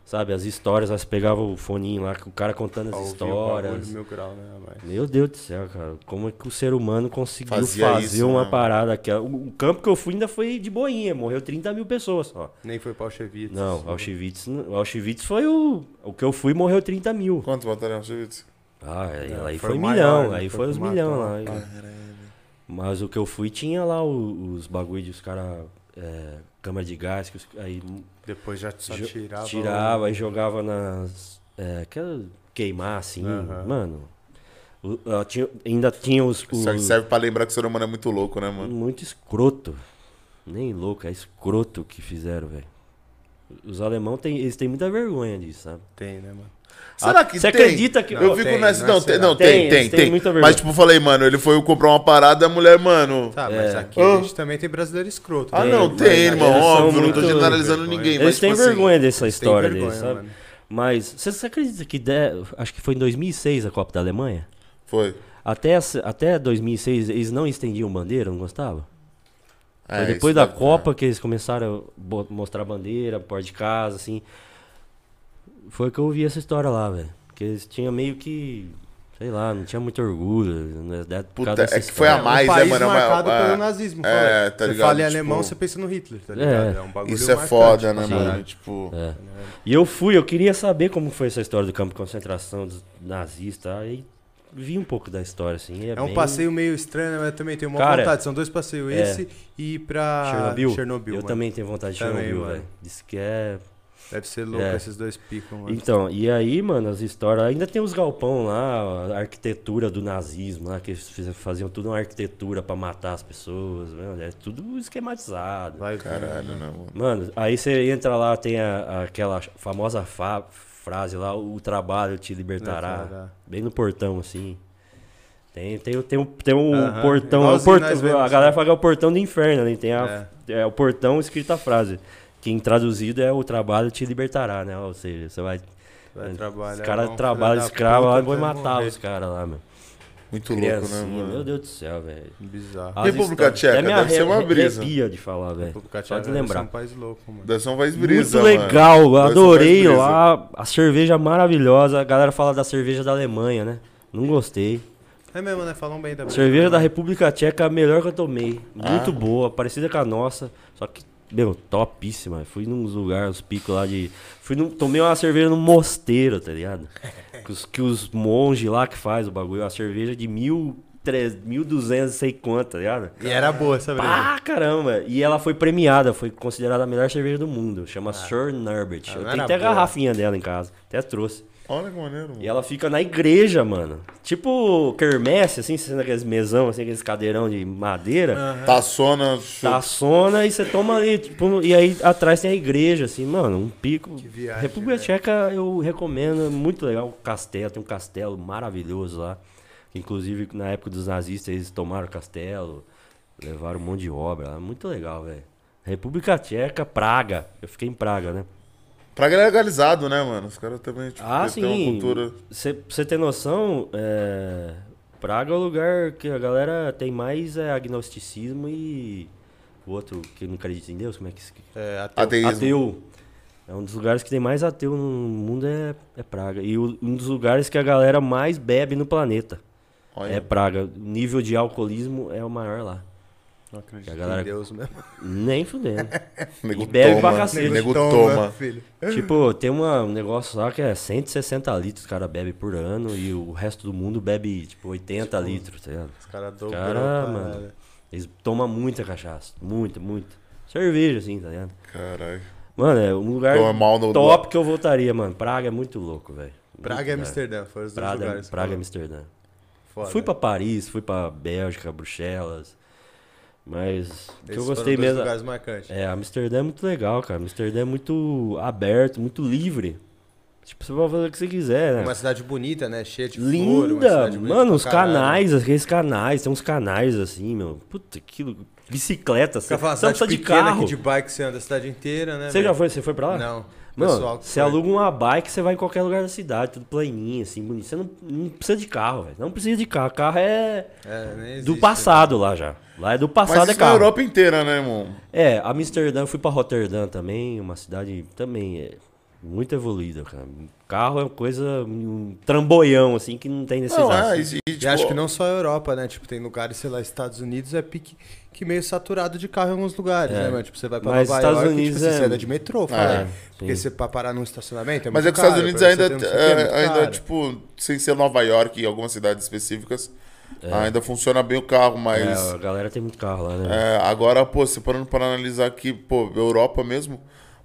Speaker 3: Sabe, as histórias, elas pegavam o foninho lá, o cara contando as
Speaker 2: Ao vivo,
Speaker 3: histórias.
Speaker 2: bagulho, mil grau, né, mas-
Speaker 3: Meu Deus do céu, cara. Como é que o ser humano conseguiu
Speaker 1: Fazia
Speaker 3: fazer
Speaker 1: isso,
Speaker 3: uma
Speaker 1: né?
Speaker 3: parada aquela? O, o campo que eu fui ainda foi de boinha. Morreu 30 mil pessoas só.
Speaker 2: Nem foi pra Auschwitz. assim.
Speaker 3: Não, Auschwitz, não- Auschwitz foi o... O que eu fui morreu 30 mil.
Speaker 1: Quanto batalhão, Auschwitz?
Speaker 3: Ah, aí,
Speaker 2: É,
Speaker 3: aí
Speaker 2: foi
Speaker 3: foi, um
Speaker 2: o maior,
Speaker 3: milhão.
Speaker 2: né?
Speaker 3: Aí
Speaker 2: Foi
Speaker 3: foi
Speaker 2: o
Speaker 3: os
Speaker 2: que
Speaker 3: milhão
Speaker 2: matou,
Speaker 3: lá.
Speaker 2: né?
Speaker 3: Mas o que eu fui tinha lá o- os, bagulho de os caras... É, câmara de gás, que os, aí
Speaker 2: Depois já só
Speaker 3: jo-
Speaker 2: tirava. o-
Speaker 3: tirava e jogava nas. É, aquela queimar assim,
Speaker 2: Aham.
Speaker 3: mano. O- ah, tinha- ainda tinha os. os-
Speaker 1: Isso aqui serve pra lembrar que o ser humano é muito louco, né, mano?
Speaker 3: Muito escroto. Nem louco, é escroto o que fizeram, velho. Os alemão tem, eles têm muita vergonha disso, sabe?
Speaker 2: Tem, né, mano?
Speaker 1: Será
Speaker 3: Ah,
Speaker 1: que
Speaker 3: você
Speaker 1: tem?
Speaker 3: acredita que-
Speaker 1: Eu
Speaker 3: Não,
Speaker 1: fico
Speaker 2: tem,
Speaker 1: nessa.
Speaker 2: não é
Speaker 1: Não, tem,
Speaker 2: será.
Speaker 1: não, tem,
Speaker 3: Tem,
Speaker 1: tem,
Speaker 3: eles
Speaker 1: tem.
Speaker 3: têm muita vergonha.
Speaker 1: Mas, tipo, eu falei, mano, ele foi comprar uma parada, a mulher, mano.
Speaker 2: Tá, mas
Speaker 3: É.
Speaker 2: aqui
Speaker 1: Ah.
Speaker 2: a gente também tem brasileiro escroto.
Speaker 1: ah,
Speaker 2: né?
Speaker 1: não,
Speaker 2: Mas
Speaker 1: tem,
Speaker 2: aí
Speaker 1: irmão,
Speaker 3: eles são
Speaker 1: óbvio. Não tô
Speaker 3: muito-
Speaker 1: generalizando
Speaker 2: vergonha.
Speaker 1: ninguém, mas.
Speaker 3: Eles têm
Speaker 1: tipo assim,
Speaker 3: vergonha dessa
Speaker 2: Tem
Speaker 3: história
Speaker 2: vergonha,
Speaker 3: deles, sabe?
Speaker 2: mano.
Speaker 3: Mas você, você acredita que de- acho que foi em 2006 a Copa da Alemanha?
Speaker 1: Foi.
Speaker 3: Até, essa- até 2006 eles não estendiam bandeira, não gostava?
Speaker 1: É,
Speaker 3: Foi depois
Speaker 1: isso
Speaker 3: da
Speaker 1: deve-
Speaker 3: Copa que eles começaram a bo- mostrar a bandeira, porta de casa, assim. Foi que eu ouvi essa história lá, velho. Porque eles tinham meio que. Sei lá, não tinha muito orgulho. Né, da- por
Speaker 1: Puta,
Speaker 3: causa dessa
Speaker 1: é que foi a
Speaker 3: história.
Speaker 1: mais,
Speaker 2: um
Speaker 1: né,
Speaker 2: país
Speaker 1: mano? É uma-
Speaker 2: marcado
Speaker 1: é,
Speaker 2: pelo nazismo.
Speaker 1: é,
Speaker 2: fala.
Speaker 1: tá
Speaker 2: Você
Speaker 1: ligado?
Speaker 2: fala em
Speaker 1: Tipo,
Speaker 2: alemão, você pensa no Hitler, tá ligado?
Speaker 3: é.
Speaker 2: um bagulho
Speaker 1: Isso é
Speaker 2: marcante assim,
Speaker 1: foda,
Speaker 2: pra
Speaker 1: né,
Speaker 2: caralho.
Speaker 1: mano? Tipo,
Speaker 3: É. E eu fui, eu queria saber como foi essa história do campo de concentração dos nazistas. Aí vi um pouco da história, assim. e É,
Speaker 2: É um
Speaker 3: bem-
Speaker 2: passeio meio estranho, né? mas eu também tenho uma
Speaker 3: Cara,
Speaker 2: vontade. São dois passeios,
Speaker 3: é.
Speaker 2: esse e ir pra
Speaker 3: Chernobyl. eu
Speaker 2: mano.
Speaker 3: também tenho vontade de
Speaker 2: Também,
Speaker 3: Chernobyl,
Speaker 2: mano.
Speaker 3: velho. Diz que é.
Speaker 2: Deve ser louco
Speaker 3: É.
Speaker 2: esses dois picos, mano.
Speaker 3: Então, e aí, mano, as histórias. Ainda tem os galpão lá, a arquitetura do nazismo lá, que eles fiz- faziam tudo uma arquitetura pra matar as pessoas, mano, é tudo esquematizado.
Speaker 2: Vai,
Speaker 1: caralho, né, mano?
Speaker 3: Mano, aí você entra lá, tem a- aquela famosa fa- frase lá, o trabalho te libertará.
Speaker 2: Tará.
Speaker 3: Bem no portão, assim. Tem, tem, tem um, tem um
Speaker 2: Aham,
Speaker 3: portão. é o
Speaker 2: igualzinho
Speaker 3: portão-
Speaker 2: nós vemos,
Speaker 3: a galera fala que é o portão do inferno, né? Tem a,
Speaker 2: É.
Speaker 3: é o portão escrito a frase. Que em traduzido é o trabalho te libertará, né? Ou seja, você vai.
Speaker 2: Vai
Speaker 3: os
Speaker 2: trabalhar.
Speaker 3: caras
Speaker 2: não,
Speaker 3: trabalham
Speaker 2: filho da
Speaker 3: escravo
Speaker 2: puta,
Speaker 3: lá e vão
Speaker 2: até
Speaker 3: matar
Speaker 2: morrer.
Speaker 3: os caras lá, meu.
Speaker 1: Muito louco, né,
Speaker 3: Criancinha,
Speaker 1: mano?
Speaker 3: meu Deus do céu, velho.
Speaker 2: Bizarro.
Speaker 3: As
Speaker 1: República
Speaker 3: histórias-
Speaker 1: Tcheca,
Speaker 3: até me
Speaker 1: deve ser
Speaker 3: arre-
Speaker 1: uma brisa.
Speaker 3: arrepia de falar, velho. Só de
Speaker 2: São
Speaker 3: lembrar.
Speaker 2: um país louco, mano.
Speaker 1: Deve ser um país brisa,
Speaker 3: Muito legal, eu
Speaker 1: Deve ser um
Speaker 3: adorei
Speaker 1: país brisa.
Speaker 3: lá. A cerveja maravilhosa. A galera fala da cerveja da Alemanha, né? Não gostei.
Speaker 2: É mesmo, né? Falam bem também.
Speaker 3: Cerveja da República Tcheca, a melhor que eu tomei. Muito
Speaker 1: Ah.
Speaker 3: boa, parecida com a nossa. Só que, meu, topíssima. Fui num lugar, uns picos lá de. Fui num, tomei uma cerveja num mosteiro, tá ligado? Que os, que os monges lá que faz o bagulho. Uma cerveja de mil. 1.200 e sei quanto, tá ligado?
Speaker 2: E era boa essa breja.
Speaker 3: Ah, caramba! E ela foi premiada, foi considerada a melhor cerveja do mundo. Chama Sir Norbert.
Speaker 2: Ah,
Speaker 3: Eu
Speaker 2: não
Speaker 3: tenho
Speaker 2: era
Speaker 3: até a
Speaker 2: boa.
Speaker 3: garrafinha dela em casa. Até trouxe.
Speaker 1: Olha que maneiro, mano.
Speaker 3: E ela fica na igreja, mano. Tipo quermesse, assim, sendo aqueles mesão, assim, aqueles cadeirão de madeira.
Speaker 1: Ah, Tá Taçona. chu-
Speaker 3: Tá. Taçona e você toma ali, tipo, e aí atrás tem a igreja, assim, mano, um pico.
Speaker 2: viagem,
Speaker 3: República
Speaker 2: velho.
Speaker 3: Tcheca eu recomendo, é muito legal o castelo, tem um castelo maravilhoso lá. Inclusive, na época dos nazistas, eles tomaram o castelo, levaram um monte de obra lá. Muito legal, velho. República Tcheca, Praga. Eu fiquei em Praga, né?
Speaker 1: Praga é legalizado, né, mano? Os caras também, tipo,
Speaker 3: Ah,
Speaker 1: eles têm uma
Speaker 3: sim.
Speaker 1: cultura.
Speaker 3: Você você tem noção, é, Praga é o lugar que a galera tem mais é, agnosticismo e o outro que não acredita em Deus, como é que se...
Speaker 2: É, até
Speaker 1: Ateísmo.
Speaker 3: Ateu. É um dos lugares que tem mais ateu no mundo é, é Praga. E o- um dos lugares que a galera mais bebe no planeta
Speaker 1: Olha.
Speaker 3: é Praga. O nível de alcoolismo é o maior lá.
Speaker 2: Não acredito
Speaker 3: A galera-
Speaker 2: em Deus mesmo.
Speaker 3: Nem fudendo.
Speaker 1: Nego
Speaker 3: E é bebe
Speaker 1: toma,
Speaker 3: pra cacete.
Speaker 1: Nego
Speaker 2: Então,
Speaker 1: toma.
Speaker 2: filho.
Speaker 3: Tipo, tem uma- um negócio lá que é 160 litros o cara bebe por ano e o resto do mundo bebe, tipo, 80 litros, tá ligado?
Speaker 2: Os caras dobram.
Speaker 3: Cara,
Speaker 2: caralho.
Speaker 3: mano. Eles tomam muita cachaça, muita, muita. Cerveja, assim, tá ligado?
Speaker 1: Caralho.
Speaker 3: Mano, é um lugar
Speaker 1: Toma mal no-
Speaker 3: top que eu voltaria, mano. Praga é muito louco, velho. Muito
Speaker 2: Praga e
Speaker 3: da-
Speaker 2: Amsterdã, foram os dois
Speaker 3: Praga, é-
Speaker 2: lugares.
Speaker 3: Praga e
Speaker 2: Amsterdã.
Speaker 3: Amsterdã.
Speaker 2: Foda.
Speaker 3: Fui pra Paris, fui pra Bélgica, Bruxelas. Mas o que
Speaker 2: Esses
Speaker 3: eu
Speaker 2: foram
Speaker 3: gostei
Speaker 2: dois
Speaker 3: mesmo.
Speaker 2: lugares marcantes.
Speaker 3: É, Amsterdã é muito legal, cara. Amsterdã é muito aberto, muito livre. Tipo, você pode fazer o que você quiser, né?
Speaker 2: Uma cidade bonita, né? Cheia de flor. uma
Speaker 3: Linda!
Speaker 2: cidade bonita
Speaker 3: Mano,
Speaker 2: pra
Speaker 3: os
Speaker 2: caralho.
Speaker 3: canais, aqueles canais, tem uns canais assim, meu. Puta, aquilo. Bicicleta,
Speaker 2: Você
Speaker 3: você
Speaker 2: fala,
Speaker 3: você não
Speaker 2: cidade
Speaker 3: precisa de
Speaker 2: pequena
Speaker 3: carro.
Speaker 2: que de bike você anda a cidade inteira, né?
Speaker 3: Você já
Speaker 2: velho?
Speaker 3: foi? Você foi pra lá?
Speaker 2: Não.
Speaker 3: Mano,
Speaker 2: que
Speaker 3: você
Speaker 2: foi.
Speaker 3: aluga uma bike, você vai em qualquer lugar da cidade, tudo planinho, assim, bonito. Você não, não precisa de carro, velho. Não precisa de carro. Carro é
Speaker 2: É, nem existe,
Speaker 3: do
Speaker 2: né?
Speaker 3: passado lá já. Lá é do passado
Speaker 1: Mas
Speaker 3: é
Speaker 1: isso na
Speaker 3: carro.
Speaker 1: Europa inteira, né, irmão?
Speaker 3: É, Amsterdã, eu fui pra Rotterdam também, uma cidade também é muito evoluída, cara. Carro é uma coisa, um tramboião, assim, que não tem
Speaker 1: Não,
Speaker 3: necessidade.
Speaker 1: é, e, e,
Speaker 2: E
Speaker 1: tipo,
Speaker 2: acho que não só a Europa, né? Tipo, tem lugares, sei lá, Estados Unidos é pique, que meio saturado de carro em alguns lugares, né? Mas, tipo, você vai pra
Speaker 3: É. Mas
Speaker 2: Nova
Speaker 3: Estados
Speaker 2: York,
Speaker 3: Unidos
Speaker 2: tipo, assim,
Speaker 3: é-
Speaker 2: você anda de metrô,
Speaker 1: Ah,
Speaker 2: fala.
Speaker 1: é,
Speaker 2: Porque
Speaker 3: sim.
Speaker 2: você pra parar num estacionamento é
Speaker 1: Mas é
Speaker 2: muito
Speaker 1: que os Estados
Speaker 2: caro,
Speaker 1: Unidos
Speaker 2: pra você
Speaker 1: ainda,
Speaker 2: ter um sentido, é muito
Speaker 1: é, ainda
Speaker 2: caro.
Speaker 1: tipo, sem ser Nova York e algumas cidades específicas,
Speaker 2: É.
Speaker 1: ainda funciona bem o carro, mas.
Speaker 3: É, a galera tem muito carro lá, né?
Speaker 1: é, agora, pô, você parando pra analisar aqui, pô, Europa mesmo.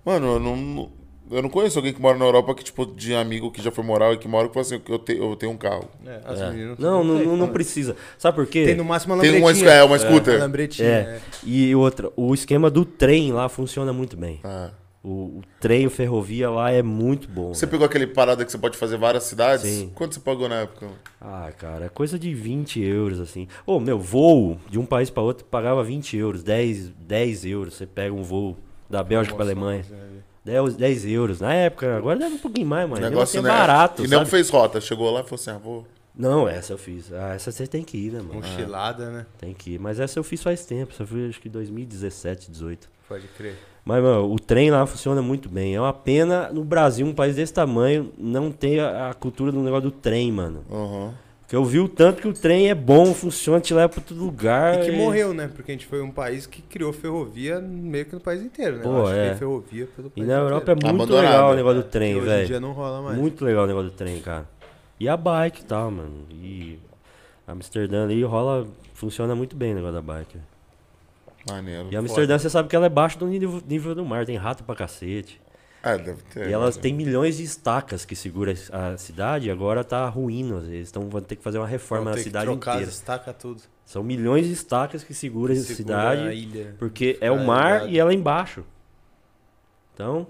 Speaker 1: Mano, eu não, eu não conheço alguém que mora na Europa que, tipo, de amigo que já foi morar e que mora que fala assim: eu, te- eu tenho um carro.
Speaker 2: É, as meninas
Speaker 3: Não, não, um
Speaker 2: tem,
Speaker 3: não, não
Speaker 2: né?
Speaker 3: precisa. Sabe por quê?
Speaker 2: Tem no máximo uma
Speaker 1: Tem né? uma,
Speaker 2: lambretinha.
Speaker 1: é, uma scooter.
Speaker 2: Uma lambretinha, né?
Speaker 3: É. E outra, o esquema do trem lá funciona muito bem.
Speaker 1: Ah.
Speaker 3: O, o trem, o ferrovia lá é muito bom.
Speaker 1: Você
Speaker 3: né?
Speaker 1: pegou aquele parada que você pode fazer várias cidades?
Speaker 3: Sim.
Speaker 1: Quanto você pagou na época?
Speaker 3: Ah, cara, é coisa de 20 euros, assim. Ô, meu, voo de um país pra outro pagava 20 euros, 10, 10 euros. Você pega um voo da Bélgica pra Alemanha. 10, 10 euros. Na época, agora deve um pouquinho mais, mas
Speaker 1: né? O
Speaker 3: mesmo assim
Speaker 1: negócio
Speaker 3: é
Speaker 1: né?
Speaker 3: barato,
Speaker 1: E
Speaker 3: sabe?
Speaker 1: não fez rota. Chegou lá e falou assim: ah, vou
Speaker 3: Não, essa eu fiz. Ah, essa você tem que ir, né, mano?
Speaker 2: Mochilada, né?
Speaker 3: Tem que ir. Mas essa eu fiz faz tempo. Essa eu fiz acho que 2017, 18.
Speaker 2: Pode crer.
Speaker 3: Mas, mano, o trem lá funciona muito bem. É uma pena no Brasil, um país desse tamanho, não ter a, a cultura do negócio do trem, mano.
Speaker 1: Aham.
Speaker 3: Porque eu vi o tanto que o trem é bom, funciona, te leva pra todo lugar.
Speaker 2: E que morreu, né? Porque a gente foi um país que criou ferrovia meio que no país inteiro, né?
Speaker 3: Pô,
Speaker 2: Eu acho que
Speaker 3: é.
Speaker 2: tem ferrovia pelo
Speaker 3: E
Speaker 2: país
Speaker 3: na Europa é muito
Speaker 1: Abandonado,
Speaker 3: legal o
Speaker 1: né?
Speaker 3: negócio do
Speaker 2: E
Speaker 3: trem,
Speaker 2: É, hoje em dia
Speaker 3: velho.
Speaker 2: não é. rola mais.
Speaker 3: Muito legal o negócio do trem, cara. E a bike e tal, mano. E Amsterdã ali rola, funciona muito bem o negócio da bike.
Speaker 1: Maneiro.
Speaker 3: E Amsterdã, você sabe que ela é baixa do nível, nível do mar, tem rato pra cacete.
Speaker 1: Ah, deve
Speaker 2: É,
Speaker 1: ter.
Speaker 3: E elas têm milhões de estacas que segura a cidade, e agora tá ruindo, às vezes. Então vão ter que fazer uma reforma
Speaker 2: Não,
Speaker 3: na
Speaker 2: tem que
Speaker 3: cidade
Speaker 2: trocar,
Speaker 3: inteira.
Speaker 2: Estaca tudo.
Speaker 3: São milhões de estacas que segura a
Speaker 2: Segura
Speaker 3: cidade,
Speaker 2: a ilha.
Speaker 3: porque é o
Speaker 2: Ah,
Speaker 3: mar
Speaker 2: verdade.
Speaker 3: e ela é embaixo. Então,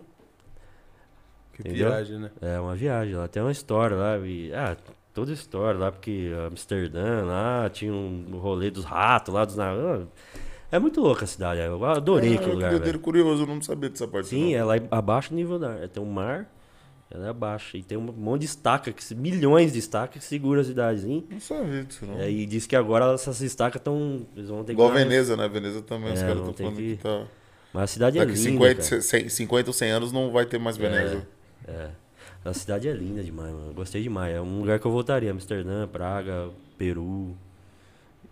Speaker 2: Que
Speaker 3: Entendeu?
Speaker 2: viagem, né?
Speaker 3: é uma viagem, lá tem uma história lá e ah, toda história lá porque Amsterdã lá tinha um rolê dos ratos lá dos na- ah, É muito louca a cidade, eu
Speaker 1: É,
Speaker 2: É,
Speaker 3: adorei aquele lugar. velho.
Speaker 1: Eu um curioso, eu não sabia dessa parte.
Speaker 3: Sim,
Speaker 1: não.
Speaker 3: ela é abaixo do nível da água. Tem um mar, ela é abaixo. E tem um monte de estaca, que, se- milhões de estacas que segura a cidadezinha.
Speaker 1: Não sabia disso, não.
Speaker 3: E aí diz que agora essas estacas estão. Eles vão ter É, que.
Speaker 1: Igual
Speaker 3: dar-
Speaker 1: Veneza, né? Veneza também, os
Speaker 3: É,
Speaker 1: caras
Speaker 3: não
Speaker 1: estão
Speaker 3: tem
Speaker 1: falando que,
Speaker 3: que-
Speaker 1: tá.
Speaker 3: Mas a cidade é
Speaker 1: Daqui
Speaker 3: linda.
Speaker 1: 50,
Speaker 3: cara.
Speaker 1: 100, 50 ou 100 anos não vai ter mais Veneza.
Speaker 3: É. A cidade é linda demais, mano. Eu Gostei demais. É um lugar que eu voltaria. Amsterdã, Praga, Peru.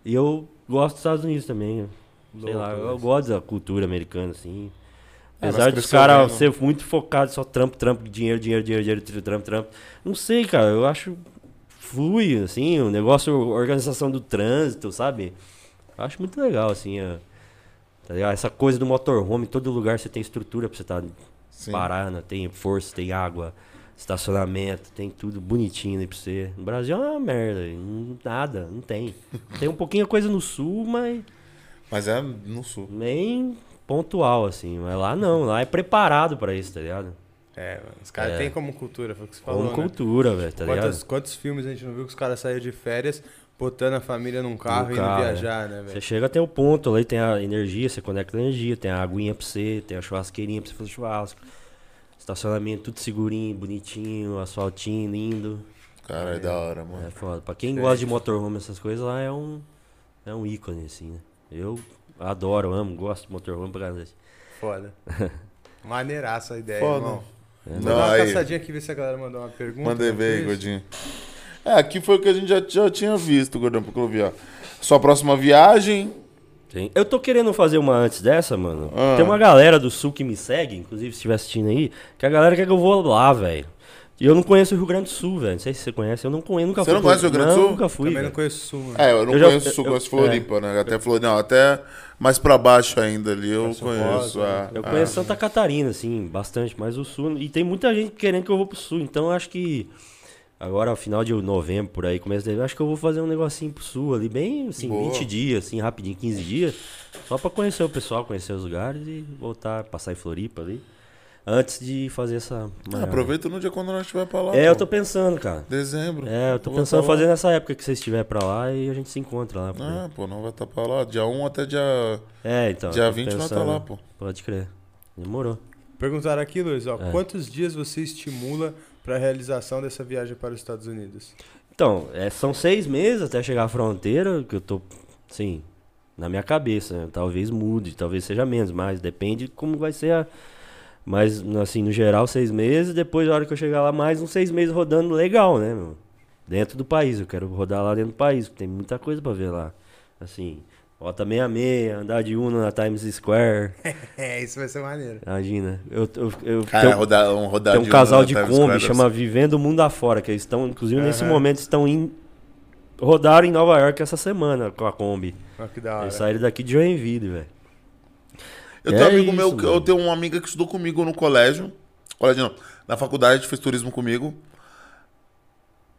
Speaker 3: E eu gosto dos Estados Unidos também. Sei
Speaker 2: Louco,
Speaker 3: lá, é eu
Speaker 2: velho.
Speaker 3: gosto da cultura americana, assim.
Speaker 1: Ah,
Speaker 3: Apesar
Speaker 1: né? nós
Speaker 3: dos
Speaker 1: cresceu
Speaker 3: caras
Speaker 1: vendo.
Speaker 3: ser muito focados só trampo, trampo, dinheiro, dinheiro, dinheiro, dinheiro, trampo, trampo, trampo. Não sei, cara. Eu acho flui, assim, o negócio, a organização do trânsito, sabe? Eu acho muito legal, assim, a- tá ligado? Essa coisa do motorhome, em todo lugar você tem estrutura pra você estar
Speaker 1: Sim.
Speaker 3: Parana, tem força, tem água, estacionamento, tem tudo bonitinho aí pra você. No Brasil é uma merda, não- nada, não tem. Tem um pouquinho coisa no sul, mas
Speaker 1: Mas é no sul.
Speaker 3: nem pontual, assim. Mas lá não, lá é preparado pra isso, tá ligado?
Speaker 2: É, mano, os caras
Speaker 3: É.
Speaker 2: têm como cultura, foi o que você falou,
Speaker 3: Como
Speaker 2: né?
Speaker 3: cultura, velho, tá ligado?
Speaker 2: quantos, quantos filmes a gente não viu que os caras saíram de férias botando a família num carro e indo
Speaker 3: carro,
Speaker 2: viajar, né,
Speaker 3: Você
Speaker 2: velho?
Speaker 3: chega até o ponto, ali tem a energia, você conecta a energia, tem a aguinha pra você, tem a churrasqueirinha pra você fazer churrasco. Estacionamento tudo segurinho, bonitinho, asfaltinho, lindo.
Speaker 1: Cara, é, da hora,
Speaker 3: É
Speaker 1: mano.
Speaker 3: foda. Pra quem gosta de motorhome, essas coisas lá, é um, é um ícone, assim, né? Eu adoro, amo, gosto de motorhome pra caramba.
Speaker 2: Foda. Maneiraça a ideia,
Speaker 1: Foda.
Speaker 2: irmão.
Speaker 3: É,
Speaker 2: Vou
Speaker 1: Não,
Speaker 2: dar uma
Speaker 1: aí.
Speaker 2: caçadinha aqui, ver se a galera mandou uma pergunta.
Speaker 1: Mandei
Speaker 2: enquanto
Speaker 1: ver,
Speaker 2: isso.
Speaker 1: Gordinho. É, aqui foi o que a gente já, já tinha visto, Gordão, porque eu vi, ó. Sua próxima viagem.
Speaker 3: Sim. Eu tô querendo fazer uma antes dessa, mano.
Speaker 1: Ah.
Speaker 3: Tem uma galera do sul que me segue, inclusive se estiver assistindo aí, que a galera quer que eu vou lá, velho. E eu não conheço o Rio Grande do Sul, velho. Não sei se você conhece, eu não conheço, nunca
Speaker 1: Você
Speaker 3: fui.
Speaker 1: não conhece o Rio Grande do
Speaker 3: Não,
Speaker 1: Sul?
Speaker 3: Nunca fui.
Speaker 2: Também não
Speaker 3: velho.
Speaker 2: conheço o Sul, mano.
Speaker 1: É, eu não
Speaker 3: Eu já-
Speaker 1: conheço o sul,
Speaker 3: eu- é.
Speaker 1: conheço Floripa, né? Até Floripa, não, até mais pra baixo ainda ali eu
Speaker 2: Braço
Speaker 1: conheço.
Speaker 2: Rosa,
Speaker 1: é,
Speaker 3: Eu
Speaker 1: é.
Speaker 3: conheço Santa Catarina, assim, bastante, mas o sul. E tem muita gente querendo que eu vou pro sul, então eu acho que. Agora, final de novembro, por aí, começo de dezembro, acho que eu vou fazer um negocinho pro sul ali, bem, assim,
Speaker 1: Boa.
Speaker 3: 20 dias, assim, rapidinho, 15 dias, só pra conhecer o pessoal, conhecer os lugares e voltar, passar em Floripa ali, antes de fazer essa.
Speaker 1: Ah,
Speaker 3: maior.
Speaker 1: aproveita no dia quando nós estiver pra lá.
Speaker 3: É, eu
Speaker 1: pô.
Speaker 3: tô pensando, cara.
Speaker 1: Dezembro.
Speaker 3: É, eu tô
Speaker 1: Vou
Speaker 3: pensando
Speaker 1: tá
Speaker 3: em
Speaker 1: lá.
Speaker 3: fazer nessa época que você estiver pra lá e a gente se encontra lá. por aí.
Speaker 1: Ah, pô, não vai estar pra lá. Dia 1 até dia.
Speaker 3: É, então.
Speaker 1: dia
Speaker 3: tô
Speaker 1: 20 nós tá
Speaker 3: pensando.
Speaker 1: lá, pô.
Speaker 3: Pode crer. Demorou.
Speaker 2: Perguntaram aqui, Luiz, ó,
Speaker 3: É.
Speaker 2: quantos dias você estimula pra realização dessa viagem para os Estados Unidos?
Speaker 3: Então, é, são seis meses até chegar à fronteira, que eu tô, sim, na minha cabeça. né? Talvez mude, talvez seja menos, mas depende de como vai ser a. Mas, assim, no geral, seis meses. Depois, na hora que eu chegar lá, mais uns seis meses rodando legal, né, meu? Dentro do país. Eu quero rodar lá dentro do país, porque tem muita coisa pra ver lá. Assim, bota 66, andar de Uno na Times Square.
Speaker 2: É, isso vai ser maneiro.
Speaker 3: Imagina. Eu, eu, eu,
Speaker 1: Cara,
Speaker 3: tem um-
Speaker 1: rodar, um rodar
Speaker 3: tem um
Speaker 1: de
Speaker 3: casal
Speaker 1: Uno
Speaker 3: de
Speaker 1: na Times
Speaker 3: Kombi,
Speaker 1: Square,
Speaker 3: chama Vivendo o Mundo Afora, que eles estão, inclusive nesse
Speaker 2: Aham.
Speaker 3: momento, estão em. Rodaram em Nova York essa semana com a Kombi.
Speaker 2: Olha que
Speaker 1: Ah,
Speaker 2: da hora.
Speaker 1: é?
Speaker 3: Eles saíram daqui de Joinville, velho.
Speaker 1: Eu tenho um
Speaker 3: É
Speaker 1: amigo meu,
Speaker 3: isso,
Speaker 1: que-
Speaker 3: mano.
Speaker 1: eu tenho uma amiga que estudou comigo no colégio. Colégio não, na faculdade, fez turismo comigo.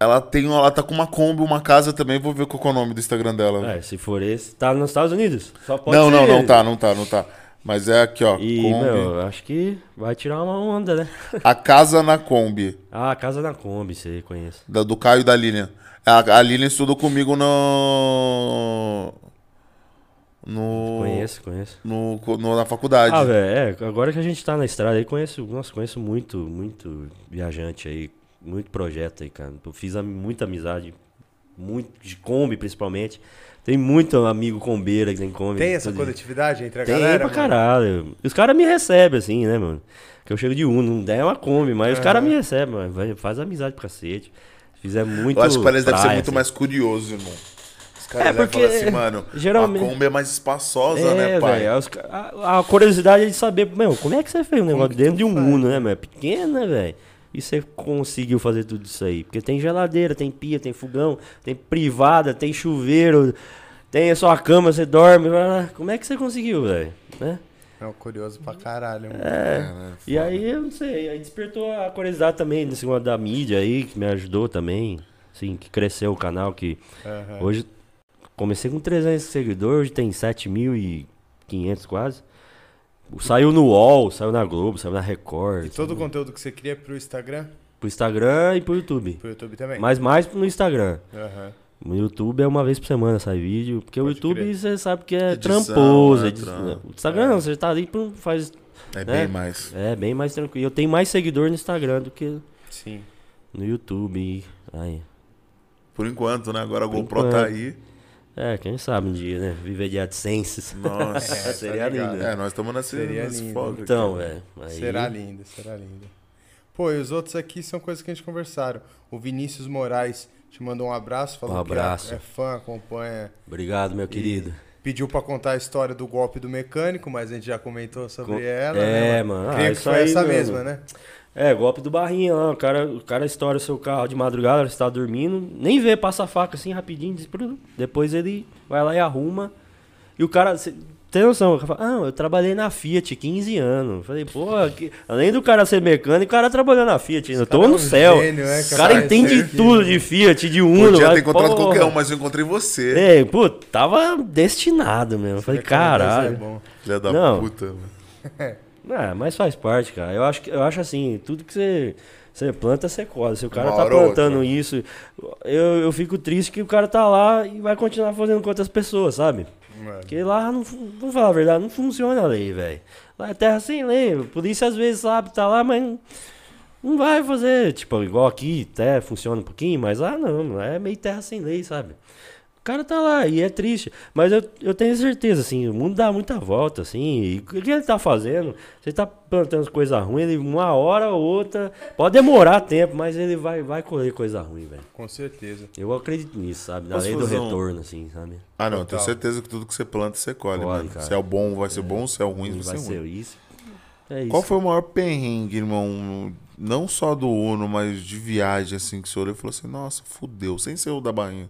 Speaker 1: Ela tem, ela tá com uma Kombi, uma casa também, vou ver qual que é o nome do Instagram dela.
Speaker 3: É, se for esse, tá nos Estados Unidos. Só pode
Speaker 1: não,
Speaker 3: ser
Speaker 1: não, não
Speaker 3: ele.
Speaker 1: tá, não tá, não tá. Mas é aqui, ó,
Speaker 3: E,
Speaker 1: Kombi.
Speaker 3: meu, eu acho que vai tirar uma onda, né?
Speaker 1: A casa na Kombi,
Speaker 3: Ah, Casa da Kombi, você conhece.
Speaker 1: da- do Caio e da Lilian. A, a Lilian estudou comigo no... No...
Speaker 3: Conheço, conheço.
Speaker 1: No, no- na faculdade.
Speaker 3: Ah, velho, é, agora que a gente tá na estrada aí, conheço, nossa, conheço muito, muito viajante aí, muito projeto aí, cara. Eu fiz am- muita amizade Muito, de Kombi, principalmente. Tem muito amigo combeira que tem Kombi. né?
Speaker 2: Tem essa
Speaker 3: tudo.
Speaker 2: coletividade entre a
Speaker 3: Tem
Speaker 2: galera?
Speaker 3: pra
Speaker 2: mano?
Speaker 3: caralho. Os caras me recebem, assim, né, mano? Que eu chego de um, não der uma Kombi, mas os
Speaker 2: Aham.
Speaker 3: caras me recebem, mano. Vai- Faz amizade pra cacete. Fizer é muito.
Speaker 1: Eu acho que parece que deve ser
Speaker 3: praia,
Speaker 1: muito
Speaker 3: assim.
Speaker 1: mais curioso, irmão. Os caras
Speaker 3: É,
Speaker 1: devem
Speaker 3: porque,
Speaker 1: falar assim, mano,
Speaker 3: geralmente-
Speaker 1: a Kombi é mais espaçosa,
Speaker 3: É,
Speaker 1: né, pai?
Speaker 3: velho, os ca- a, a curiosidade é de saber, meu, como é que você fez um negócio dentro de um mundo, né, meu? Pequena, velho. E você conseguiu fazer tudo isso aí? Porque tem geladeira, tem pia, tem fogão, tem privada, tem chuveiro, tem a sua cama, você dorme. ah, Como é que você conseguiu, velho? Né?
Speaker 2: Não, curioso pra caralho. mano.
Speaker 1: Caralho,
Speaker 3: E aí, eu não sei, aí despertou a curiosidade também nesse negócio da mídia aí, que me ajudou também, assim, que cresceu o canal, que
Speaker 2: Aham.
Speaker 3: hoje comecei com 300 seguidores, hoje tem 7.500 quase. Saiu no UOL, saiu na Globo, saiu na Record,
Speaker 2: E todo o conteúdo que você cria pro Instagram,
Speaker 3: pro Instagram e pro YouTube.
Speaker 2: pro YouTube também?
Speaker 3: Mas mais no Instagram.
Speaker 2: Aham.
Speaker 3: No YouTube é uma vez por semana sai vídeo, porque o
Speaker 2: Pode
Speaker 3: YouTube
Speaker 2: crer.
Speaker 3: você sabe que é
Speaker 1: Edição,
Speaker 3: tramposo.
Speaker 1: né,
Speaker 3: edi-
Speaker 1: trampo.
Speaker 3: O Instagram
Speaker 2: É.
Speaker 3: não, você tá ali, pum, faz...
Speaker 1: É
Speaker 3: né?
Speaker 1: bem mais.
Speaker 3: É, bem mais tranquilo. Eu tenho mais seguidor no Instagram do que
Speaker 2: Sim.
Speaker 3: No YouTube. Aí.
Speaker 1: Por enquanto, né? Agora a
Speaker 3: Por
Speaker 1: GoPro tá
Speaker 3: enquanto.
Speaker 1: aí.
Speaker 3: É, quem sabe um dia, né? Viver de AdSense.
Speaker 1: Nossa.
Speaker 2: É, tá
Speaker 3: Seria
Speaker 2: ligado.
Speaker 3: lindo.
Speaker 1: É, nós estamos nesse,
Speaker 2: Seria
Speaker 1: nesse
Speaker 2: lindo.
Speaker 1: foco aqui.
Speaker 3: Então, velho. aí-
Speaker 2: Será lindo, será lindo. Pô, e os outros aqui são coisas que a gente conversaram. O Vinícius Moraes te mandou um abraço, falou
Speaker 3: Um abraço.
Speaker 2: que é, é fã, acompanha.
Speaker 3: Obrigado, meu querido.
Speaker 2: Pediu pra contar a história do golpe do mecânico, mas a gente já comentou sobre
Speaker 3: Com-
Speaker 2: ela.
Speaker 3: É,
Speaker 2: né,
Speaker 3: mano. Ah,
Speaker 2: Creio que
Speaker 3: isso
Speaker 2: foi
Speaker 3: aí,
Speaker 2: essa
Speaker 3: meu,
Speaker 2: mesma,
Speaker 3: mano.
Speaker 2: né?
Speaker 3: É, golpe do barrinha lá. O cara, o cara estoura o seu carro de madrugada, você tá dormindo. Nem vê, passa a faca assim rapidinho. diz, "Pru". Depois ele vai lá e arruma. E o cara. cê- tem noção? o cara fala, ah, eu trabalhei na Fiat 15 anos. Eu Falei, pô, que- além do cara ser mecânico, o cara trabalhou na Fiat. ainda. Eu tô
Speaker 2: cara é
Speaker 3: no
Speaker 2: um
Speaker 3: céu.
Speaker 2: gênio, né,
Speaker 3: o cara
Speaker 2: cara?
Speaker 3: entende
Speaker 2: Isso aí.
Speaker 3: tudo de Fiat, de Uno.
Speaker 1: Podia
Speaker 3: vai,
Speaker 1: ter encontrado
Speaker 3: porra.
Speaker 1: qualquer um, mas eu encontrei você.
Speaker 3: É, pô, tava destinado mesmo. Eu Falei,
Speaker 2: É
Speaker 3: caralho.
Speaker 2: bom.
Speaker 1: Filha da
Speaker 3: Não.
Speaker 1: puta, mano.
Speaker 3: É, mas faz parte, cara. Eu acho, que- eu acho assim, tudo que você, você planta, você colhe. Se o cara
Speaker 1: Uma
Speaker 3: tá
Speaker 1: hora ou
Speaker 3: plantando
Speaker 1: outra.
Speaker 3: isso, eu, eu fico triste que o cara tá lá e vai continuar fazendo com outras pessoas, sabe?
Speaker 2: Mano.
Speaker 3: Porque lá, não, fun- vamos falar a verdade, não funciona a lei, velho. Lá é terra sem lei. A polícia às vezes sabe, tá lá, mas não vai fazer. Tipo, igual aqui, até funciona um pouquinho, mas lá não, é meio terra sem lei, sabe? O cara tá lá e é triste. Mas eu, eu tenho certeza, assim, o mundo dá muita volta, assim. E o que ele tá fazendo? Você tá plantando coisa ruim, ele uma hora ou outra. Pode demorar tempo, mas ele vai, vai colher coisa ruim, velho.
Speaker 2: Com certeza.
Speaker 3: Eu acredito nisso, sabe? Na
Speaker 1: Posso
Speaker 3: lei do
Speaker 1: fazer um-
Speaker 3: retorno, assim, sabe?
Speaker 1: Ah, não, eu
Speaker 2: Total.
Speaker 1: tenho certeza que tudo que você planta, você colhe,
Speaker 3: Colhe,
Speaker 1: mano.
Speaker 3: cara.
Speaker 1: Se é o bom, vai ser bom, se é o ruim,
Speaker 3: Não
Speaker 1: vai,
Speaker 3: vai
Speaker 1: ser
Speaker 3: ser
Speaker 1: ruim.
Speaker 3: isso. É isso.
Speaker 1: Qual foi o maior perrengue, irmão? Não só do Uno, mas de viagem, assim, que você olhou e falou assim, nossa, fudeu, sem ser o da Bahia.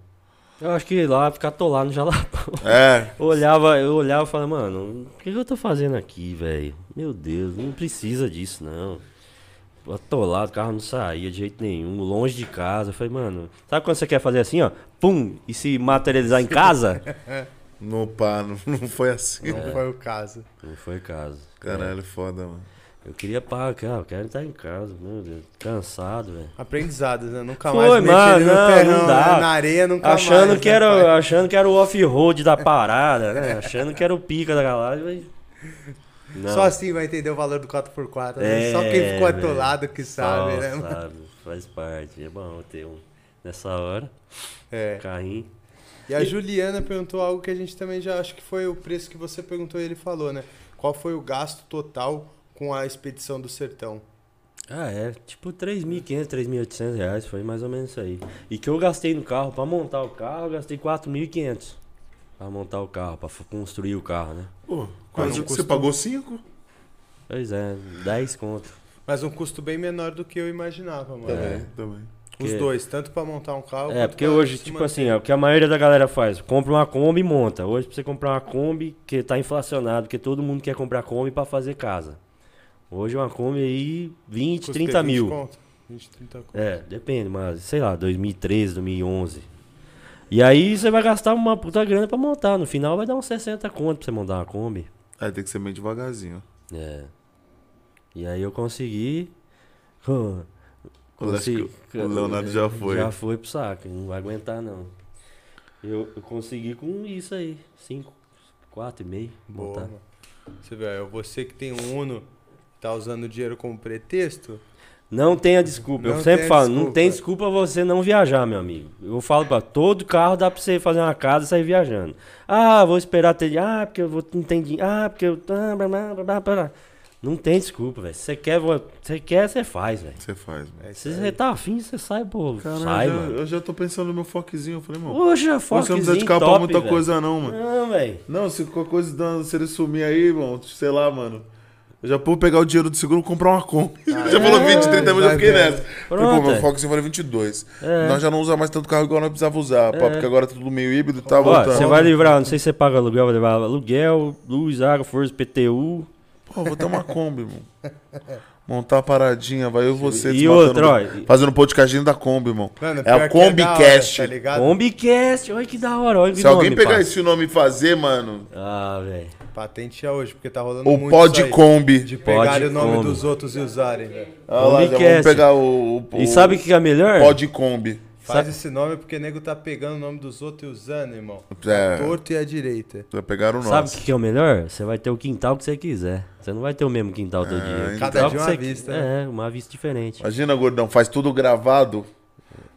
Speaker 3: Eu acho que lá ficar atolado no jalapão.
Speaker 1: É,
Speaker 3: Eu olhava, eu olhava e falava, mano, o que, que eu tô fazendo aqui, velho? Meu Deus, não precisa disso, não. Atolado, o carro não saía de jeito nenhum, longe de casa. Eu falei, mano, sabe quando você quer fazer assim, ó? Pum, e se materializar em casa?
Speaker 1: no pá, não, não foi assim.
Speaker 2: Não
Speaker 3: É.
Speaker 2: foi o caso.
Speaker 3: não foi caso.
Speaker 1: Caralho, é foda, mano.
Speaker 3: Eu queria parar, cara, eu quero estar em casa, meu Deus, cansado, velho.
Speaker 2: Aprendizados, né? Nunca
Speaker 3: Foi,
Speaker 2: mais
Speaker 3: mano,
Speaker 2: ele no
Speaker 3: não,
Speaker 2: terrão,
Speaker 3: não dá.
Speaker 2: né? na areia, nunca
Speaker 3: achando,
Speaker 2: mais.
Speaker 3: que
Speaker 2: né, pai?
Speaker 3: era, achando que era o off-road da parada, né? achando que era o pica da galáxia. mas- Não.
Speaker 2: Só assim vai entender o valor do 4x4. né?
Speaker 3: É,
Speaker 2: Só quem ficou
Speaker 3: velho.
Speaker 2: atolado que sabe,
Speaker 3: Só
Speaker 2: né? mano?
Speaker 3: Sabe, faz parte. É bom ter um nessa hora,
Speaker 2: É.
Speaker 3: carrinho.
Speaker 2: E a Juliana perguntou algo que a gente também já acho que foi o preço que você perguntou e ele falou, né? Qual foi o gasto total com a expedição do sertão?
Speaker 3: Ah, é, tipo 3.500, 3.800 reais, foi mais ou menos isso aí. E que eu gastei no carro, pra montar o carro, eu gastei 4.500 pra montar o carro, pra f- construir o carro, né?
Speaker 1: Pô,
Speaker 2: quase
Speaker 1: quase
Speaker 2: um
Speaker 1: que você
Speaker 2: custo-
Speaker 1: pagou cinco?
Speaker 3: Pois é, 10 conto.
Speaker 2: Mas um custo bem menor do que eu imaginava, mano.
Speaker 1: Também, É, também.
Speaker 2: Os
Speaker 3: É, Porque-
Speaker 2: dois, tanto pra montar um carro.
Speaker 3: É,
Speaker 2: quanto
Speaker 3: porque
Speaker 2: pra
Speaker 3: hoje,
Speaker 2: se
Speaker 3: tipo
Speaker 2: manter.
Speaker 3: assim, é o que a maioria da galera faz, compra uma Kombi e monta. Hoje, pra você comprar uma Kombi, que tá inflacionado, porque todo mundo quer comprar Kombi pra fazer casa. Hoje uma Kombi aí, 20,
Speaker 2: Custa
Speaker 3: 30
Speaker 2: 20
Speaker 3: mil.
Speaker 2: conto? 20, 30 conto.
Speaker 3: É, depende, mas sei lá, 2013, 2011. E aí você vai gastar uma puta grana pra montar. No final vai dar uns 60 conto pra você montar uma Kombi.
Speaker 1: Aí Ah, tem que ser meio devagarzinho.
Speaker 3: É. E aí eu consegui.
Speaker 1: Eu acho que
Speaker 3: Consegui-
Speaker 1: o Leonardo já foi.
Speaker 3: Já foi pro saco, não vai aguentar não. Eu, eu consegui com isso aí, 5, 4,5.
Speaker 2: Boa,
Speaker 3: É, Montar.
Speaker 2: mano. é Você vê, ó, você que tem um Uno, tá usando o dinheiro como pretexto,
Speaker 3: Não tenha desculpa. eu
Speaker 2: Não
Speaker 3: sempre
Speaker 2: tenha
Speaker 3: falo, não
Speaker 2: desculpa.
Speaker 3: tem desculpa você não viajar, meu amigo. Eu falo pra todo carro dá pra você fazer uma casa e sair viajando. Ah, vou esperar ter. Ah, porque eu vou, não tem dinheiro. Ah, porque eu. ah, blá, blá, blá, blá, blá. Não tem desculpa, velho. Se Você quer, vo- você quer, você faz, velho.
Speaker 1: Você faz, mano.
Speaker 3: Se você tá afim, você sai, pô.
Speaker 1: Caralho,
Speaker 3: sai,
Speaker 1: eu já-
Speaker 3: mano.
Speaker 1: eu já tô pensando no meu foquezinho. Eu falei, mano,
Speaker 3: Poxa, foco.
Speaker 1: você não precisa de carro pra muita coisa, não, mano.
Speaker 3: Não, velho.
Speaker 1: Não, se qualquer coisa dando, se ele sumir aí, irmão, sei lá, mano. Eu já vou pegar o dinheiro do seguro e comprar uma Kombi.
Speaker 3: Ah,
Speaker 1: já falou 20, 30 mil, eu
Speaker 2: vai
Speaker 1: fiquei
Speaker 2: ver.
Speaker 1: nessa. Falei, pô,
Speaker 3: é. Pronto,
Speaker 1: meu
Speaker 3: é.
Speaker 1: Fox vale 22. Nós já não usamos mais tanto carro igual nós precisava usar, pá, porque agora é tudo meio híbrido e tá
Speaker 3: Ó,
Speaker 1: voltando.
Speaker 3: você vai livrar, não sei se você paga aluguel, vai levar aluguel, luz, água, força, PTU.
Speaker 1: Pô, vou ter uma Kombi, irmão. Montar a paradinha, vai eu e você
Speaker 3: E
Speaker 1: desmatando-
Speaker 3: outra, ó, e-
Speaker 1: fazendo podcastinho da Kombi, irmão.
Speaker 2: Mano,
Speaker 1: é
Speaker 2: pior que
Speaker 1: a Kombi
Speaker 2: da hora,
Speaker 1: Cast.
Speaker 2: Tá ligado?
Speaker 3: Combicast, olha que da hora, olha que
Speaker 1: se alguém
Speaker 3: nome,
Speaker 1: pegar
Speaker 3: parça.
Speaker 1: esse nome e fazer, mano,
Speaker 3: Ah, velho.
Speaker 2: Patente é hoje, porque tá rolando
Speaker 1: o
Speaker 2: muito
Speaker 1: Pod
Speaker 2: isso aí.
Speaker 1: Kombi.
Speaker 2: De pegarem o
Speaker 3: Pode
Speaker 2: nome
Speaker 3: como.
Speaker 2: dos outros e usarem, velho.
Speaker 1: Ah, lá, já vamos
Speaker 3: Kombicast.
Speaker 1: pegar o, o
Speaker 3: E sabe o que que é melhor?
Speaker 1: Pod Kombi.
Speaker 2: Faz esse nome porque nego tá pegando o nome dos outros e usando, irmão.
Speaker 1: É.
Speaker 2: Torto e à direita.
Speaker 1: Já pegaram o
Speaker 3: Sabe o
Speaker 1: nosso.
Speaker 3: que que é o melhor? Você vai ter o quintal que você quiser. Você não vai ter o mesmo quintal
Speaker 1: É,
Speaker 3: todo
Speaker 1: então.
Speaker 3: dia. O
Speaker 2: cada
Speaker 3: quintal
Speaker 2: dia
Speaker 3: que
Speaker 2: uma
Speaker 3: você-
Speaker 2: vista, né?
Speaker 3: É, uma vista diferente.
Speaker 1: Imagina, gordão, faz tudo gravado.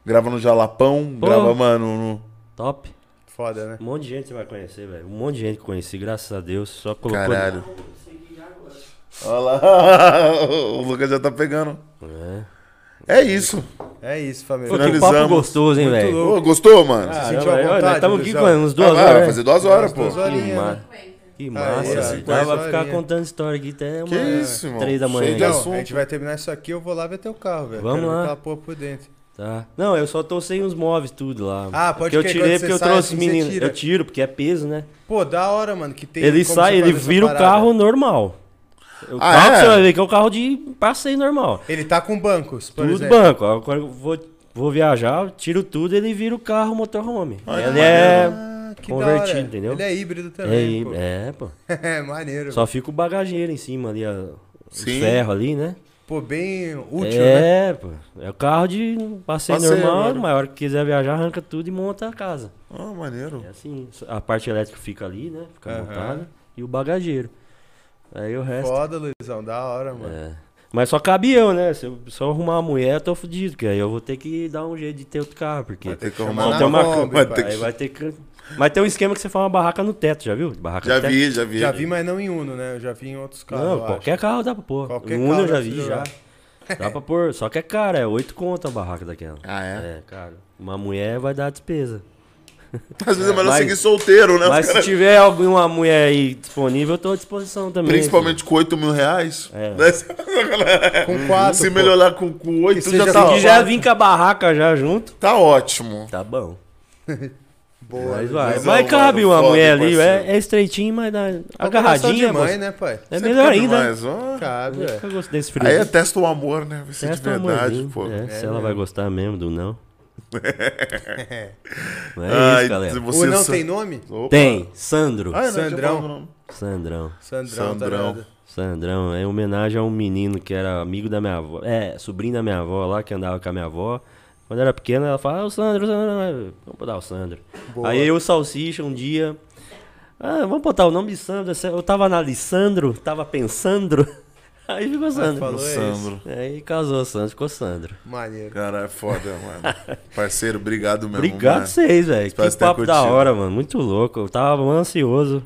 Speaker 1: Grava no Jalapão,
Speaker 3: Pô.
Speaker 1: grava, mano, no.
Speaker 3: Top.
Speaker 2: Foda, né?
Speaker 3: Um monte de gente você vai conhecer, velho. Um monte de gente que eu conheci, graças a Deus. Só colocou.
Speaker 1: Caralho. Olha lá. O Lucas já tá pegando. É, isso.
Speaker 2: É isso, família.
Speaker 3: Pô, que papo
Speaker 1: Finalizamos.
Speaker 3: gostoso, hein,
Speaker 2: Muito
Speaker 3: velho.
Speaker 2: louco.
Speaker 1: Ô, gostou, mano?
Speaker 2: Ah,
Speaker 3: Caramba,
Speaker 2: Sentiu à
Speaker 3: velho,
Speaker 2: vontade,
Speaker 3: nós Estamos aqui com
Speaker 2: Luizão?
Speaker 3: umas
Speaker 1: Ah,
Speaker 3: duas
Speaker 1: vai, vai
Speaker 3: horas. né?
Speaker 1: fazer
Speaker 3: velho.
Speaker 1: duas horas, pô.
Speaker 2: duas horas.
Speaker 3: Que,
Speaker 2: horinhas,
Speaker 3: ma...
Speaker 2: né?
Speaker 3: que
Speaker 2: Aí,
Speaker 3: massa.
Speaker 2: ó,
Speaker 3: assim.
Speaker 2: duas
Speaker 3: Dá pra ficar
Speaker 2: horinhas.
Speaker 3: contando história aqui até uma...
Speaker 1: Que isso, irmão.
Speaker 3: Três da manhã.
Speaker 1: Cheio de
Speaker 3: ainda.
Speaker 2: Não,
Speaker 1: assunto.
Speaker 2: a gente vai terminar isso aqui, eu vou lá ver teu carro, velho.
Speaker 3: Vamos
Speaker 2: Quero ver
Speaker 3: lá.
Speaker 2: aquela porra por dentro.
Speaker 3: Tá. Não, eu só tô sem os móveis tudo lá.
Speaker 2: Ah, pode
Speaker 3: que eu
Speaker 2: crer,
Speaker 3: tirei
Speaker 2: quando
Speaker 3: porque
Speaker 2: você
Speaker 3: eu
Speaker 2: sai
Speaker 3: trouxe
Speaker 2: assim, você
Speaker 3: menino.
Speaker 2: tira.
Speaker 3: Eu tiro, porque é peso, né?
Speaker 2: Pô, da hora, mano, que tem...
Speaker 3: ele
Speaker 2: como
Speaker 3: sai,
Speaker 2: você
Speaker 3: ele
Speaker 2: fazer essa
Speaker 3: vira o
Speaker 2: parada.
Speaker 3: carro normal. O
Speaker 1: Ah,
Speaker 3: carro que
Speaker 1: é?
Speaker 3: você vai ver que é o carro de passeio normal.
Speaker 2: Ele tá com bancos, por
Speaker 3: tudo
Speaker 2: exemplo.
Speaker 3: banco. Agora eu vou, vou viajar, eu tiro tudo, ele vira o carro motorhome.
Speaker 1: Ah, que
Speaker 3: ele é
Speaker 2: Ah, que
Speaker 3: convertido,
Speaker 2: da hora.
Speaker 3: entendeu?
Speaker 2: Ele é híbrido também,
Speaker 3: é,
Speaker 2: pô.
Speaker 3: é, pô.
Speaker 2: É, maneiro.
Speaker 3: Só fica o bagageiro em cima ali, ó, os
Speaker 1: Sim.
Speaker 3: ferros ali, né?
Speaker 2: Pô, bem útil, né?
Speaker 3: é, pô. É o carro de passeio,
Speaker 1: Passeio,
Speaker 3: normal,
Speaker 1: mano.
Speaker 3: mas a hora que quiser viajar, arranca tudo e monta a casa.
Speaker 1: Ah, maneiro.
Speaker 3: É assim, a parte elétrica fica ali, né? Fica
Speaker 2: Aham.
Speaker 3: montada. E o bagageiro. Aí o resto.
Speaker 2: Foda, Luizão, da hora, mano.
Speaker 3: É. Mas só cabe eu, né? Se eu só arrumar uma mulher, eu tô fudido, porque aí eu vou ter que dar um jeito de ter outro carro, porque.
Speaker 1: Vai ter que
Speaker 2: chamar
Speaker 1: arrumar
Speaker 2: na
Speaker 1: uma-
Speaker 2: Kombi,
Speaker 1: vai
Speaker 2: pai.
Speaker 1: ter
Speaker 3: Aí
Speaker 1: que-
Speaker 3: vai ter que. Mas tem um esquema que você faz uma barraca no teto, já viu? Barraca
Speaker 1: Já
Speaker 3: no teto.
Speaker 1: vi, já vi.
Speaker 2: Já vi, mas não em Uno, né? Eu já vi em outros carros,
Speaker 3: Não,
Speaker 2: eu
Speaker 3: qualquer carro dá pra pôr.
Speaker 2: Qualquer
Speaker 3: um
Speaker 2: carro
Speaker 3: eu já
Speaker 2: dá
Speaker 3: vi
Speaker 2: pra
Speaker 3: já. Dá pra pôr, só que é cara, é 8 conto a barraca daquela.
Speaker 1: Ah, é?
Speaker 3: É, cara. Uma mulher vai dar despesa.
Speaker 1: Às vezes é melhor
Speaker 3: Mas-
Speaker 1: seguir solteiro, né?
Speaker 3: Mas
Speaker 1: Os
Speaker 3: se
Speaker 1: caras-
Speaker 3: tiver alguma mulher aí disponível, eu tô à disposição também.
Speaker 1: Principalmente com 8 mil reais. Né?
Speaker 3: É.
Speaker 2: Acho. Com quatro,
Speaker 1: Se
Speaker 2: pô.
Speaker 1: melhorar com, com 8,
Speaker 2: Que
Speaker 1: já
Speaker 2: seja
Speaker 1: tá,
Speaker 3: filho.
Speaker 2: assim
Speaker 3: Se já vim com a barraca já junto,
Speaker 1: tá ótimo.
Speaker 3: tá bom.
Speaker 2: Boa,
Speaker 3: Mas
Speaker 2: Luizão.
Speaker 3: vai.
Speaker 1: mas
Speaker 3: Mas,
Speaker 1: é um
Speaker 3: cabe uma
Speaker 1: foda,
Speaker 3: mulher ali,
Speaker 1: parceiro.
Speaker 3: é, é estreitinho, mas dá
Speaker 2: Agarradinha,
Speaker 3: agarradinha,
Speaker 2: é mãe,
Speaker 3: moço.
Speaker 2: né, pai?
Speaker 3: É
Speaker 1: Sempre
Speaker 3: melhor
Speaker 1: cabe
Speaker 3: ainda. né?
Speaker 1: mais, ó.
Speaker 2: Cabe,
Speaker 3: Eu
Speaker 2: é.
Speaker 3: nunca gostei desse frio.
Speaker 1: Aí é testa o amor, né? Ver se é de
Speaker 3: Testa um
Speaker 1: verdade,
Speaker 3: amorzinho.
Speaker 1: pô.
Speaker 3: É, se ela vai gostar mesmo do não. Mas é
Speaker 1: Ai,
Speaker 3: isso, galera.
Speaker 1: se
Speaker 2: O
Speaker 1: você
Speaker 2: não
Speaker 1: sa-
Speaker 2: tem nome?
Speaker 1: Opa.
Speaker 3: Tem, Sandro.
Speaker 1: Ah, eu não tinha
Speaker 2: Sandrão.
Speaker 1: falado o nome.
Speaker 3: Sandrão.
Speaker 2: Sandrão,
Speaker 1: Sandrão.
Speaker 2: Tá ligado?
Speaker 3: Sandrão, é em homenagem a um menino que era amigo da minha avó. É, sobrinho da minha avó lá, que andava com a minha avó. Quando era pequena, ela falava, ah, o Sandro, o Sandro. Vamos botar o Sandro.
Speaker 2: Boa.
Speaker 3: Aí eu, o Salsicha, um dia. Ah, vamos botar o nome de Sandro. é, Eu tava na Lissandro, tava pensando. Aí ficou Sandro.
Speaker 2: falou é
Speaker 1: Sandro.
Speaker 3: Aí casou o Sandro, ficou Sandro.
Speaker 2: Maneiro.
Speaker 1: Cara, é foda, mano. Parceiro, obrigado mesmo.
Speaker 3: Obrigado
Speaker 1: mano.
Speaker 3: vocês, velho.
Speaker 1: Espero
Speaker 3: Que
Speaker 1: que tenha
Speaker 3: papo da
Speaker 1: curtido.
Speaker 3: hora, mano. Muito louco. Eu tava ansioso.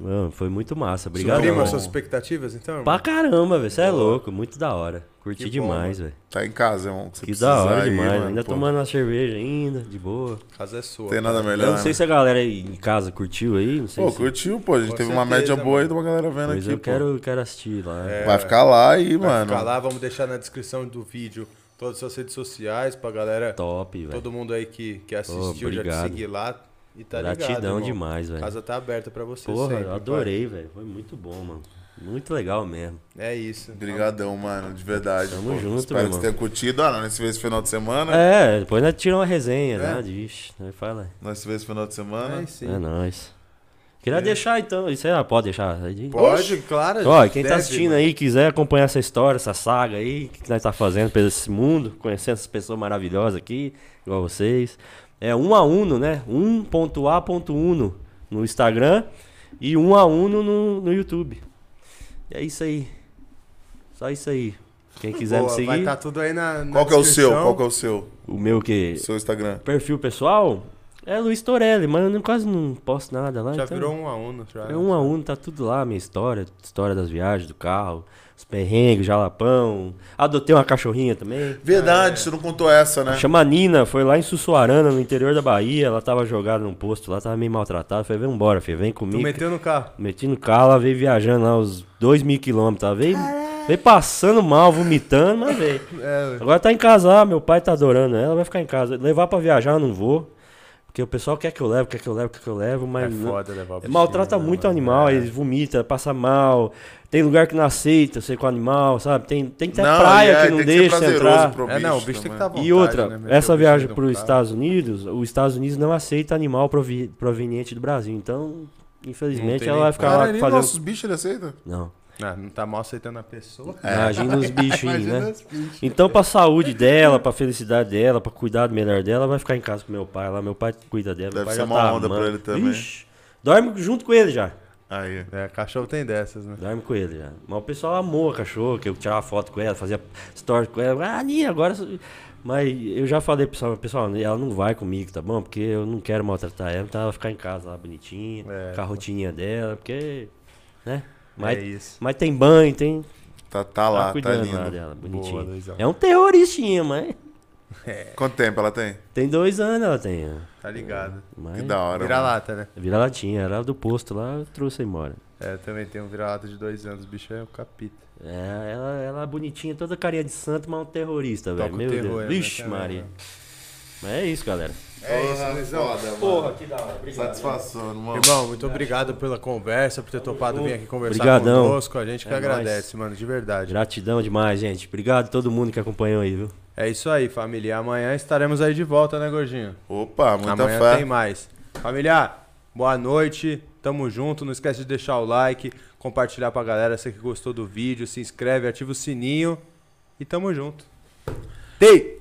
Speaker 3: Mano, foi muito massa. Obrigado.
Speaker 2: Suprima
Speaker 1: irmão.
Speaker 2: as suas expectativas, então, irmão?
Speaker 3: Pra caramba, velho. Você é louco. Muito da hora. Curti
Speaker 2: Que bom,
Speaker 3: demais, velho.
Speaker 1: Tá em casa, irmão.
Speaker 3: Que da hora
Speaker 1: aí,
Speaker 3: demais.
Speaker 1: mano,
Speaker 3: ainda
Speaker 1: pô.
Speaker 3: tomando uma cerveja ainda, de boa.
Speaker 2: Casa é sua.
Speaker 1: Não tem nada melhor.
Speaker 3: Eu não sei
Speaker 1: né?
Speaker 3: se é a galera aí em casa curtiu aí. Não sei
Speaker 1: Pô,
Speaker 3: se...
Speaker 1: curtiu, pô. A gente
Speaker 2: Com
Speaker 1: teve uma
Speaker 2: certeza,
Speaker 1: média boa aí de uma galera vendo
Speaker 3: Mas
Speaker 1: aqui,
Speaker 3: eu
Speaker 1: pô.
Speaker 3: quero, quero assistir lá.
Speaker 2: É,
Speaker 1: Vai ficar lá aí,
Speaker 2: Vai
Speaker 1: mano.
Speaker 2: ficar lá, vamos deixar na descrição do vídeo todas as suas redes sociais pra galera,
Speaker 3: Top, velho.
Speaker 2: todo mundo aí que, que assistiu, já te
Speaker 3: obrigado.
Speaker 2: seguir lá e tá ligado,
Speaker 3: Gratidão
Speaker 2: irmão.
Speaker 3: demais, velho.
Speaker 2: Casa tá aberta pra você
Speaker 3: Porra,
Speaker 2: sempre,
Speaker 3: eu adorei, velho. Foi muito bom, mano. Muito legal mesmo.
Speaker 2: pai. É isso.
Speaker 1: Obrigadão, mano, de verdade.
Speaker 3: Tamo
Speaker 1: pô.
Speaker 3: junto,
Speaker 1: Espero
Speaker 3: meu
Speaker 1: que você
Speaker 3: irmão.
Speaker 1: tenha curtido. Ah, não, nesse vez final de semana.
Speaker 3: É, depois nós tiramos uma resenha, né? Vixe, nós fala.
Speaker 1: Nós se vê esse final de semana.
Speaker 2: Aí É. sim. É.
Speaker 3: É nóis. Queria deixar então. Isso aí, ah, pode deixar. Aí-
Speaker 2: Pode, claro.
Speaker 3: Ó,
Speaker 2: gente,
Speaker 3: quem tá
Speaker 2: deve,
Speaker 3: assistindo
Speaker 2: mano.
Speaker 3: aí, quiser acompanhar essa história, essa saga aí, o que que nós tá fazendo pelo esse mundo, conhecendo essas pessoas maravilhosas aqui, igual vocês. É 1 a 1 né? 1.a.1 no Instagram e 1 a 1 no, no YouTube. E é isso aí. Só isso aí. Quem quiser me
Speaker 2: Boa, vai tá
Speaker 3: seguir,
Speaker 2: estar tudo aí na, na
Speaker 1: Qual que é o seu?
Speaker 2: descrição.
Speaker 1: Qual que é o seu?
Speaker 3: o meu que
Speaker 1: Seu Instagram.
Speaker 3: perfil pessoal é Luiz Torelli, mas eu não- quase não posto nada lá.
Speaker 2: Já
Speaker 3: então-
Speaker 2: virou um a um, já.
Speaker 3: É um a um, tá tudo lá, minha história, história das viagens, do carro, os perrengues, jalapão. Adotei uma cachorrinha também.
Speaker 1: Verdade,
Speaker 3: É.
Speaker 1: você não contou essa, né?
Speaker 3: Chama a Nina, foi lá em Sussuarana, no interior da Bahia, ela tava jogada num posto lá, tava meio maltratada. Falei, vem embora, filho, vem
Speaker 2: Tu
Speaker 3: comigo.
Speaker 2: meteu no carro.
Speaker 3: Meti no carro, ela veio viajando lá uns 2 mil quilômetros, ela veio, veio passando mal, vomitando, mas veio.
Speaker 2: É,
Speaker 3: Agora tá em casa lá, meu pai tá adorando ela, vai ficar em casa. Levar pra viajar eu não vou, porque o pessoal quer que eu leve, quer que eu leve, quer que eu levo, mas...
Speaker 2: é
Speaker 3: não-
Speaker 2: foda levar o bichinho,
Speaker 3: Maltrata
Speaker 2: né,
Speaker 3: muito o
Speaker 2: mano?
Speaker 3: animal,
Speaker 2: É.
Speaker 3: eles vomitam, passa mal. Tem lugar que não aceita ser com animal, sabe? Tem, tem até
Speaker 1: Não,
Speaker 3: praia
Speaker 1: e é,
Speaker 3: que não
Speaker 1: tem que ser
Speaker 3: deixa
Speaker 1: prazeroso
Speaker 3: entrar.
Speaker 1: pro
Speaker 2: É, não, o
Speaker 1: bicho
Speaker 2: bicho tem
Speaker 1: também.
Speaker 2: que estar tá à vontade,
Speaker 3: E outra,
Speaker 2: né, meu?
Speaker 3: essa
Speaker 2: O bicho
Speaker 3: viagem
Speaker 2: não
Speaker 3: para os
Speaker 2: tá.
Speaker 3: Estados Unidos, os Estados Unidos não aceita animal provi- proveniente do Brasil. Então,
Speaker 2: Não
Speaker 3: infelizmente,
Speaker 2: tem
Speaker 3: ela
Speaker 2: nem
Speaker 3: vai ficar
Speaker 1: Cara, um
Speaker 3: lá
Speaker 1: nem
Speaker 3: fazendo.
Speaker 1: nossos bichos ele aceita?
Speaker 3: Não.
Speaker 2: Ah, não tá mal aceitando a pessoa.
Speaker 1: É.
Speaker 3: Imagina os bichinhos,
Speaker 2: Imagina
Speaker 3: né?
Speaker 2: os bichos.
Speaker 3: Então, pra saúde dela, pra felicidade dela, pra cuidado melhor dela, vai ficar em casa com meu pai lá. Meu pai cuida dela.
Speaker 1: Deve
Speaker 3: meu pai
Speaker 1: ser
Speaker 3: já
Speaker 1: uma
Speaker 3: tá
Speaker 1: onda pra
Speaker 3: amando.
Speaker 1: ele também.
Speaker 3: Ixi, dorme junto com ele já.
Speaker 1: Aí.
Speaker 2: É, cachorro tem dessas, né?
Speaker 3: Dorme com ele já. Mas o pessoal amou a cachorra, que eu tirava foto com ela, fazia story com ela. Ah, Nina, agora. su- Mas eu já falei pro pessoal, pessoal, ela não vai comigo, tá bom? Porque eu não quero maltratar ela, então ela vai ficar em casa lá bonitinha,
Speaker 2: É.
Speaker 3: com a rotininha dela, porque. Né?
Speaker 2: É
Speaker 3: Mas,
Speaker 2: isso.
Speaker 3: mas tem banho, tem.
Speaker 1: Tá, tá
Speaker 3: Tá
Speaker 1: lá, tá
Speaker 3: cuidando lá
Speaker 1: lindo.
Speaker 3: dela, bonitinha.
Speaker 2: Luizão.
Speaker 3: é um terroristinha, mas.
Speaker 1: Quanto tempo ela tem?
Speaker 3: Tem dois anos ela tem. ó.
Speaker 2: Tá ligado.
Speaker 3: Mas é
Speaker 1: Que da hora. mano.
Speaker 2: Vira-lata, né?
Speaker 3: Vira-latinha, era do posto lá, eu trouxe embora.
Speaker 2: É, também tem um vira-lata de dois anos, o bicho é o capita.
Speaker 3: É, ela, ela é bonitinha, toda carinha de santo, mas um terrorista,
Speaker 2: Toca
Speaker 3: velho.
Speaker 2: o
Speaker 3: Meu
Speaker 2: terror,
Speaker 3: Deus.
Speaker 2: né,
Speaker 3: Vixe,
Speaker 2: também,
Speaker 3: Maria.
Speaker 2: né?
Speaker 3: Mas é isso, galera.
Speaker 1: É isso, Luizão. Foda, mano.
Speaker 3: que da hora. Obrigado.
Speaker 1: Satisfação, irmão.
Speaker 2: Irmão, muito obrigado pela conversa, por ter topado vir aqui conversar
Speaker 3: Obrigadão.
Speaker 2: conosco. A gente que
Speaker 3: É
Speaker 2: agradece, mano, de verdade.
Speaker 3: Gratidão demais, gente. Obrigado a todo mundo que acompanhou aí, viu?
Speaker 2: É isso aí, família. Amanhã estaremos aí de volta, né, gordinho?
Speaker 1: Opa, muita
Speaker 2: Amanhã
Speaker 1: fé.
Speaker 2: tem mais. Família, boa noite. Tamo junto. Não esquece de deixar o like, compartilhar pra galera. Você que gostou do vídeo, se inscreve, ativa o sininho. E tamo junto. Tei!